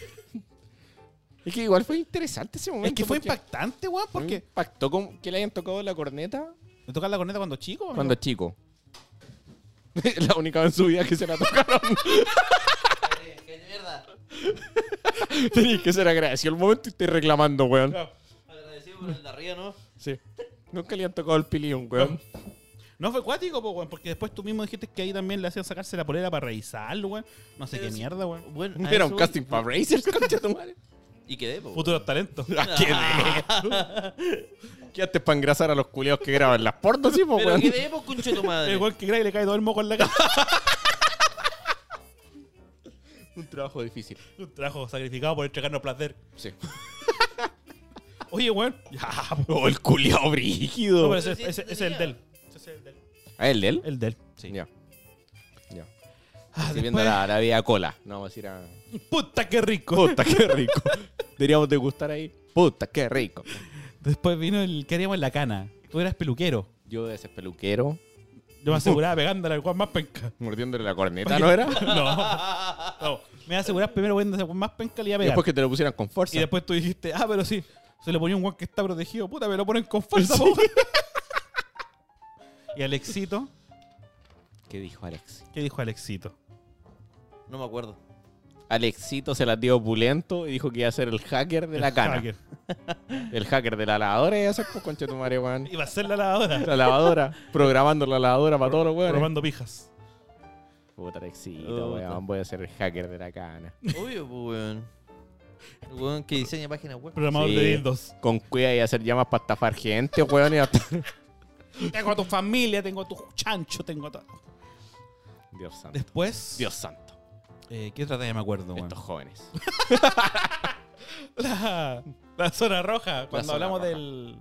Speaker 4: Es que igual fue interesante ese momento.
Speaker 1: es que fue
Speaker 4: porque
Speaker 1: impactante, weón,
Speaker 4: me
Speaker 1: porque...
Speaker 4: Impactó con que le hayan tocado la corneta
Speaker 1: ¿Me tocaba la corneta cuando chico? amigo?
Speaker 4: Mm. cuando es chico. la única vez en su vida que se la tocaron.
Speaker 3: ¡Qué mierda!
Speaker 4: Tenías que ser agradecido el momento y estoy reclamando, weón.
Speaker 3: Agradecido por el de arriba, ¿no?
Speaker 4: Sí. Nunca le han tocado el pilín, weón.
Speaker 1: Ah, No fue cuático, po, weón, porque después tú mismo dijiste que ahí también le hacían sacarse la polera para revisarlo, weón. No sé
Speaker 3: Pero
Speaker 1: qué
Speaker 3: sí.
Speaker 1: mierda, weón.
Speaker 3: Bueno, a
Speaker 4: Era un
Speaker 3: eso-
Speaker 4: casting para Brazers, concha tu madre.
Speaker 3: Y quedé, po.
Speaker 1: Futuros talentos.
Speaker 4: Quédate para engrasar a los culiados que graban las portas, sí, po,
Speaker 3: Pero
Speaker 4: weón.
Speaker 3: quedé, po, concho tu madre.
Speaker 1: El weón que graba y le cae todo el moco en la cara.
Speaker 4: Un trabajo difícil.
Speaker 1: Un trabajo sacrificado por entregarnos placer.
Speaker 4: Sí.
Speaker 1: Oye, weón.
Speaker 4: Oh, el culiao
Speaker 1: No,
Speaker 4: brígido.
Speaker 1: pero
Speaker 3: Pero
Speaker 1: ese,
Speaker 3: si esto
Speaker 1: ese- ese es el
Speaker 3: tenía-
Speaker 1: del. Ese es el del.
Speaker 4: ¿Ah, el de él?
Speaker 1: El del, sí.
Speaker 4: Ya. Ya.
Speaker 1: Ah,
Speaker 4: Estoy viendo
Speaker 1: después-
Speaker 4: la, la vida cola. No, vamos a ir a.
Speaker 1: Puta, qué rico.
Speaker 4: Puta, qué rico. Deberíamos degustar ahí. Puta, qué rico.
Speaker 1: Después vino el que haríamos en la cana. Tú eras peluquero.
Speaker 4: Yo de ese peluquero, Uh.
Speaker 1: Yo me aseguraba pegándole al weón más penca.
Speaker 4: mordiéndole la corneta, ¿no era?
Speaker 1: No.
Speaker 3: Ah,
Speaker 1: no. Me aseguraba primero poniéndose al weón más penca le iba a
Speaker 4: Y
Speaker 1: pegar.
Speaker 4: después que te lo pusieran con fuerza.
Speaker 1: Y después tú dijiste, ah, pero sí, se le ponía un guan que está protegido, puta, me lo ponen con fuerza, po, weón. Y Alexito,
Speaker 4: ¿Qué dijo Alex?
Speaker 1: ¿qué dijo Alexito?
Speaker 3: ah. No me acuerdo.
Speaker 4: Alexito se la dio opulento y dijo que iba a ser el hacker de la
Speaker 1: El
Speaker 4: cana.
Speaker 1: hacker.
Speaker 4: El hacker de la lavadora ya sacó pues, concha de tu madre, weón.
Speaker 1: Iba a ser la lavadora.
Speaker 4: La lavadora, programando la lavadora para todos los weones.
Speaker 1: Robando pijas.
Speaker 4: Puta,
Speaker 3: Puta.
Speaker 4: éxito, weón. Voy a ser el hacker de la cana.
Speaker 3: Obvio, pues, weón. El weón que diseña páginas web.
Speaker 1: Programador
Speaker 4: Sí.
Speaker 1: de dildos.
Speaker 4: Con cuida y hacer llamas para estafar gente, weón. y hasta-
Speaker 1: Tengo a tu familia, tengo a tu chancho, tengo a todo.
Speaker 4: Dios santo.
Speaker 1: Después.
Speaker 4: Dios santo.
Speaker 1: Eh, ¿Qué otra talla me acuerdo, weón?
Speaker 4: Estos jóvenes.
Speaker 1: La, la zona roja. Cuando
Speaker 4: zona
Speaker 1: hablamos
Speaker 4: roja.
Speaker 1: del.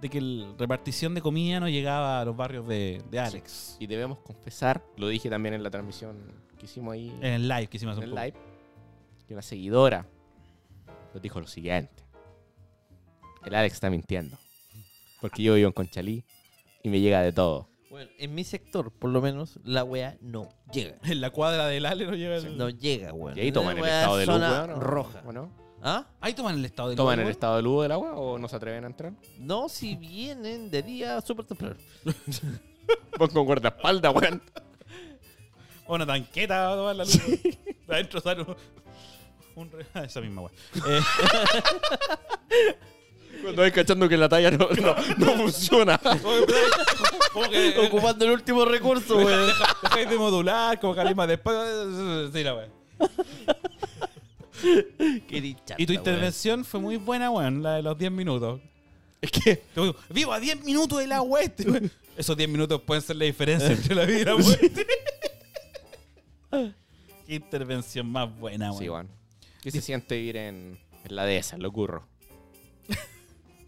Speaker 1: De que la repartición de comida no llegaba a los barrios de, de Alex.
Speaker 4: Y debemos confesar, lo dije también en la transmisión que hicimos ahí
Speaker 1: En el live que hicimos
Speaker 4: en
Speaker 1: Eh, hace
Speaker 4: el
Speaker 1: un poco.
Speaker 4: live, que una seguidora nos dijo lo siguiente. El Alex está mintiendo. Porque yo vivo en Conchalí y me llega de todo.
Speaker 3: Bueno, en mi sector, por lo menos, la weá no llega.
Speaker 1: En la cuadra del Ale no llega el.
Speaker 3: No llega, weón.
Speaker 4: Y ahí toman el
Speaker 3: Weá,
Speaker 4: estado de luz,
Speaker 3: zona
Speaker 4: weón, ¿o-
Speaker 3: roja.
Speaker 4: o no?
Speaker 3: ¿Ah?
Speaker 1: Ahí toman el estado de
Speaker 4: ¿Toman
Speaker 1: Lugo,
Speaker 4: el
Speaker 1: weón.
Speaker 4: estado de luz del agua o no se atreven a entrar?
Speaker 3: No, si vienen de día súper temprano.
Speaker 4: Vos con guardaespaldas, weón.
Speaker 1: O una tanqueta va a tomar la luz. Adentro sale un. un re- ah, Esa misma, weón. Eh,
Speaker 4: Cuando vais cachando que la talla no, no- no funciona.
Speaker 1: como que. eh,
Speaker 3: Ocupando el último recurso, weón.
Speaker 1: Dejáis de modular, como calima después. Sí, la weón.
Speaker 3: Qué dichata,
Speaker 1: Y tu
Speaker 3: weón.
Speaker 1: intervención fue muy buena, weón, la de los 10 minutos.
Speaker 4: Es que
Speaker 1: Te digo, Vivo a 10 minutos de la web. Esos 10 minutos pueden ser la diferencia entre la vida y la muerte. Qué intervención más buena, weón.
Speaker 4: Sí, Juan. ¿Qué se siente vivir en, en la dehesa, en lo curro?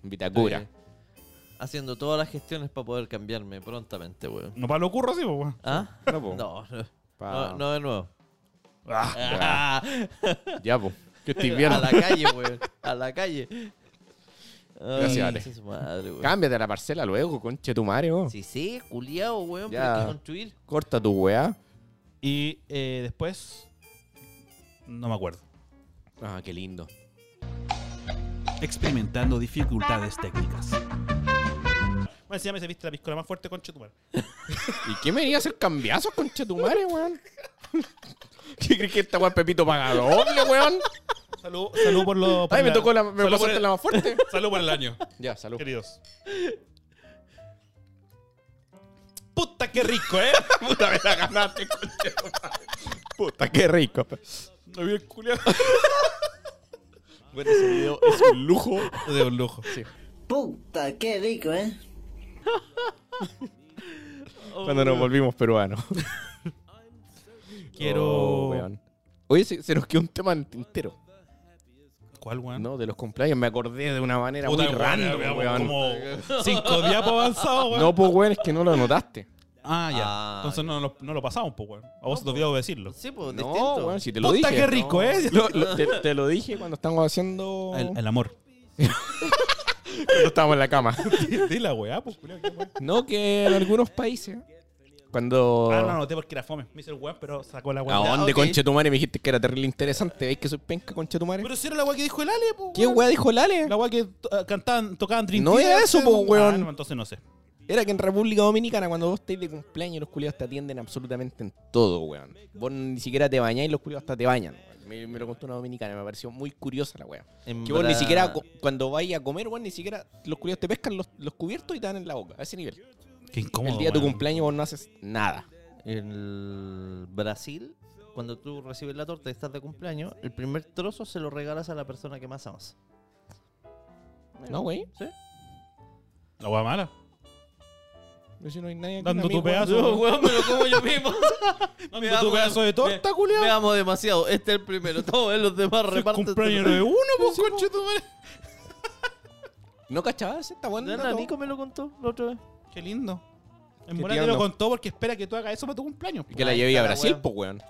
Speaker 4: En Vitacura.
Speaker 3: Estoy Haciendo todas las gestiones para poder cambiarme prontamente, weón.
Speaker 1: No para lo curro, sí, pues, po, weón.
Speaker 3: ¿Ah?
Speaker 4: No, po.
Speaker 3: No, no.
Speaker 4: Pa-
Speaker 3: No, no de nuevo.
Speaker 4: Ah, Ya, po. Que estoy bien.
Speaker 3: a la calle, weón. A la calle. Ay,
Speaker 4: Gracias, Ale.
Speaker 3: esa es su madre, weón.
Speaker 4: Cámbiate la parcela luego, conche tu madre, vos.
Speaker 3: Sí, sí, culiao, weón.
Speaker 4: Ya.
Speaker 3: Pero hay que construir.
Speaker 4: Corta tu weá.
Speaker 1: Y eh, después. No me acuerdo.
Speaker 4: Ah, qué lindo.
Speaker 1: Experimentando dificultades técnicas. Bueno, si ya me serviste la piscola más fuerte, concha de tu madre.
Speaker 4: ¿Y qué me venía a hacer cambiazos, conche tu madre, weón? ¿Qué crees que esta weá es Pepito paga doble, weón?
Speaker 1: Salud, salud por lo. por
Speaker 4: Ay, me
Speaker 1: la-
Speaker 4: tocó la. Me
Speaker 1: salud por
Speaker 4: pasaste
Speaker 1: el-
Speaker 4: la más fuerte.
Speaker 1: Salud por el año.
Speaker 4: Ya, salud.
Speaker 1: queridos. Puta, qué rico, ¿eh?
Speaker 4: Puta, me la ganaste, conche tu madre. Puta, qué rico.
Speaker 1: No vi el culiado.
Speaker 4: Bueno, ese video es un lujo.
Speaker 1: De un lujo.
Speaker 5: Puta, qué rico, ¿eh?
Speaker 4: Cuando nos volvimos peruanos.
Speaker 1: Quiero.
Speaker 4: Oh, weón. Oye, se, se nos quedó un tema en el tintero,
Speaker 1: ¿Cuál, weón?
Speaker 4: ¿no? De los cumpleaños. Me acordé de una manera
Speaker 1: ¿Ah? Puta,
Speaker 4: muy
Speaker 1: weón,
Speaker 4: random,
Speaker 1: weón,
Speaker 4: weón.
Speaker 1: Como cinco días para avanzado, weón.
Speaker 4: No, pues, weón, es que no lo anotaste.
Speaker 1: Ah, ya.
Speaker 3: Ah,
Speaker 1: Entonces no, lo- no lo pasamos, pues, weón. A vos se te olvidó decirlo.
Speaker 3: Sí, pues,
Speaker 4: No,
Speaker 3: distinto.
Speaker 4: weón, si te lo
Speaker 1: Puta,
Speaker 4: dije.
Speaker 1: qué rico,
Speaker 4: No.
Speaker 1: ¿eh?
Speaker 4: Lo- lo- te, te lo dije cuando estábamos haciendo...
Speaker 1: El, el amor.
Speaker 4: Cuando estábamos en la cama.
Speaker 1: Dile la weá, pues, culiao, qué weón.
Speaker 4: No, que en algunos países... Cuando...
Speaker 1: Ah, no, no, te porque era fome. Me hizo el weón, pero sacó la
Speaker 4: ¿A
Speaker 1: weá.
Speaker 3: Ah,
Speaker 4: dónde,
Speaker 3: ok.
Speaker 4: conche tu madre? Me dijiste que era terrible interesante. ¿Veis que soy penca, conche tu madre?
Speaker 1: Pero si era la weá que dijo el Ale, pues.
Speaker 4: ¿Qué weá dijo Lale?
Speaker 1: La weá que eh, cantaban, tocaban Dream
Speaker 4: No
Speaker 1: Theater,
Speaker 4: era eso, po,
Speaker 1: ah,
Speaker 4: weón.
Speaker 1: no, entonces no sé.
Speaker 4: Era que en República Dominicana, cuando vos estáis de cumpleaños, los culiados te atienden absolutamente en todo, weón. Vos ni siquiera te bañáis, los culiados hasta te bañan. weón. Me, me lo contó una dominicana, me pareció muy curiosa la weá.
Speaker 3: En
Speaker 4: Que vos ni
Speaker 3: verdad-
Speaker 4: siquiera, co- cuando vais a comer, weón, ni siquiera los culiados te pescan los, los cubiertos y te dan en la boca, a ese nivel.
Speaker 1: Qué incómodo.
Speaker 4: El día de tu
Speaker 1: weón.
Speaker 4: cumpleaños vos no haces nada.
Speaker 3: En el Brasil, cuando tú recibes la torta y estás de cumpleaños, el primer trozo se lo regalas a la persona que más amas.
Speaker 4: No, güey.
Speaker 3: ¿Sí?
Speaker 1: La weá mala.
Speaker 4: No, si no hay nadie aquí,
Speaker 1: Dando
Speaker 4: amigo,
Speaker 1: tu pedazo.
Speaker 4: weón.
Speaker 1: Yo,
Speaker 3: weón, me lo como yo mismo.
Speaker 1: Dando tu pedazo de torta, culiao.
Speaker 3: Me amo demasiado. Este es el primero. Todos los demás
Speaker 1: Soy
Speaker 3: reparten.
Speaker 1: cumpleaños de uno, pues,
Speaker 3: Sí, po.
Speaker 1: conche tu madre.
Speaker 4: ¿No cachabas esta weón?
Speaker 3: No, no, Nico me lo contó la otra vez.
Speaker 1: Qué lindo. En
Speaker 4: Qué
Speaker 1: Morales
Speaker 4: tierno.
Speaker 1: lo contó porque espera que tú hagas eso para tu cumpleaños. po.
Speaker 4: Que la
Speaker 3: Ahí
Speaker 4: llevé
Speaker 3: está
Speaker 4: a
Speaker 3: la
Speaker 4: Brasil,
Speaker 3: weá.
Speaker 4: pues, weón.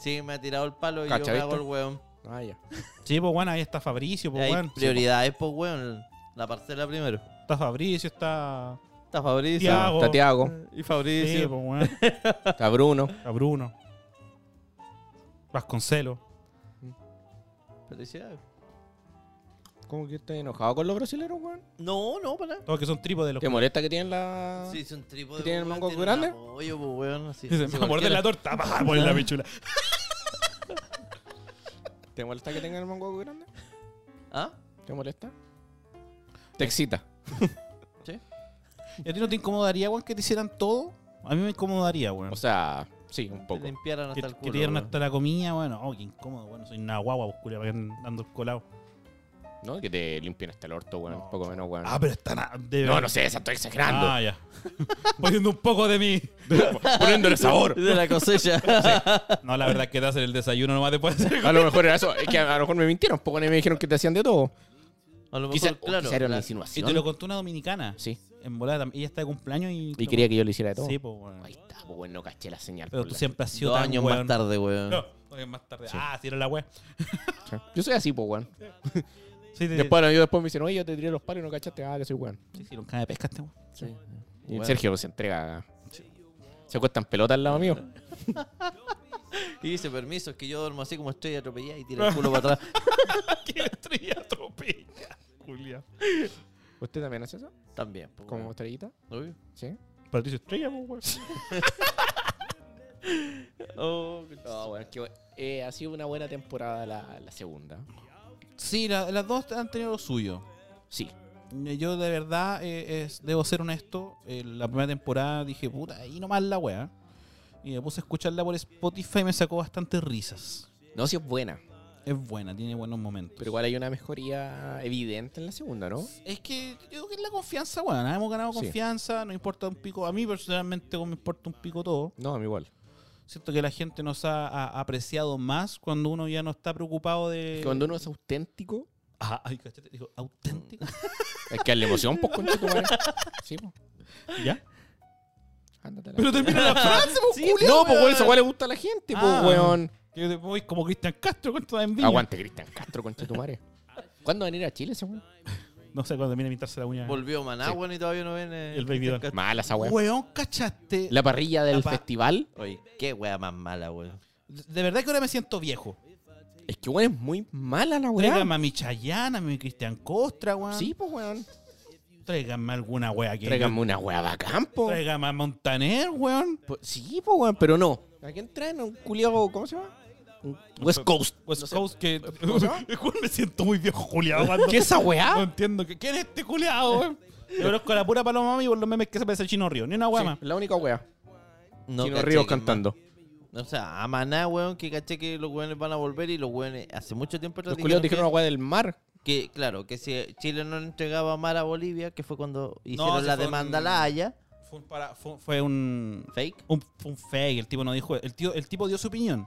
Speaker 3: Sí, me ha tirado el palo y
Speaker 4: Cacha,
Speaker 3: yo me hago
Speaker 4: ¿viste?
Speaker 3: el weón.
Speaker 4: Ah, ya.
Speaker 1: Sí, pues bueno, ahí está Fabricio, pues
Speaker 3: Hay
Speaker 1: bueno.
Speaker 3: prioridades, pues, weón. La parcela primero.
Speaker 1: Está Fabricio, está.
Speaker 3: Está Fabricio.
Speaker 1: Ya. Tiago.
Speaker 4: Está Tiago,
Speaker 3: Y
Speaker 1: Sí,
Speaker 3: Fabricio.
Speaker 1: pues bueno.
Speaker 4: está Bruno.
Speaker 1: Está Bruno. Vasconcelo.
Speaker 3: Felicidades.
Speaker 4: ¿Cómo que estás enojado con los brasileños, weón?
Speaker 3: No, no, para.
Speaker 1: Todos que son tripos de los.
Speaker 4: ¿Te molesta que tienen la.?
Speaker 3: Sí, es un trípode.
Speaker 4: ¿Que tiene el
Speaker 3: weón,
Speaker 4: mango
Speaker 3: tiene
Speaker 4: grande?
Speaker 3: un apoyo, pues, weón. Así,
Speaker 1: Dicen,
Speaker 3: así
Speaker 1: "Me mordé
Speaker 3: cualquiera.
Speaker 1: la torta, para poner la pichula.
Speaker 4: ¿Te molesta que tengan el mango grande?
Speaker 3: ¿Ah?
Speaker 4: ¿Te molesta? Te excita.
Speaker 1: ¿Y a ti no te incomodaría, weón, que te hicieran todo? A mí me incomodaría, weón.
Speaker 4: O sea, sí, un
Speaker 3: Te
Speaker 4: poco.
Speaker 3: limpiaran
Speaker 1: que,
Speaker 3: hasta el
Speaker 1: que
Speaker 3: culo.
Speaker 1: te dieran
Speaker 3: weón.
Speaker 1: hasta la comida, bueno, oh, qué incómodo, bueno, soy una guagua, pues, culia, para que anden dando el colado.
Speaker 4: ¿No? Que te limpien hasta el orto, weón.
Speaker 1: No.
Speaker 4: Poco menos, weón.
Speaker 1: Ah, pero está na- de
Speaker 4: no, no sé, esa estoy exagerando.
Speaker 1: Ah, ya. Poniendo un poco de mí.
Speaker 4: Poniéndole sabor.
Speaker 3: De la cosecha.
Speaker 1: No, la verdad es que te hacen el desayuno nomás después de hacer.
Speaker 4: A lo mejor era eso. Es que a lo mejor me mintieron. Poco me dijeron que te hacían de todo.
Speaker 3: A lo mejor,
Speaker 4: Quizá, o
Speaker 3: claro.
Speaker 4: quizá era una
Speaker 3: la-
Speaker 1: Y
Speaker 4: insinuación.
Speaker 1: te lo contó una dominicana.
Speaker 4: Sí.
Speaker 1: En volada, tam- ella está de cumpleaños y.
Speaker 4: Y quería que yo le hiciera de todo.
Speaker 1: Sí, pues, bueno.
Speaker 4: Ahí está, pues, weón. No caché la señal.
Speaker 1: Pero
Speaker 4: por
Speaker 1: tú
Speaker 4: la-
Speaker 1: siempre has sido
Speaker 3: dos
Speaker 1: tan
Speaker 3: años
Speaker 1: weón.
Speaker 3: más tarde, weón.
Speaker 1: No, dos años más tarde.
Speaker 4: Sí.
Speaker 1: Ah, sí, era la weá.
Speaker 4: Yo soy así, pues, weón.
Speaker 1: Sí, te-
Speaker 4: Después, yo después me dicen, oye, yo te tiré los palos y no cachaste. Ah, que soy weón.
Speaker 1: Sí, sí, era un can de pesca este weón.
Speaker 3: Sí.
Speaker 4: Y
Speaker 3: Weón.
Speaker 4: Sergio se entrega. Se acuestan pelotas al lado mío.
Speaker 3: Y dice, permiso, es que yo duermo así como estoy atropellada y tira el culo para atrás.
Speaker 1: ¡Qué estrella atropella, Julia!
Speaker 4: ¿Usted también hace eso?
Speaker 3: También, pues,
Speaker 4: ¿Como
Speaker 3: weón.
Speaker 4: estrellita?
Speaker 3: Obvio.
Speaker 4: Sí.
Speaker 1: Pero tú dices estrella, pues, weón.
Speaker 3: Oh, qué-
Speaker 4: No, bueno, es que eh, ha sido una buena temporada la, la segunda.
Speaker 1: Sí, la- las dos han tenido lo suyo.
Speaker 4: Sí.
Speaker 1: Yo de verdad, eh, es- debo ser honesto, eh, la primera temporada dije, puta, ahí nomás la weá. Y me puse a escucharla por Spotify y me sacó bastantes risas.
Speaker 4: No, sí es buena.
Speaker 1: Es buena, tiene buenos momentos.
Speaker 4: Pero igual hay una mejoría evidente en la segunda, ¿no?
Speaker 1: Es que yo creo que es la confianza, bueno, hemos ganado
Speaker 4: Sí.
Speaker 1: confianza, no importa un pico, a mí personalmente me importa un pico todo.
Speaker 4: No, a mí igual.
Speaker 1: Siento que la gente nos ha, ha- apreciado más cuando uno ya no está preocupado de...
Speaker 4: Cuando uno es auténtico,
Speaker 1: Ah, ay, cachete, dijo, auténtico.
Speaker 4: hay que darle emoción, pues, concha tu madre. Sí, pues.
Speaker 1: ¿Ya?
Speaker 4: Ándate a la-
Speaker 1: Pero termina la frase, pues,
Speaker 3: Sí,
Speaker 1: culiao.
Speaker 4: No, pues, weón, eso igual le gusta a la gente, pues,
Speaker 1: Ah.
Speaker 4: weón.
Speaker 1: Que te voy como Cristian Castro con toda envidia.
Speaker 4: Aguante, Cristian Castro, concha tu madre. ¿Cuándo van a ir a Chile, ese weón?
Speaker 1: No sé cuándo viene a pintarse la uña.
Speaker 3: Volvió Maná,
Speaker 4: Sí.
Speaker 3: weón, y todavía no ven eh,
Speaker 1: El Baby Doll.
Speaker 3: Castro.
Speaker 4: Mala esa weón.
Speaker 1: Weón, cachaste.
Speaker 4: Ah, La parrilla del
Speaker 1: La pa-
Speaker 4: festival.
Speaker 3: Oye, qué wea más mala, weón.
Speaker 1: De verdad que ahora me siento viejo.
Speaker 4: Es que, weón, es muy mala la weón.
Speaker 1: Tráigame a mi Chayana, a mi Cristian Costra, weón.
Speaker 4: Sí, pues, weón.
Speaker 1: Tráigame alguna wea que.
Speaker 4: Tráigame una weá bacán, po.
Speaker 1: Tráigame a Montaner, weón.
Speaker 4: Po- Sí, pues, weón, pero no. ¿A quién traen? ¿Un culiao, Oh, cómo se llama? Un West Coast.
Speaker 1: West
Speaker 4: No sé.
Speaker 1: Coast que.
Speaker 4: ¿Cómo se llama?
Speaker 1: Weón, me siento muy viejo, culiado. cuando-
Speaker 4: ¿Qué es esa
Speaker 1: No
Speaker 4: weá?
Speaker 1: entiendo. que- ¿Quién es este culiado, weón? Yo conozco a la pura paloma mami por los memes que se parece al Chino Río. Ni una wea más.
Speaker 4: Sí, la única weá.
Speaker 3: No
Speaker 4: Chino
Speaker 3: caché
Speaker 4: Ríos
Speaker 3: que más-
Speaker 4: cantando.
Speaker 3: O sea, a Maná, weón, que caché que los weones van a volver y los weones hace mucho tiempo atrás
Speaker 4: Los culiados dijeron
Speaker 3: dijeron
Speaker 4: una weá del mar.
Speaker 3: que, que, claro, que si Chile no le entregaba mar a Bolivia, que fue cuando hicieron
Speaker 1: se
Speaker 3: la
Speaker 1: fue
Speaker 3: demanda a
Speaker 1: un-
Speaker 3: la Haya,
Speaker 1: Fue un para- fue- fue un.
Speaker 3: fake,
Speaker 1: un, fue un fake, el tipo no dijo, el, tío, el tipo dio su opinión.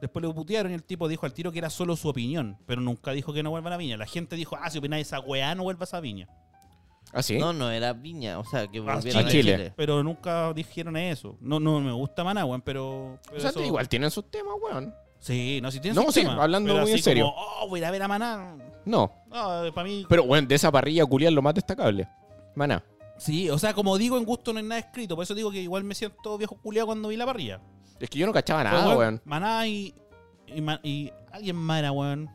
Speaker 1: Después lo putearon y el tipo dijo al tiro que era solo su opinión, pero nunca dijo que no vuelvan a Viña. La gente dijo, ah, si opináis esa weá, no vuelvas a Viña.
Speaker 4: ¿Ah, sí?
Speaker 3: no, no, era Viña, o sea, que
Speaker 1: A
Speaker 3: volvieron a
Speaker 4: Chile.
Speaker 3: Ah, Chile.
Speaker 1: Pero nunca dijeron eso. No, no me gusta Maná, weón, pero. pero
Speaker 4: o sea,
Speaker 1: eso-
Speaker 4: igual tienen sus temas, weón.
Speaker 1: Sí, no, si tienen
Speaker 4: No,
Speaker 1: sus
Speaker 4: sí,
Speaker 1: temas,
Speaker 4: hablando
Speaker 1: pero
Speaker 4: muy en
Speaker 1: así
Speaker 4: serio.
Speaker 1: como, oh, voy a ir a ver a Maná.
Speaker 4: No.
Speaker 1: No, para mí.
Speaker 4: Pero, weón, de esa parrilla culiada lo más destacable. Maná.
Speaker 1: Sí, o sea, como digo, en gusto no hay nada escrito. Por eso digo que igual me siento viejo culiado cuando vi la parrilla.
Speaker 4: Es que yo no cachaba nada,
Speaker 1: Pero,
Speaker 4: weón.
Speaker 1: Pues Maná y, y, ma- y alguien más era, weón.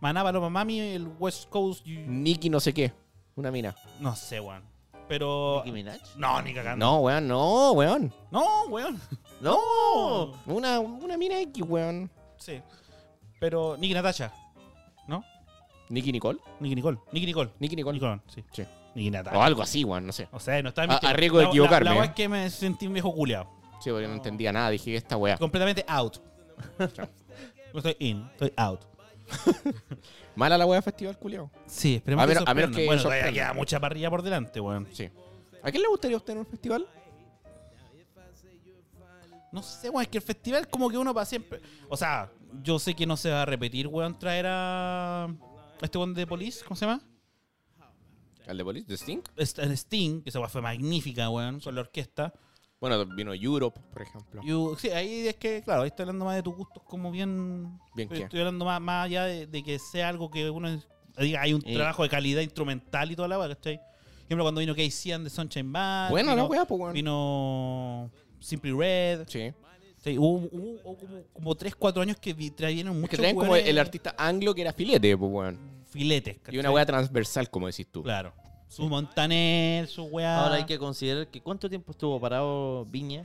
Speaker 1: Maná, Paloma Mami, el West Coast. y-
Speaker 4: Nicky no sé qué. Una mina.
Speaker 1: No sé, weón. Pero.
Speaker 3: Nicki Minaj.
Speaker 1: Ah, No, ni cagando.
Speaker 4: No, weón, no, weón.
Speaker 1: No, weón.
Speaker 3: No,
Speaker 4: Una, una mina X, weón.
Speaker 1: Sí. Pero Nicky Natasha. ¿No?
Speaker 4: Nicky Nicole.
Speaker 1: Nicky Nicole. Nicky Nicole.
Speaker 4: Nicky Nicole.
Speaker 1: Nicole, sí.
Speaker 4: Sí.
Speaker 1: Nicky
Speaker 4: O
Speaker 1: Natasha.
Speaker 4: algo así, weón, no sé.
Speaker 1: O sea, no está
Speaker 4: A- a riesgo de equivocarme,
Speaker 1: La, la,
Speaker 4: eh.
Speaker 1: es que me sentí un viejo culeado.
Speaker 4: Sí, porque no entendía nada. Dije, esta weá.
Speaker 1: Completamente out. no estoy in, estoy out.
Speaker 4: Mala la weá festival culiao.
Speaker 1: Sí, esperemos
Speaker 4: A
Speaker 1: que
Speaker 4: menos- a menos
Speaker 1: sorprendan.
Speaker 4: que
Speaker 1: Bueno,
Speaker 4: sorprendan.
Speaker 1: todavía queda mucha parrilla por delante, weón.
Speaker 4: Sí. ¿A quién le gustaría a usted en un festival?
Speaker 1: No sé, weón, es que el festival como que uno para siempre. O sea, yo sé que no se va a repetir, weón, traer a. a Este weón de Police, ¿cómo se llama?
Speaker 4: ¿Al de Police? ¿The Sting?
Speaker 1: Est- el Sting, que esa weá fue magnífica, weón, con la orquesta.
Speaker 4: Bueno, vino Europe, por ejemplo.
Speaker 1: Y u- sí, ahí es que, claro, ahí estoy hablando más de tus gustos como bien.
Speaker 4: Bien,
Speaker 1: estoy,
Speaker 4: ¿qué?
Speaker 1: estoy hablando más, más allá de, de que sea algo que uno es- diga, hay un
Speaker 3: Eh.
Speaker 1: trabajo de calidad instrumental y toda la weá, ¿cachai? Por ejemplo, cuando vino Casey and the Sunshine Band.
Speaker 4: Bueno,
Speaker 1: vino,
Speaker 4: la weá, pues, weón.
Speaker 1: Vino Simply Red.
Speaker 4: Sí.
Speaker 1: Sí, hubo, hubo- hubo como, como 3, 4 años que vi- traían muchos
Speaker 4: Es que traen como
Speaker 1: weones
Speaker 4: el artista anglo que era filete, pues, weón.
Speaker 1: filetes.
Speaker 4: Y
Speaker 1: ¿cachai?
Speaker 4: una weá transversal, como decís tú.
Speaker 1: Claro. Su Montaner, su weá.
Speaker 3: ahora hay que considerar que cuánto tiempo estuvo parado Viña,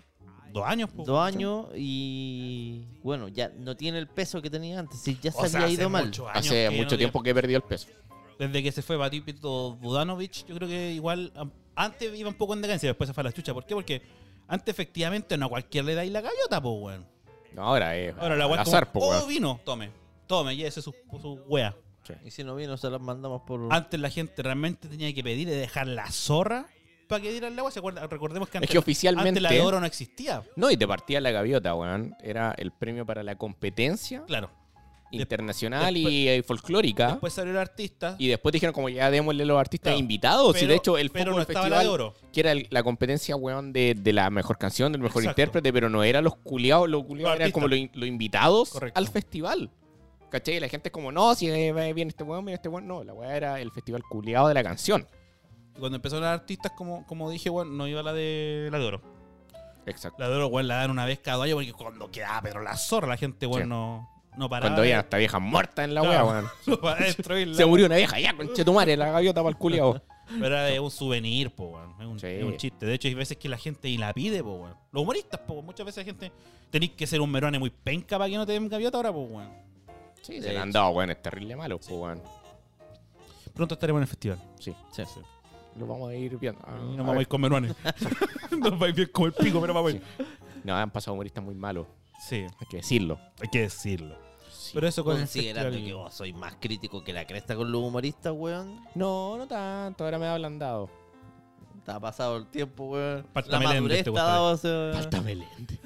Speaker 1: Dos años, po.
Speaker 3: dos años y bueno, ya no tiene el peso que tenía antes, si ya se
Speaker 1: O sea,
Speaker 3: había
Speaker 1: hace
Speaker 3: ido mal.
Speaker 1: muchos años
Speaker 4: Hace
Speaker 1: que
Speaker 4: mucho
Speaker 1: no
Speaker 4: tiempo que he perdido el peso.
Speaker 1: tiene- Desde que se fue Batipito Budanovic, yo creo que igual am- antes iba un poco en decadencia, después se fue a la chucha. ¿Por qué? Porque antes efectivamente no a cualquiera le dais la gaviota, po, weón.
Speaker 4: No, ahora es.
Speaker 1: Ahora la
Speaker 4: al
Speaker 1: weá es
Speaker 4: azar,
Speaker 1: como,
Speaker 4: po,
Speaker 1: oh,
Speaker 4: weón.
Speaker 1: vino, tome, tome, y ese es su, su weá.
Speaker 3: Y si no vino, se las mandamos por.
Speaker 1: Antes la gente realmente tenía que pedir y dejar la zorra para que dieran el agua. ¿Se acuerdan? Recordemos que antes,
Speaker 4: que oficialmente-
Speaker 1: antes la de oro no existía.
Speaker 4: No, y te partía la gaviota, weón. Era el premio para la competencia
Speaker 1: Claro. Dep-
Speaker 4: internacional
Speaker 1: después-
Speaker 4: y, y folclórica.
Speaker 1: Después salió el artista.
Speaker 4: ¿Ah? y después dijeron como ya démosle a los artistas
Speaker 1: Claro,
Speaker 4: invitados. y
Speaker 1: pero-
Speaker 4: de hecho el
Speaker 1: pero
Speaker 4: Fútbol
Speaker 1: no estaba
Speaker 4: Festival,
Speaker 1: la de oro.
Speaker 4: que era el- la competencia, weón, de, de la mejor canción, del mejor
Speaker 1: Exacto.
Speaker 4: intérprete, pero no era los culiados, los culiados
Speaker 1: Los
Speaker 4: eran como los,
Speaker 1: artistas.
Speaker 4: in- los invitados
Speaker 1: Correcto.
Speaker 4: al festival. ¿Cachai? Y la gente es como, no, si eh, viene este weón, viene este weón. No, la weá era el festival culiado de la canción.
Speaker 1: Y cuando empezaron los artistas, como, como dije, bueno, no iba la de la de oro.
Speaker 4: Exacto.
Speaker 1: La de oro, bueno, la dan una vez cada dos años porque cuando quedaba Pedro la zorra, la gente, bueno,
Speaker 4: Sí.
Speaker 1: no, no paraba.
Speaker 4: Cuando había hasta vieja muerta en la weá,
Speaker 1: Claro.
Speaker 4: weón.
Speaker 1: para destruirla.
Speaker 4: Se murió una vieja, ya, conchetumare, la gaviota para el culiado.
Speaker 1: Pero era de un souvenir, po, weón. Es un,
Speaker 4: Sí.
Speaker 1: es un chiste. De hecho, hay veces que la gente y la pide, po, weón. Los humoristas, po, muchas veces la gente. Tenéis que ser un merone muy penca para que no te den gaviota ahora, po, weón.
Speaker 4: Sí,
Speaker 3: De
Speaker 4: se la han
Speaker 3: hecho.
Speaker 4: dado, weón, es terrible malo, pues, weón.
Speaker 1: Pronto estaremos en el festival.
Speaker 4: Sí,
Speaker 3: Sí.
Speaker 4: lo vamos a ir viendo. Ah,
Speaker 1: Y nos
Speaker 4: a
Speaker 1: vamos
Speaker 4: ver.
Speaker 1: a ir con meruanes. nos va a ir bien como el pico, pero vamos a ir.
Speaker 4: No, han pasado humoristas muy malos,
Speaker 1: Sí,
Speaker 4: hay que decirlo.
Speaker 1: hay que decirlo.
Speaker 4: Sí.
Speaker 1: Pero eso con el
Speaker 3: Considerando
Speaker 1: festival-
Speaker 3: que vos sois más crítico que la cresta con los humoristas, weón.
Speaker 4: No, no tanto, ahora me ha ablandado.
Speaker 3: Está pasado el tiempo, weón.
Speaker 1: Falta
Speaker 3: la
Speaker 1: Meléndez,
Speaker 3: madurez
Speaker 1: te
Speaker 3: está
Speaker 1: gusta
Speaker 3: dado. o sea,
Speaker 4: Melende.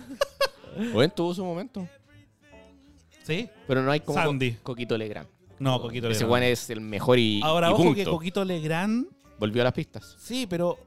Speaker 4: Bueno, tuvo su momento.
Speaker 1: Sí.
Speaker 4: Pero no hay como
Speaker 1: Sandy.
Speaker 4: Co- Coquito Legrand.
Speaker 1: No, Coquito
Speaker 4: Ese
Speaker 1: Legrand.
Speaker 4: Juan es el mejor y,
Speaker 1: Ahora,
Speaker 4: y
Speaker 1: ojo
Speaker 4: punto.
Speaker 1: que Coquito Legrand.
Speaker 4: Volvió a las pistas.
Speaker 1: Sí, pero.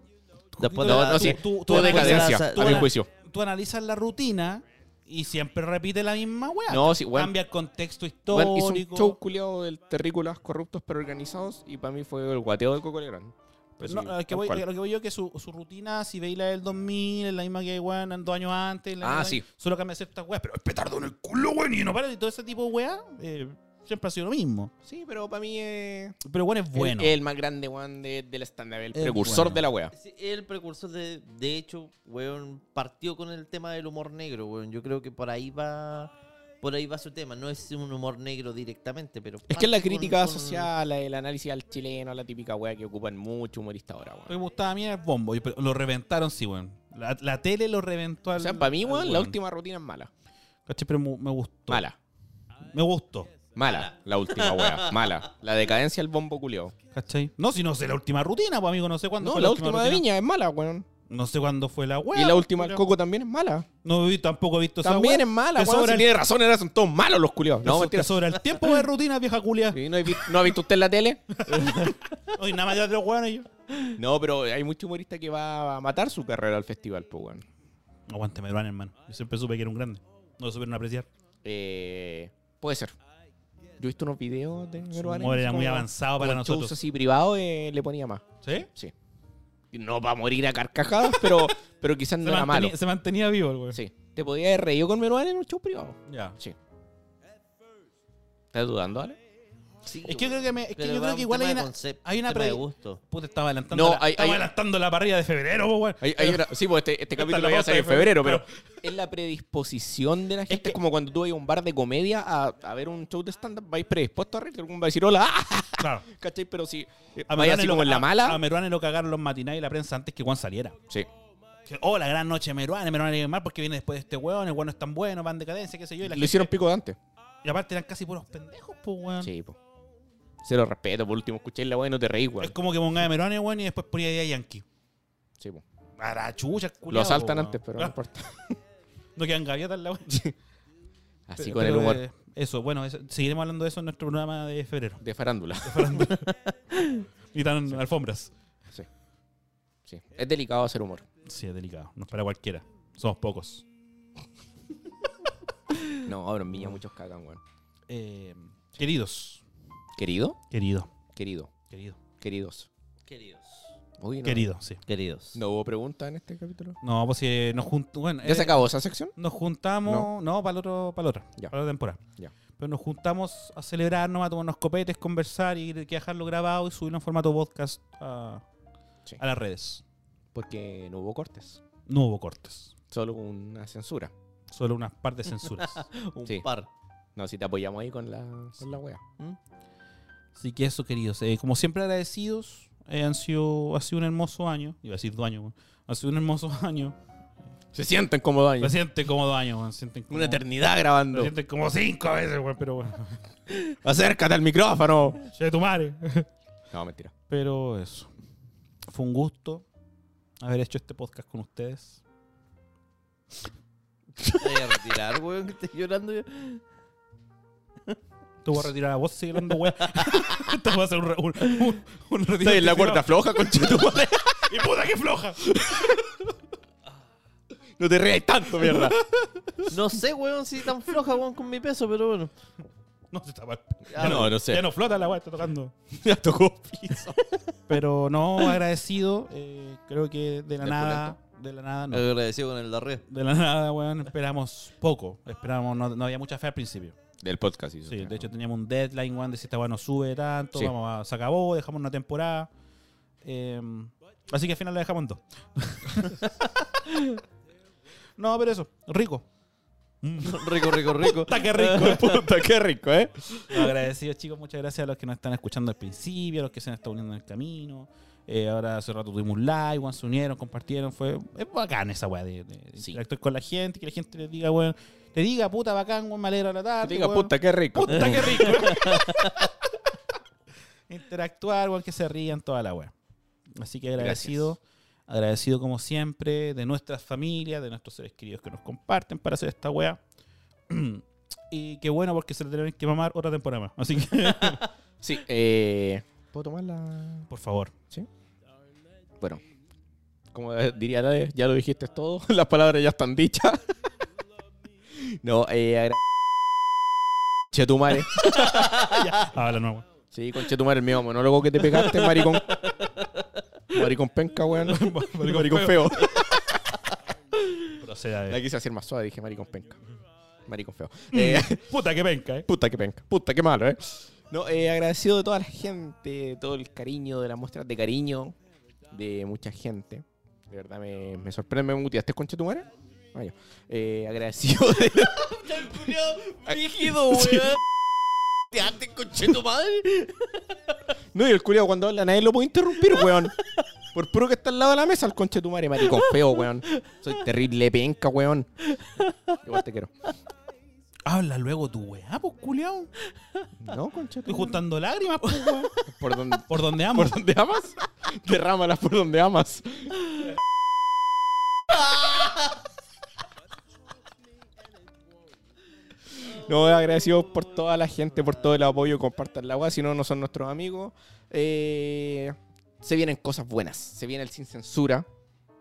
Speaker 1: Coquito
Speaker 3: Después de-
Speaker 4: No,
Speaker 1: Legrand,
Speaker 4: no,
Speaker 1: tú-
Speaker 4: sí.
Speaker 1: tú- tú
Speaker 4: Tuvo
Speaker 1: analizas-
Speaker 4: decadencia,
Speaker 1: tú
Speaker 4: a mi
Speaker 1: analizas-
Speaker 4: juicio.
Speaker 1: Tú analizas la rutina y siempre repite la misma weá.
Speaker 4: No, sí, Juan.
Speaker 1: Cambia el contexto
Speaker 4: Juan hizo un
Speaker 1: histórico.
Speaker 4: show culiado del terrícolas corruptos pero organizados y para mí fue el guateo de Coco Legrand.
Speaker 1: Pero
Speaker 4: Así,
Speaker 1: no, a lo, que voy,
Speaker 4: Pues tal cual.
Speaker 1: a lo que voy yo que su, su rutina, si veis la del 2000, es la misma que weón, en dos años antes. la
Speaker 4: Ah,
Speaker 1: misma-
Speaker 4: sí.
Speaker 1: Solo cambia ciertas weas, pero el petardo en el culo, weón, y no para. Y todo ese tipo de weas eh, siempre ha sido lo mismo.
Speaker 4: Sí, pero para mí es...
Speaker 1: Pero bueno, es bueno.
Speaker 4: El, el más grande Juan de, del estándar, el
Speaker 1: Es
Speaker 4: precursor
Speaker 1: bueno.
Speaker 4: de la wea.
Speaker 3: sí, el precursor de, de hecho, weón, partió con el tema del humor negro, weón. Yo creo que por ahí va, por ahí va su tema. No es un humor negro directamente, pero
Speaker 4: Es que es la
Speaker 3: parte con-
Speaker 4: crítica
Speaker 3: con-
Speaker 4: asociada al el análisis al chileno, la típica wea que ocupan mucho humorista ahora, weón.
Speaker 1: Lo que me gustaba a mí era el bombo. y- pero Lo reventaron, sí, weón. La, la tele lo reventó al.
Speaker 4: O sea, para mí,
Speaker 1: al
Speaker 4: weón, la última rutina es mala.
Speaker 1: Caché, pero mu- me gustó.
Speaker 4: Mala.
Speaker 1: Me gustó.
Speaker 4: Mala. La última wea. Mala. La decadencia del bombo culeo.
Speaker 1: ¿Cachai? No, si no sé la última rutina, pues amigo, no sé cuándo
Speaker 4: No,
Speaker 1: fue
Speaker 4: la última de
Speaker 1: rutina.
Speaker 4: Viña es mala, weón.
Speaker 1: No sé cuándo fue la wea.
Speaker 4: Y la última del
Speaker 1: culiao.
Speaker 4: Coco también es mala.
Speaker 1: No vi, tampoco he visto esa
Speaker 4: También
Speaker 1: wea.
Speaker 4: es mala,
Speaker 1: Te
Speaker 4: weón.
Speaker 1: sobra
Speaker 4: Si
Speaker 1: el-
Speaker 4: tiene razón, eran son todos malos los culiados. No,
Speaker 1: Te
Speaker 4: mentira.
Speaker 1: sobra el tiempo de rutina, vieja culia.
Speaker 4: ¿Y ¿No, he vi- no ha visto usted la tele?
Speaker 1: Hoy nada más de los weones. yo.
Speaker 4: No, pero hay mucho humorista que va a matar su carrera al festival, pues, weón.
Speaker 1: Aguante Meruán, hermano. Yo siempre supe que era un grande. No lo supieron apreciar.
Speaker 4: Eh, puede ser. Yo he visto unos videos de
Speaker 1: Su
Speaker 4: Meruane,
Speaker 1: humor era
Speaker 4: así
Speaker 1: muy
Speaker 4: como-
Speaker 1: avanzado
Speaker 4: como
Speaker 1: para
Speaker 4: en
Speaker 1: nosotros.
Speaker 4: Shows así privados eh, le ponía más.
Speaker 1: ¿Sí?
Speaker 4: Sí. Y No va a morir a carcajadas, pero, pero quizás no
Speaker 1: se,
Speaker 4: era malo.
Speaker 1: mantenía, se mantenía vivo el weón.
Speaker 4: Sí. Te podías haber reído con Meruane en un show privado.
Speaker 1: Ya.
Speaker 4: Sí. ¿Estás dudando, Ale?
Speaker 3: Sí,
Speaker 1: Es que yo
Speaker 3: weón.
Speaker 1: creo que, me- es que,
Speaker 3: Pero
Speaker 1: yo
Speaker 3: va
Speaker 1: creo
Speaker 3: un
Speaker 1: que igual
Speaker 3: tema
Speaker 1: hay
Speaker 3: de
Speaker 1: una.
Speaker 3: concepto,
Speaker 1: hay
Speaker 3: un
Speaker 1: una
Speaker 3: tema de
Speaker 1: pre-
Speaker 3: gusta.
Speaker 1: Puta, estaba adelantando,
Speaker 4: No,
Speaker 1: la,
Speaker 4: hay-
Speaker 1: estaba
Speaker 4: hay-
Speaker 1: adelantando la parrilla de febrero, po, weón.
Speaker 4: sí, pues este, este
Speaker 1: Esta
Speaker 4: capítulo
Speaker 1: la
Speaker 4: iba a
Speaker 1: pauta
Speaker 4: salir en
Speaker 1: de febrero,
Speaker 4: febrero, pero es la predisposición de la gente. Es,
Speaker 1: que-
Speaker 4: como cuando tú vas a un bar de comedia a, a ver un show de stand-up, vais predispuesto a reírte, alguno va a decir hola, ¡ah!
Speaker 1: Claro.
Speaker 4: ¿cachai? Pero si eh,
Speaker 1: A
Speaker 4: vais
Speaker 1: Meruane
Speaker 4: así
Speaker 1: lo-
Speaker 4: como en
Speaker 1: a-
Speaker 4: la mala.
Speaker 1: A Meruane lo cagaron los matinales y la prensa antes que Juan saliera.
Speaker 4: sí.
Speaker 1: Que, Oh, la gran noche de Meruane, Meruane viene mal porque viene después de este weón, el weón no es tan bueno, van decadencia, qué sé yo. Y, la
Speaker 4: Lo hicieron pico de antes.
Speaker 1: gente- y aparte eran casi puros pendejos, pues weón.
Speaker 4: Sí, pues. Se lo respeto, por último, escuché la weá y no te reís,
Speaker 1: Es
Speaker 4: weón.
Speaker 1: como que ponga de Meruane, weón, y después ponía ahí a Yankee.
Speaker 4: Sí, po.
Speaker 1: A la chucha,
Speaker 4: Lo
Speaker 1: culiao,
Speaker 4: asaltan
Speaker 1: po,
Speaker 4: antes, pero no
Speaker 1: Claro,
Speaker 4: importa.
Speaker 1: no quedan gaviotas la weón.
Speaker 4: Así
Speaker 1: Pero-
Speaker 4: con el
Speaker 1: pero,
Speaker 4: humor
Speaker 1: eh, eso, bueno, eso- seguiremos hablando de eso en nuestro programa de febrero.
Speaker 4: de farándula.
Speaker 1: Y tan alfombras.
Speaker 4: Sí. Sí. Es delicado hacer humor.
Speaker 1: Sí, es delicado. No es para cualquiera. Somos pocos.
Speaker 4: No, ahora en Viña muchos cagan, weón.
Speaker 1: Eh, queridos.
Speaker 4: ¿Querido?
Speaker 1: Querido.
Speaker 4: Querido.
Speaker 1: Querido.
Speaker 4: Queridos.
Speaker 3: Queridos.
Speaker 4: Uy, no.
Speaker 1: Querido, sí.
Speaker 3: Queridos.
Speaker 4: ¿No hubo preguntas en este capítulo?
Speaker 1: No, pues eh, nos juntamos. Bueno,
Speaker 4: ¿Ya se
Speaker 1: eh,
Speaker 4: acabó esa sección?
Speaker 1: nos juntamos. No, para el otro, para el otro.
Speaker 4: Ya.
Speaker 1: Para la temporada.
Speaker 4: Ya.
Speaker 1: Pero nos juntamos a celebrarnos, a tomarnos copetes, conversar y que dejarlo grabado y subirlo en formato podcast a,
Speaker 4: Sí.
Speaker 1: a las redes.
Speaker 4: Porque no hubo cortes.
Speaker 1: No hubo cortes.
Speaker 4: Solo una censura.
Speaker 1: Solo unas par de censuras.
Speaker 3: Un
Speaker 4: Sí.
Speaker 3: par.
Speaker 4: No, si te apoyamos ahí con la, con la wea.
Speaker 3: ¿Mm?
Speaker 1: Así que eso, queridos. eh, como siempre, agradecidos. eh, han sido, ha sido un hermoso año. Iba a decir dos años, weón. Ha sido un hermoso año.
Speaker 4: Se sienten como
Speaker 1: Se
Speaker 4: daños.
Speaker 1: sienten como dos años, weón. Se sienten como-
Speaker 4: Una eternidad
Speaker 1: se
Speaker 4: grabando.
Speaker 1: sienten como cinco veces, weón, pero bueno.
Speaker 4: Acércate al micrófono.
Speaker 1: de tu madre.
Speaker 4: No, mentira.
Speaker 1: Pero eso. Fue un gusto haber hecho este podcast con ustedes.
Speaker 3: Te voy a retirar, weón, que estoy llorando yo.
Speaker 1: Te voy a retirar a vos, sigue hablando, weón. Te voy a hacer un, re- un, un- un retiro.
Speaker 4: Estoy en la puerta
Speaker 1: anticipado.
Speaker 4: floja, conchetumare.
Speaker 1: ¡Y puta que floja!
Speaker 4: No te rías tanto, mierda.
Speaker 3: No sé, weón, si tan floja, weón, con mi peso, pero bueno.
Speaker 1: No se está mal.
Speaker 4: Ya no, no sé.
Speaker 1: Ya no flota la weá, está tocando.
Speaker 4: Ya tocó piso.
Speaker 1: Pero no, agradecido. eh, creo que de la
Speaker 4: ¿Es Eh.
Speaker 1: nada. De la nada, no.
Speaker 3: Agradecido con el Darre.
Speaker 1: De la nada, weón, esperamos poco. Esperamos, no, no había mucha fe al principio.
Speaker 4: Del podcast, hizo
Speaker 1: Sí,
Speaker 4: usted,
Speaker 1: de hecho
Speaker 4: ¿no?
Speaker 1: teníamos un deadline, weón, de si esta weá no sube tanto,
Speaker 4: Sí.
Speaker 1: vamos a- se acabó, dejamos una temporada. Eh, así que al final la dejamos en dos. no, pero eso, rico.
Speaker 3: Rico, rico, rico.
Speaker 1: Puta, qué rico.
Speaker 4: Puta, qué rico, ¿eh?
Speaker 1: No, agradecidos, chicos, muchas gracias a los que nos están escuchando al principio, a los que se han estado uniendo en el camino. Eh, ahora hace rato tuvimos un live, weón, se unieron, compartieron. Fue, es bacán esa weá de, de
Speaker 4: Sí.
Speaker 1: interactuar con la gente, que la gente le diga, weón, le diga, puta, bacán, weón, me alegra la tarde.
Speaker 4: Que diga,
Speaker 1: weón.
Speaker 4: puta, qué rico.
Speaker 1: Puta, qué rico. Interactuar, igual que se rían, toda la web. Así que agradecido. Agradecido como siempre de nuestras familias, de nuestros seres queridos que nos comparten para hacer esta wea. Y qué bueno porque se le tienen que mamar otra temporada más. Así que,
Speaker 4: Sí, eh... ¿Puedo tomar la...?
Speaker 1: por favor.
Speaker 4: Bueno. Como diría Tade, ya lo dijiste todo. Las palabras ya están dichas. No, eh... Agra... Chetumare.
Speaker 1: Habla nuevo.
Speaker 4: Sí, con Chetumare, el mismo monólogo que te pegaste, maricón. Maricón penca, weón. Maricón, feo.
Speaker 1: Proceda
Speaker 4: La
Speaker 1: de.
Speaker 4: quise hacer más suave, dije maricón penca. Maricón feo. Eh...
Speaker 1: Puta que venga, eh.
Speaker 4: Puta que penca, puta que malo, ¿eh? No, eh, agradecido de toda la gente, de todo el cariño, de las muestras de cariño de mucha gente. De verdad me, me sorprende, me muteaste con Chetumare. Ah, ya. Eh, agradecido de.
Speaker 3: Rígido, weón. Te antes con cheto madre.
Speaker 4: No, y el culiao cuando habla nadie lo puede interrumpir, weón. Por puro que está al lado de la mesa, el conche de tu madre, maricón feo, weón. Soy terrible penca, weón. Igual te quiero.
Speaker 1: Habla luego tu weá, pues culiao.
Speaker 4: No, conche de
Speaker 1: Estoy
Speaker 4: tu madre.
Speaker 1: juntando lágrimas, pues, weón.
Speaker 4: Por donde,
Speaker 1: Por donde amo.
Speaker 4: por donde amas, derrámalas por donde amas. No, agradecido por toda la gente, por todo el apoyo. Compartan la agua, si no, no son nuestros amigos. Eh, se vienen cosas buenas. Se viene el sin censura.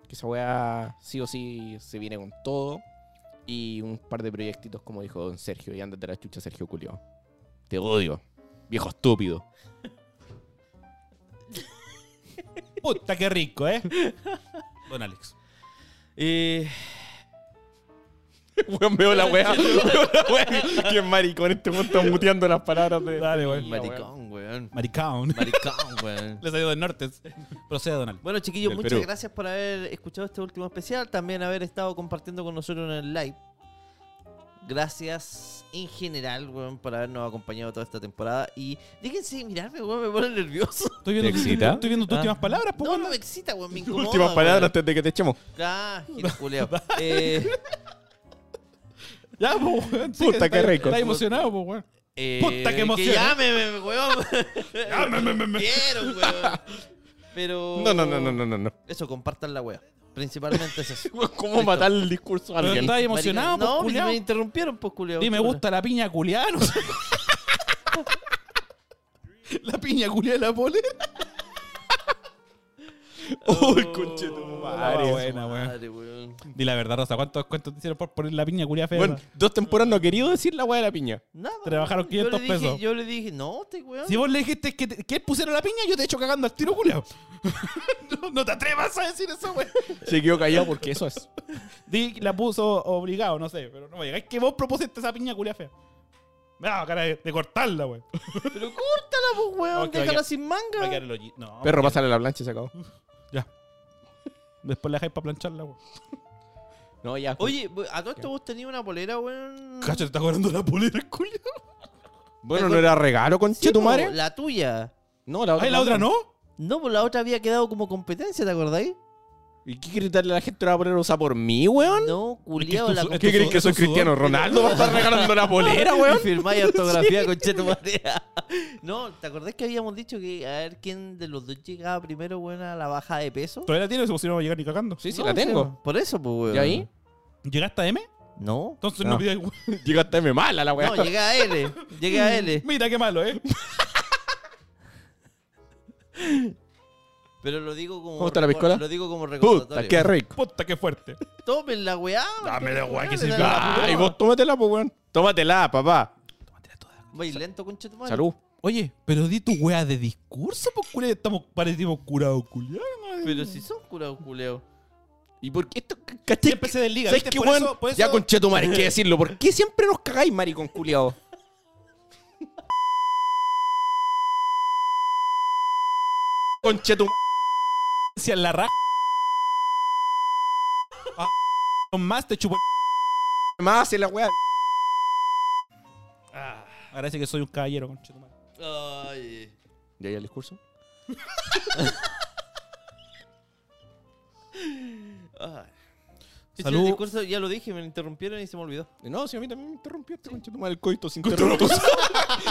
Speaker 4: Que esa weá sí o sí se viene con todo. Y un par de proyectitos, como dijo don Sergio. Y ándate a la chucha, Sergio Culio. Te odio, viejo estúpido.
Speaker 1: Puta que rico, eh. Don Alex.
Speaker 3: Eh,
Speaker 4: Weón, veo la weá. Veo la weá. Qué maricón, este weón está muteando las palabras de.
Speaker 1: Dale, weón.
Speaker 3: maricón, weón.
Speaker 1: Maricón.
Speaker 3: Maricón, weón.
Speaker 1: Le salió del norte. Proceda, Don Alex.
Speaker 3: Bueno, chiquillos,
Speaker 4: Del
Speaker 3: muchas
Speaker 4: Perú.
Speaker 3: gracias por haber escuchado este último especial. También haber estado compartiendo con nosotros en el live. Gracias en general, weón, por habernos acompañado toda esta temporada. Y déjense de mirarme, weón, me pone nervioso.
Speaker 1: Estoy viendo,
Speaker 4: ¿Te
Speaker 1: tu-
Speaker 4: excita?
Speaker 1: estoy viendo tus
Speaker 3: Ah.
Speaker 1: últimas palabras, pues.
Speaker 3: No,
Speaker 1: weón.
Speaker 3: no me excita, weón, me incomoda.
Speaker 4: Últimas palabras
Speaker 3: weón.
Speaker 4: antes de que te echemos.
Speaker 3: Ah, gil culiao. Eh,
Speaker 1: Ya, pues, weón.
Speaker 4: Puta,
Speaker 1: está-
Speaker 4: qué rico.
Speaker 1: Está emocionado, pues, weón.
Speaker 3: eh,
Speaker 1: Puta, qué emoción,
Speaker 3: Que
Speaker 1: eh.
Speaker 3: llámeme, weón.
Speaker 1: Llámeme.
Speaker 3: Quiero, weón. Pero.
Speaker 4: No, no, no, no, no, no. no.
Speaker 3: Eso, compartan la weá. Principalmente es eso.
Speaker 4: Weón, ¿Cómo matar el discurso a
Speaker 1: Pero
Speaker 4: alguien?
Speaker 1: está emocionado,
Speaker 3: Marica,
Speaker 1: pues,
Speaker 3: No, ni
Speaker 1: culiao.
Speaker 3: me interrumpieron, pues, culiao.
Speaker 1: Dime, me
Speaker 3: Chuta.
Speaker 1: gusta la piña culiada. no sé. la piña culiada de la pole.
Speaker 4: Uy,
Speaker 3: Oh,
Speaker 4: conchetumare.
Speaker 1: Ah, buena, weón.
Speaker 3: Madre, weón.
Speaker 1: Di la verdad, Rosa. ¿Cuántos cuántos te hicieron por poner la piña culiada fea?
Speaker 4: Bueno, dos temporadas no he querido decir la weá de la piña.
Speaker 3: Nada.
Speaker 1: Te rebajaron
Speaker 3: weón. Yo le
Speaker 1: 500
Speaker 3: dije-
Speaker 1: pesos.
Speaker 3: Yo le dije, no, te weón.
Speaker 1: Si vos le dijiste que, te- que pusieron la piña, yo te echo cagando al tiro, culiao. no, no te atrevas a decir eso, weón.
Speaker 4: Se quedó callado porque eso es.
Speaker 1: Di la puso obligado, no sé. Pero no me digas que vos propusiste esa piña culiada fea. Me daba cara de, de cortarla, weón.
Speaker 3: Pero córtala, pues, weón.
Speaker 1: Ok, va a
Speaker 3: Déjala
Speaker 1: quedar-
Speaker 3: sin
Speaker 1: Va a
Speaker 3: manga.
Speaker 1: quedar el hoyi- No,
Speaker 4: Perro, pásale la plancha y se acabó.
Speaker 1: Ya. Después la dejáis para plancharla, weón.
Speaker 4: No, ya. Mm.
Speaker 3: Oye, we- a todo esto vos tenías una polera, weón.
Speaker 1: Cacho, te estás cobrando la polera, culiao.
Speaker 4: Bueno, ¿no era regalo, con
Speaker 3: Sí,
Speaker 4: tu
Speaker 3: po,
Speaker 4: madre?
Speaker 3: La tuya.
Speaker 4: pues, No, la
Speaker 1: ¿Ay, Ah, la otra no?
Speaker 3: No, pues la otra había quedado como competencia, ¿te acordáis?
Speaker 4: ¿Y qué gritarle a la gente? ¿Te ¿Va a poner rosa por mí, weón?
Speaker 3: No,
Speaker 1: Es
Speaker 3: culiado
Speaker 1: que
Speaker 3: la
Speaker 1: esto-
Speaker 4: ¿Qué
Speaker 1: esto-
Speaker 4: crees que soy
Speaker 1: sudor.
Speaker 4: Cristiano Ronaldo? ¿Va a estar regalando la polera, weón?
Speaker 3: Y firmáis autografía con Cheto Marea. No, ¿te acordás que habíamos dicho que a ver quién de los dos llegaba primero, weón, a la baja de peso?
Speaker 1: ¿Todavía la tienes? Porque si no va a llegar ni cagando.
Speaker 4: Sí, sí,
Speaker 3: No,
Speaker 4: la
Speaker 3: sí,
Speaker 4: tengo.
Speaker 3: weón. Por eso, pues, weón.
Speaker 4: ¿Y ahí?
Speaker 1: ¿Llegaste a M?
Speaker 3: No.
Speaker 1: Entonces
Speaker 4: No.
Speaker 1: no pidáis.
Speaker 4: Llegaste me mala la weá.
Speaker 3: No, llegué a L. Llegué a L.
Speaker 1: Mira qué malo, ¿eh?
Speaker 3: Pero lo digo como.
Speaker 4: ¿Cómo está la
Speaker 3: reco-
Speaker 4: piscola?
Speaker 3: Lo digo como
Speaker 4: Puta,
Speaker 3: recordatorio.
Speaker 4: qué rico.
Speaker 1: Puta, qué fuerte.
Speaker 3: Tomen la weá.
Speaker 1: Dame la weá que
Speaker 3: se
Speaker 1: se-
Speaker 4: Ay, vos tómatela, pues, weón. Tómatela, papá.
Speaker 3: Vais lento, concha tu madre.
Speaker 4: Salud.
Speaker 1: Oye, pero di tu wea de discurso, pues culiao. Estamos, parecimos curados, culiao.
Speaker 3: Pero si son curados, culeo.
Speaker 4: ¿Y por qué esto? ¿Cachai?
Speaker 1: Siempre se desliga.
Speaker 4: ¿Sabes
Speaker 1: ¿viste?
Speaker 4: qué,
Speaker 1: Por
Speaker 4: weón?
Speaker 1: eso- por
Speaker 4: Ya
Speaker 1: eso-
Speaker 4: con Chetumar, hay que decirlo. ¿Por qué siempre nos cagáis, maricón culiao? con Chetumar.
Speaker 1: Si en la raja. Ah, Con más te chupo el-
Speaker 4: Más hace la weá.
Speaker 1: Ah. Agradece que soy un caballero, conchetumal.
Speaker 3: Ay.
Speaker 4: ¿Y ahí el discurso?
Speaker 3: Ay.
Speaker 1: Salud.
Speaker 3: Ese discurso ya lo dije, me interrumpieron y se me olvidó.
Speaker 4: Eh, No, si a mí también me interrumpió este conchetumar el coito sin interruptos.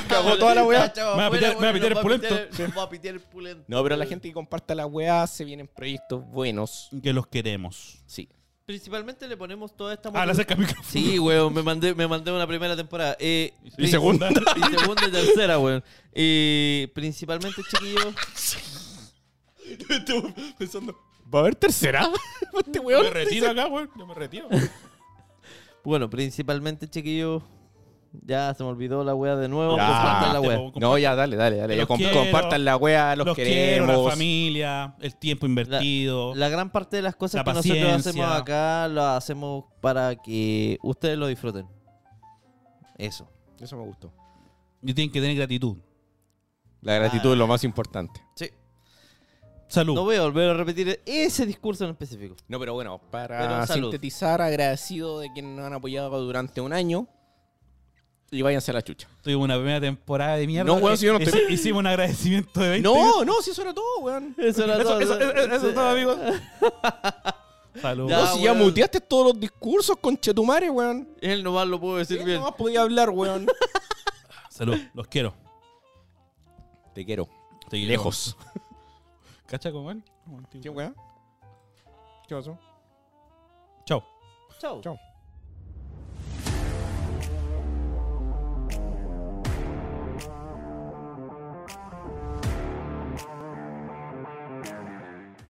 Speaker 4: Cagó toda la
Speaker 3: Ah,
Speaker 4: weá.
Speaker 3: chao,
Speaker 1: Me va a
Speaker 3: afuera,
Speaker 1: pitear- me va a
Speaker 3: bueno,
Speaker 1: pitear el
Speaker 3: nos
Speaker 1: pulento.
Speaker 3: pitear- nos va a pitear el pulento.
Speaker 4: No, pero la gente que comparta la weá se vienen proyectos buenos.
Speaker 1: Que los queremos.
Speaker 4: Sí.
Speaker 3: Principalmente le ponemos toda esta.
Speaker 1: Ah, le acerca el micrófono.
Speaker 3: Sí, weón, me mandé, me mandé una primera temporada. Eh,
Speaker 1: Y
Speaker 3: princip-
Speaker 1: segunda.
Speaker 3: Y segunda y tercera, weón. Eh, principalmente, chiquillos.
Speaker 4: Estaba pensando. ¿Va a haber tercera? este
Speaker 1: Yo
Speaker 4: weón.
Speaker 1: me retiro acá, weón. Yo me retiro.
Speaker 3: Bueno, principalmente, chiquillos. Ya se me olvidó la weá de nuevo.
Speaker 4: Ya.
Speaker 3: Compartan la
Speaker 1: Te
Speaker 3: weá.
Speaker 1: puedo compartir.
Speaker 4: No, ya, dale, dale, dale.
Speaker 1: Los
Speaker 4: Ya, com-
Speaker 1: quiero.
Speaker 4: compartan la weá, los,
Speaker 1: los
Speaker 4: queremos.
Speaker 1: quiero, la familia, el tiempo invertido.
Speaker 3: La gran parte de las cosas
Speaker 1: La
Speaker 3: que nosotros
Speaker 1: paciencia.
Speaker 3: hacemos acá lo hacemos para que ustedes lo disfruten. Eso.
Speaker 4: Eso me gustó.
Speaker 1: Y tienen que tener gratitud.
Speaker 4: La gratitud es lo más importante.
Speaker 3: Sí.
Speaker 1: Salud.
Speaker 3: No voy a volver a repetir ese discurso en específico.
Speaker 4: No, pero bueno, para
Speaker 3: Pero salud.
Speaker 4: sintetizar, agradecido de quienes nos han apoyado durante un año. Y váyanse a la chucha.
Speaker 1: Tuvimos una primera temporada de mierda.
Speaker 4: No, weón, si yo no
Speaker 1: Hici-
Speaker 4: estoy-
Speaker 1: Hicimos un agradecimiento de 20
Speaker 4: No, no, si eso era todo, weón.
Speaker 3: Eso era
Speaker 1: Eso,
Speaker 3: todo.
Speaker 1: eso, eso- eso es todo, amigos. Salud.
Speaker 3: Ya,
Speaker 4: no, si ya
Speaker 3: Ah, weón.
Speaker 4: muteaste todos los discursos con Chetumare, weón.
Speaker 3: Él nomás lo puedo decir bien.
Speaker 4: No podía hablar, weón.
Speaker 1: Salud. Los quiero.
Speaker 4: Te quiero.
Speaker 1: Te quiero.
Speaker 4: Lejos.
Speaker 1: ¿Cacha con él?
Speaker 4: ¿Qué weón? ¿Qué pasó?
Speaker 1: Chao.
Speaker 3: Chao.
Speaker 4: Chao.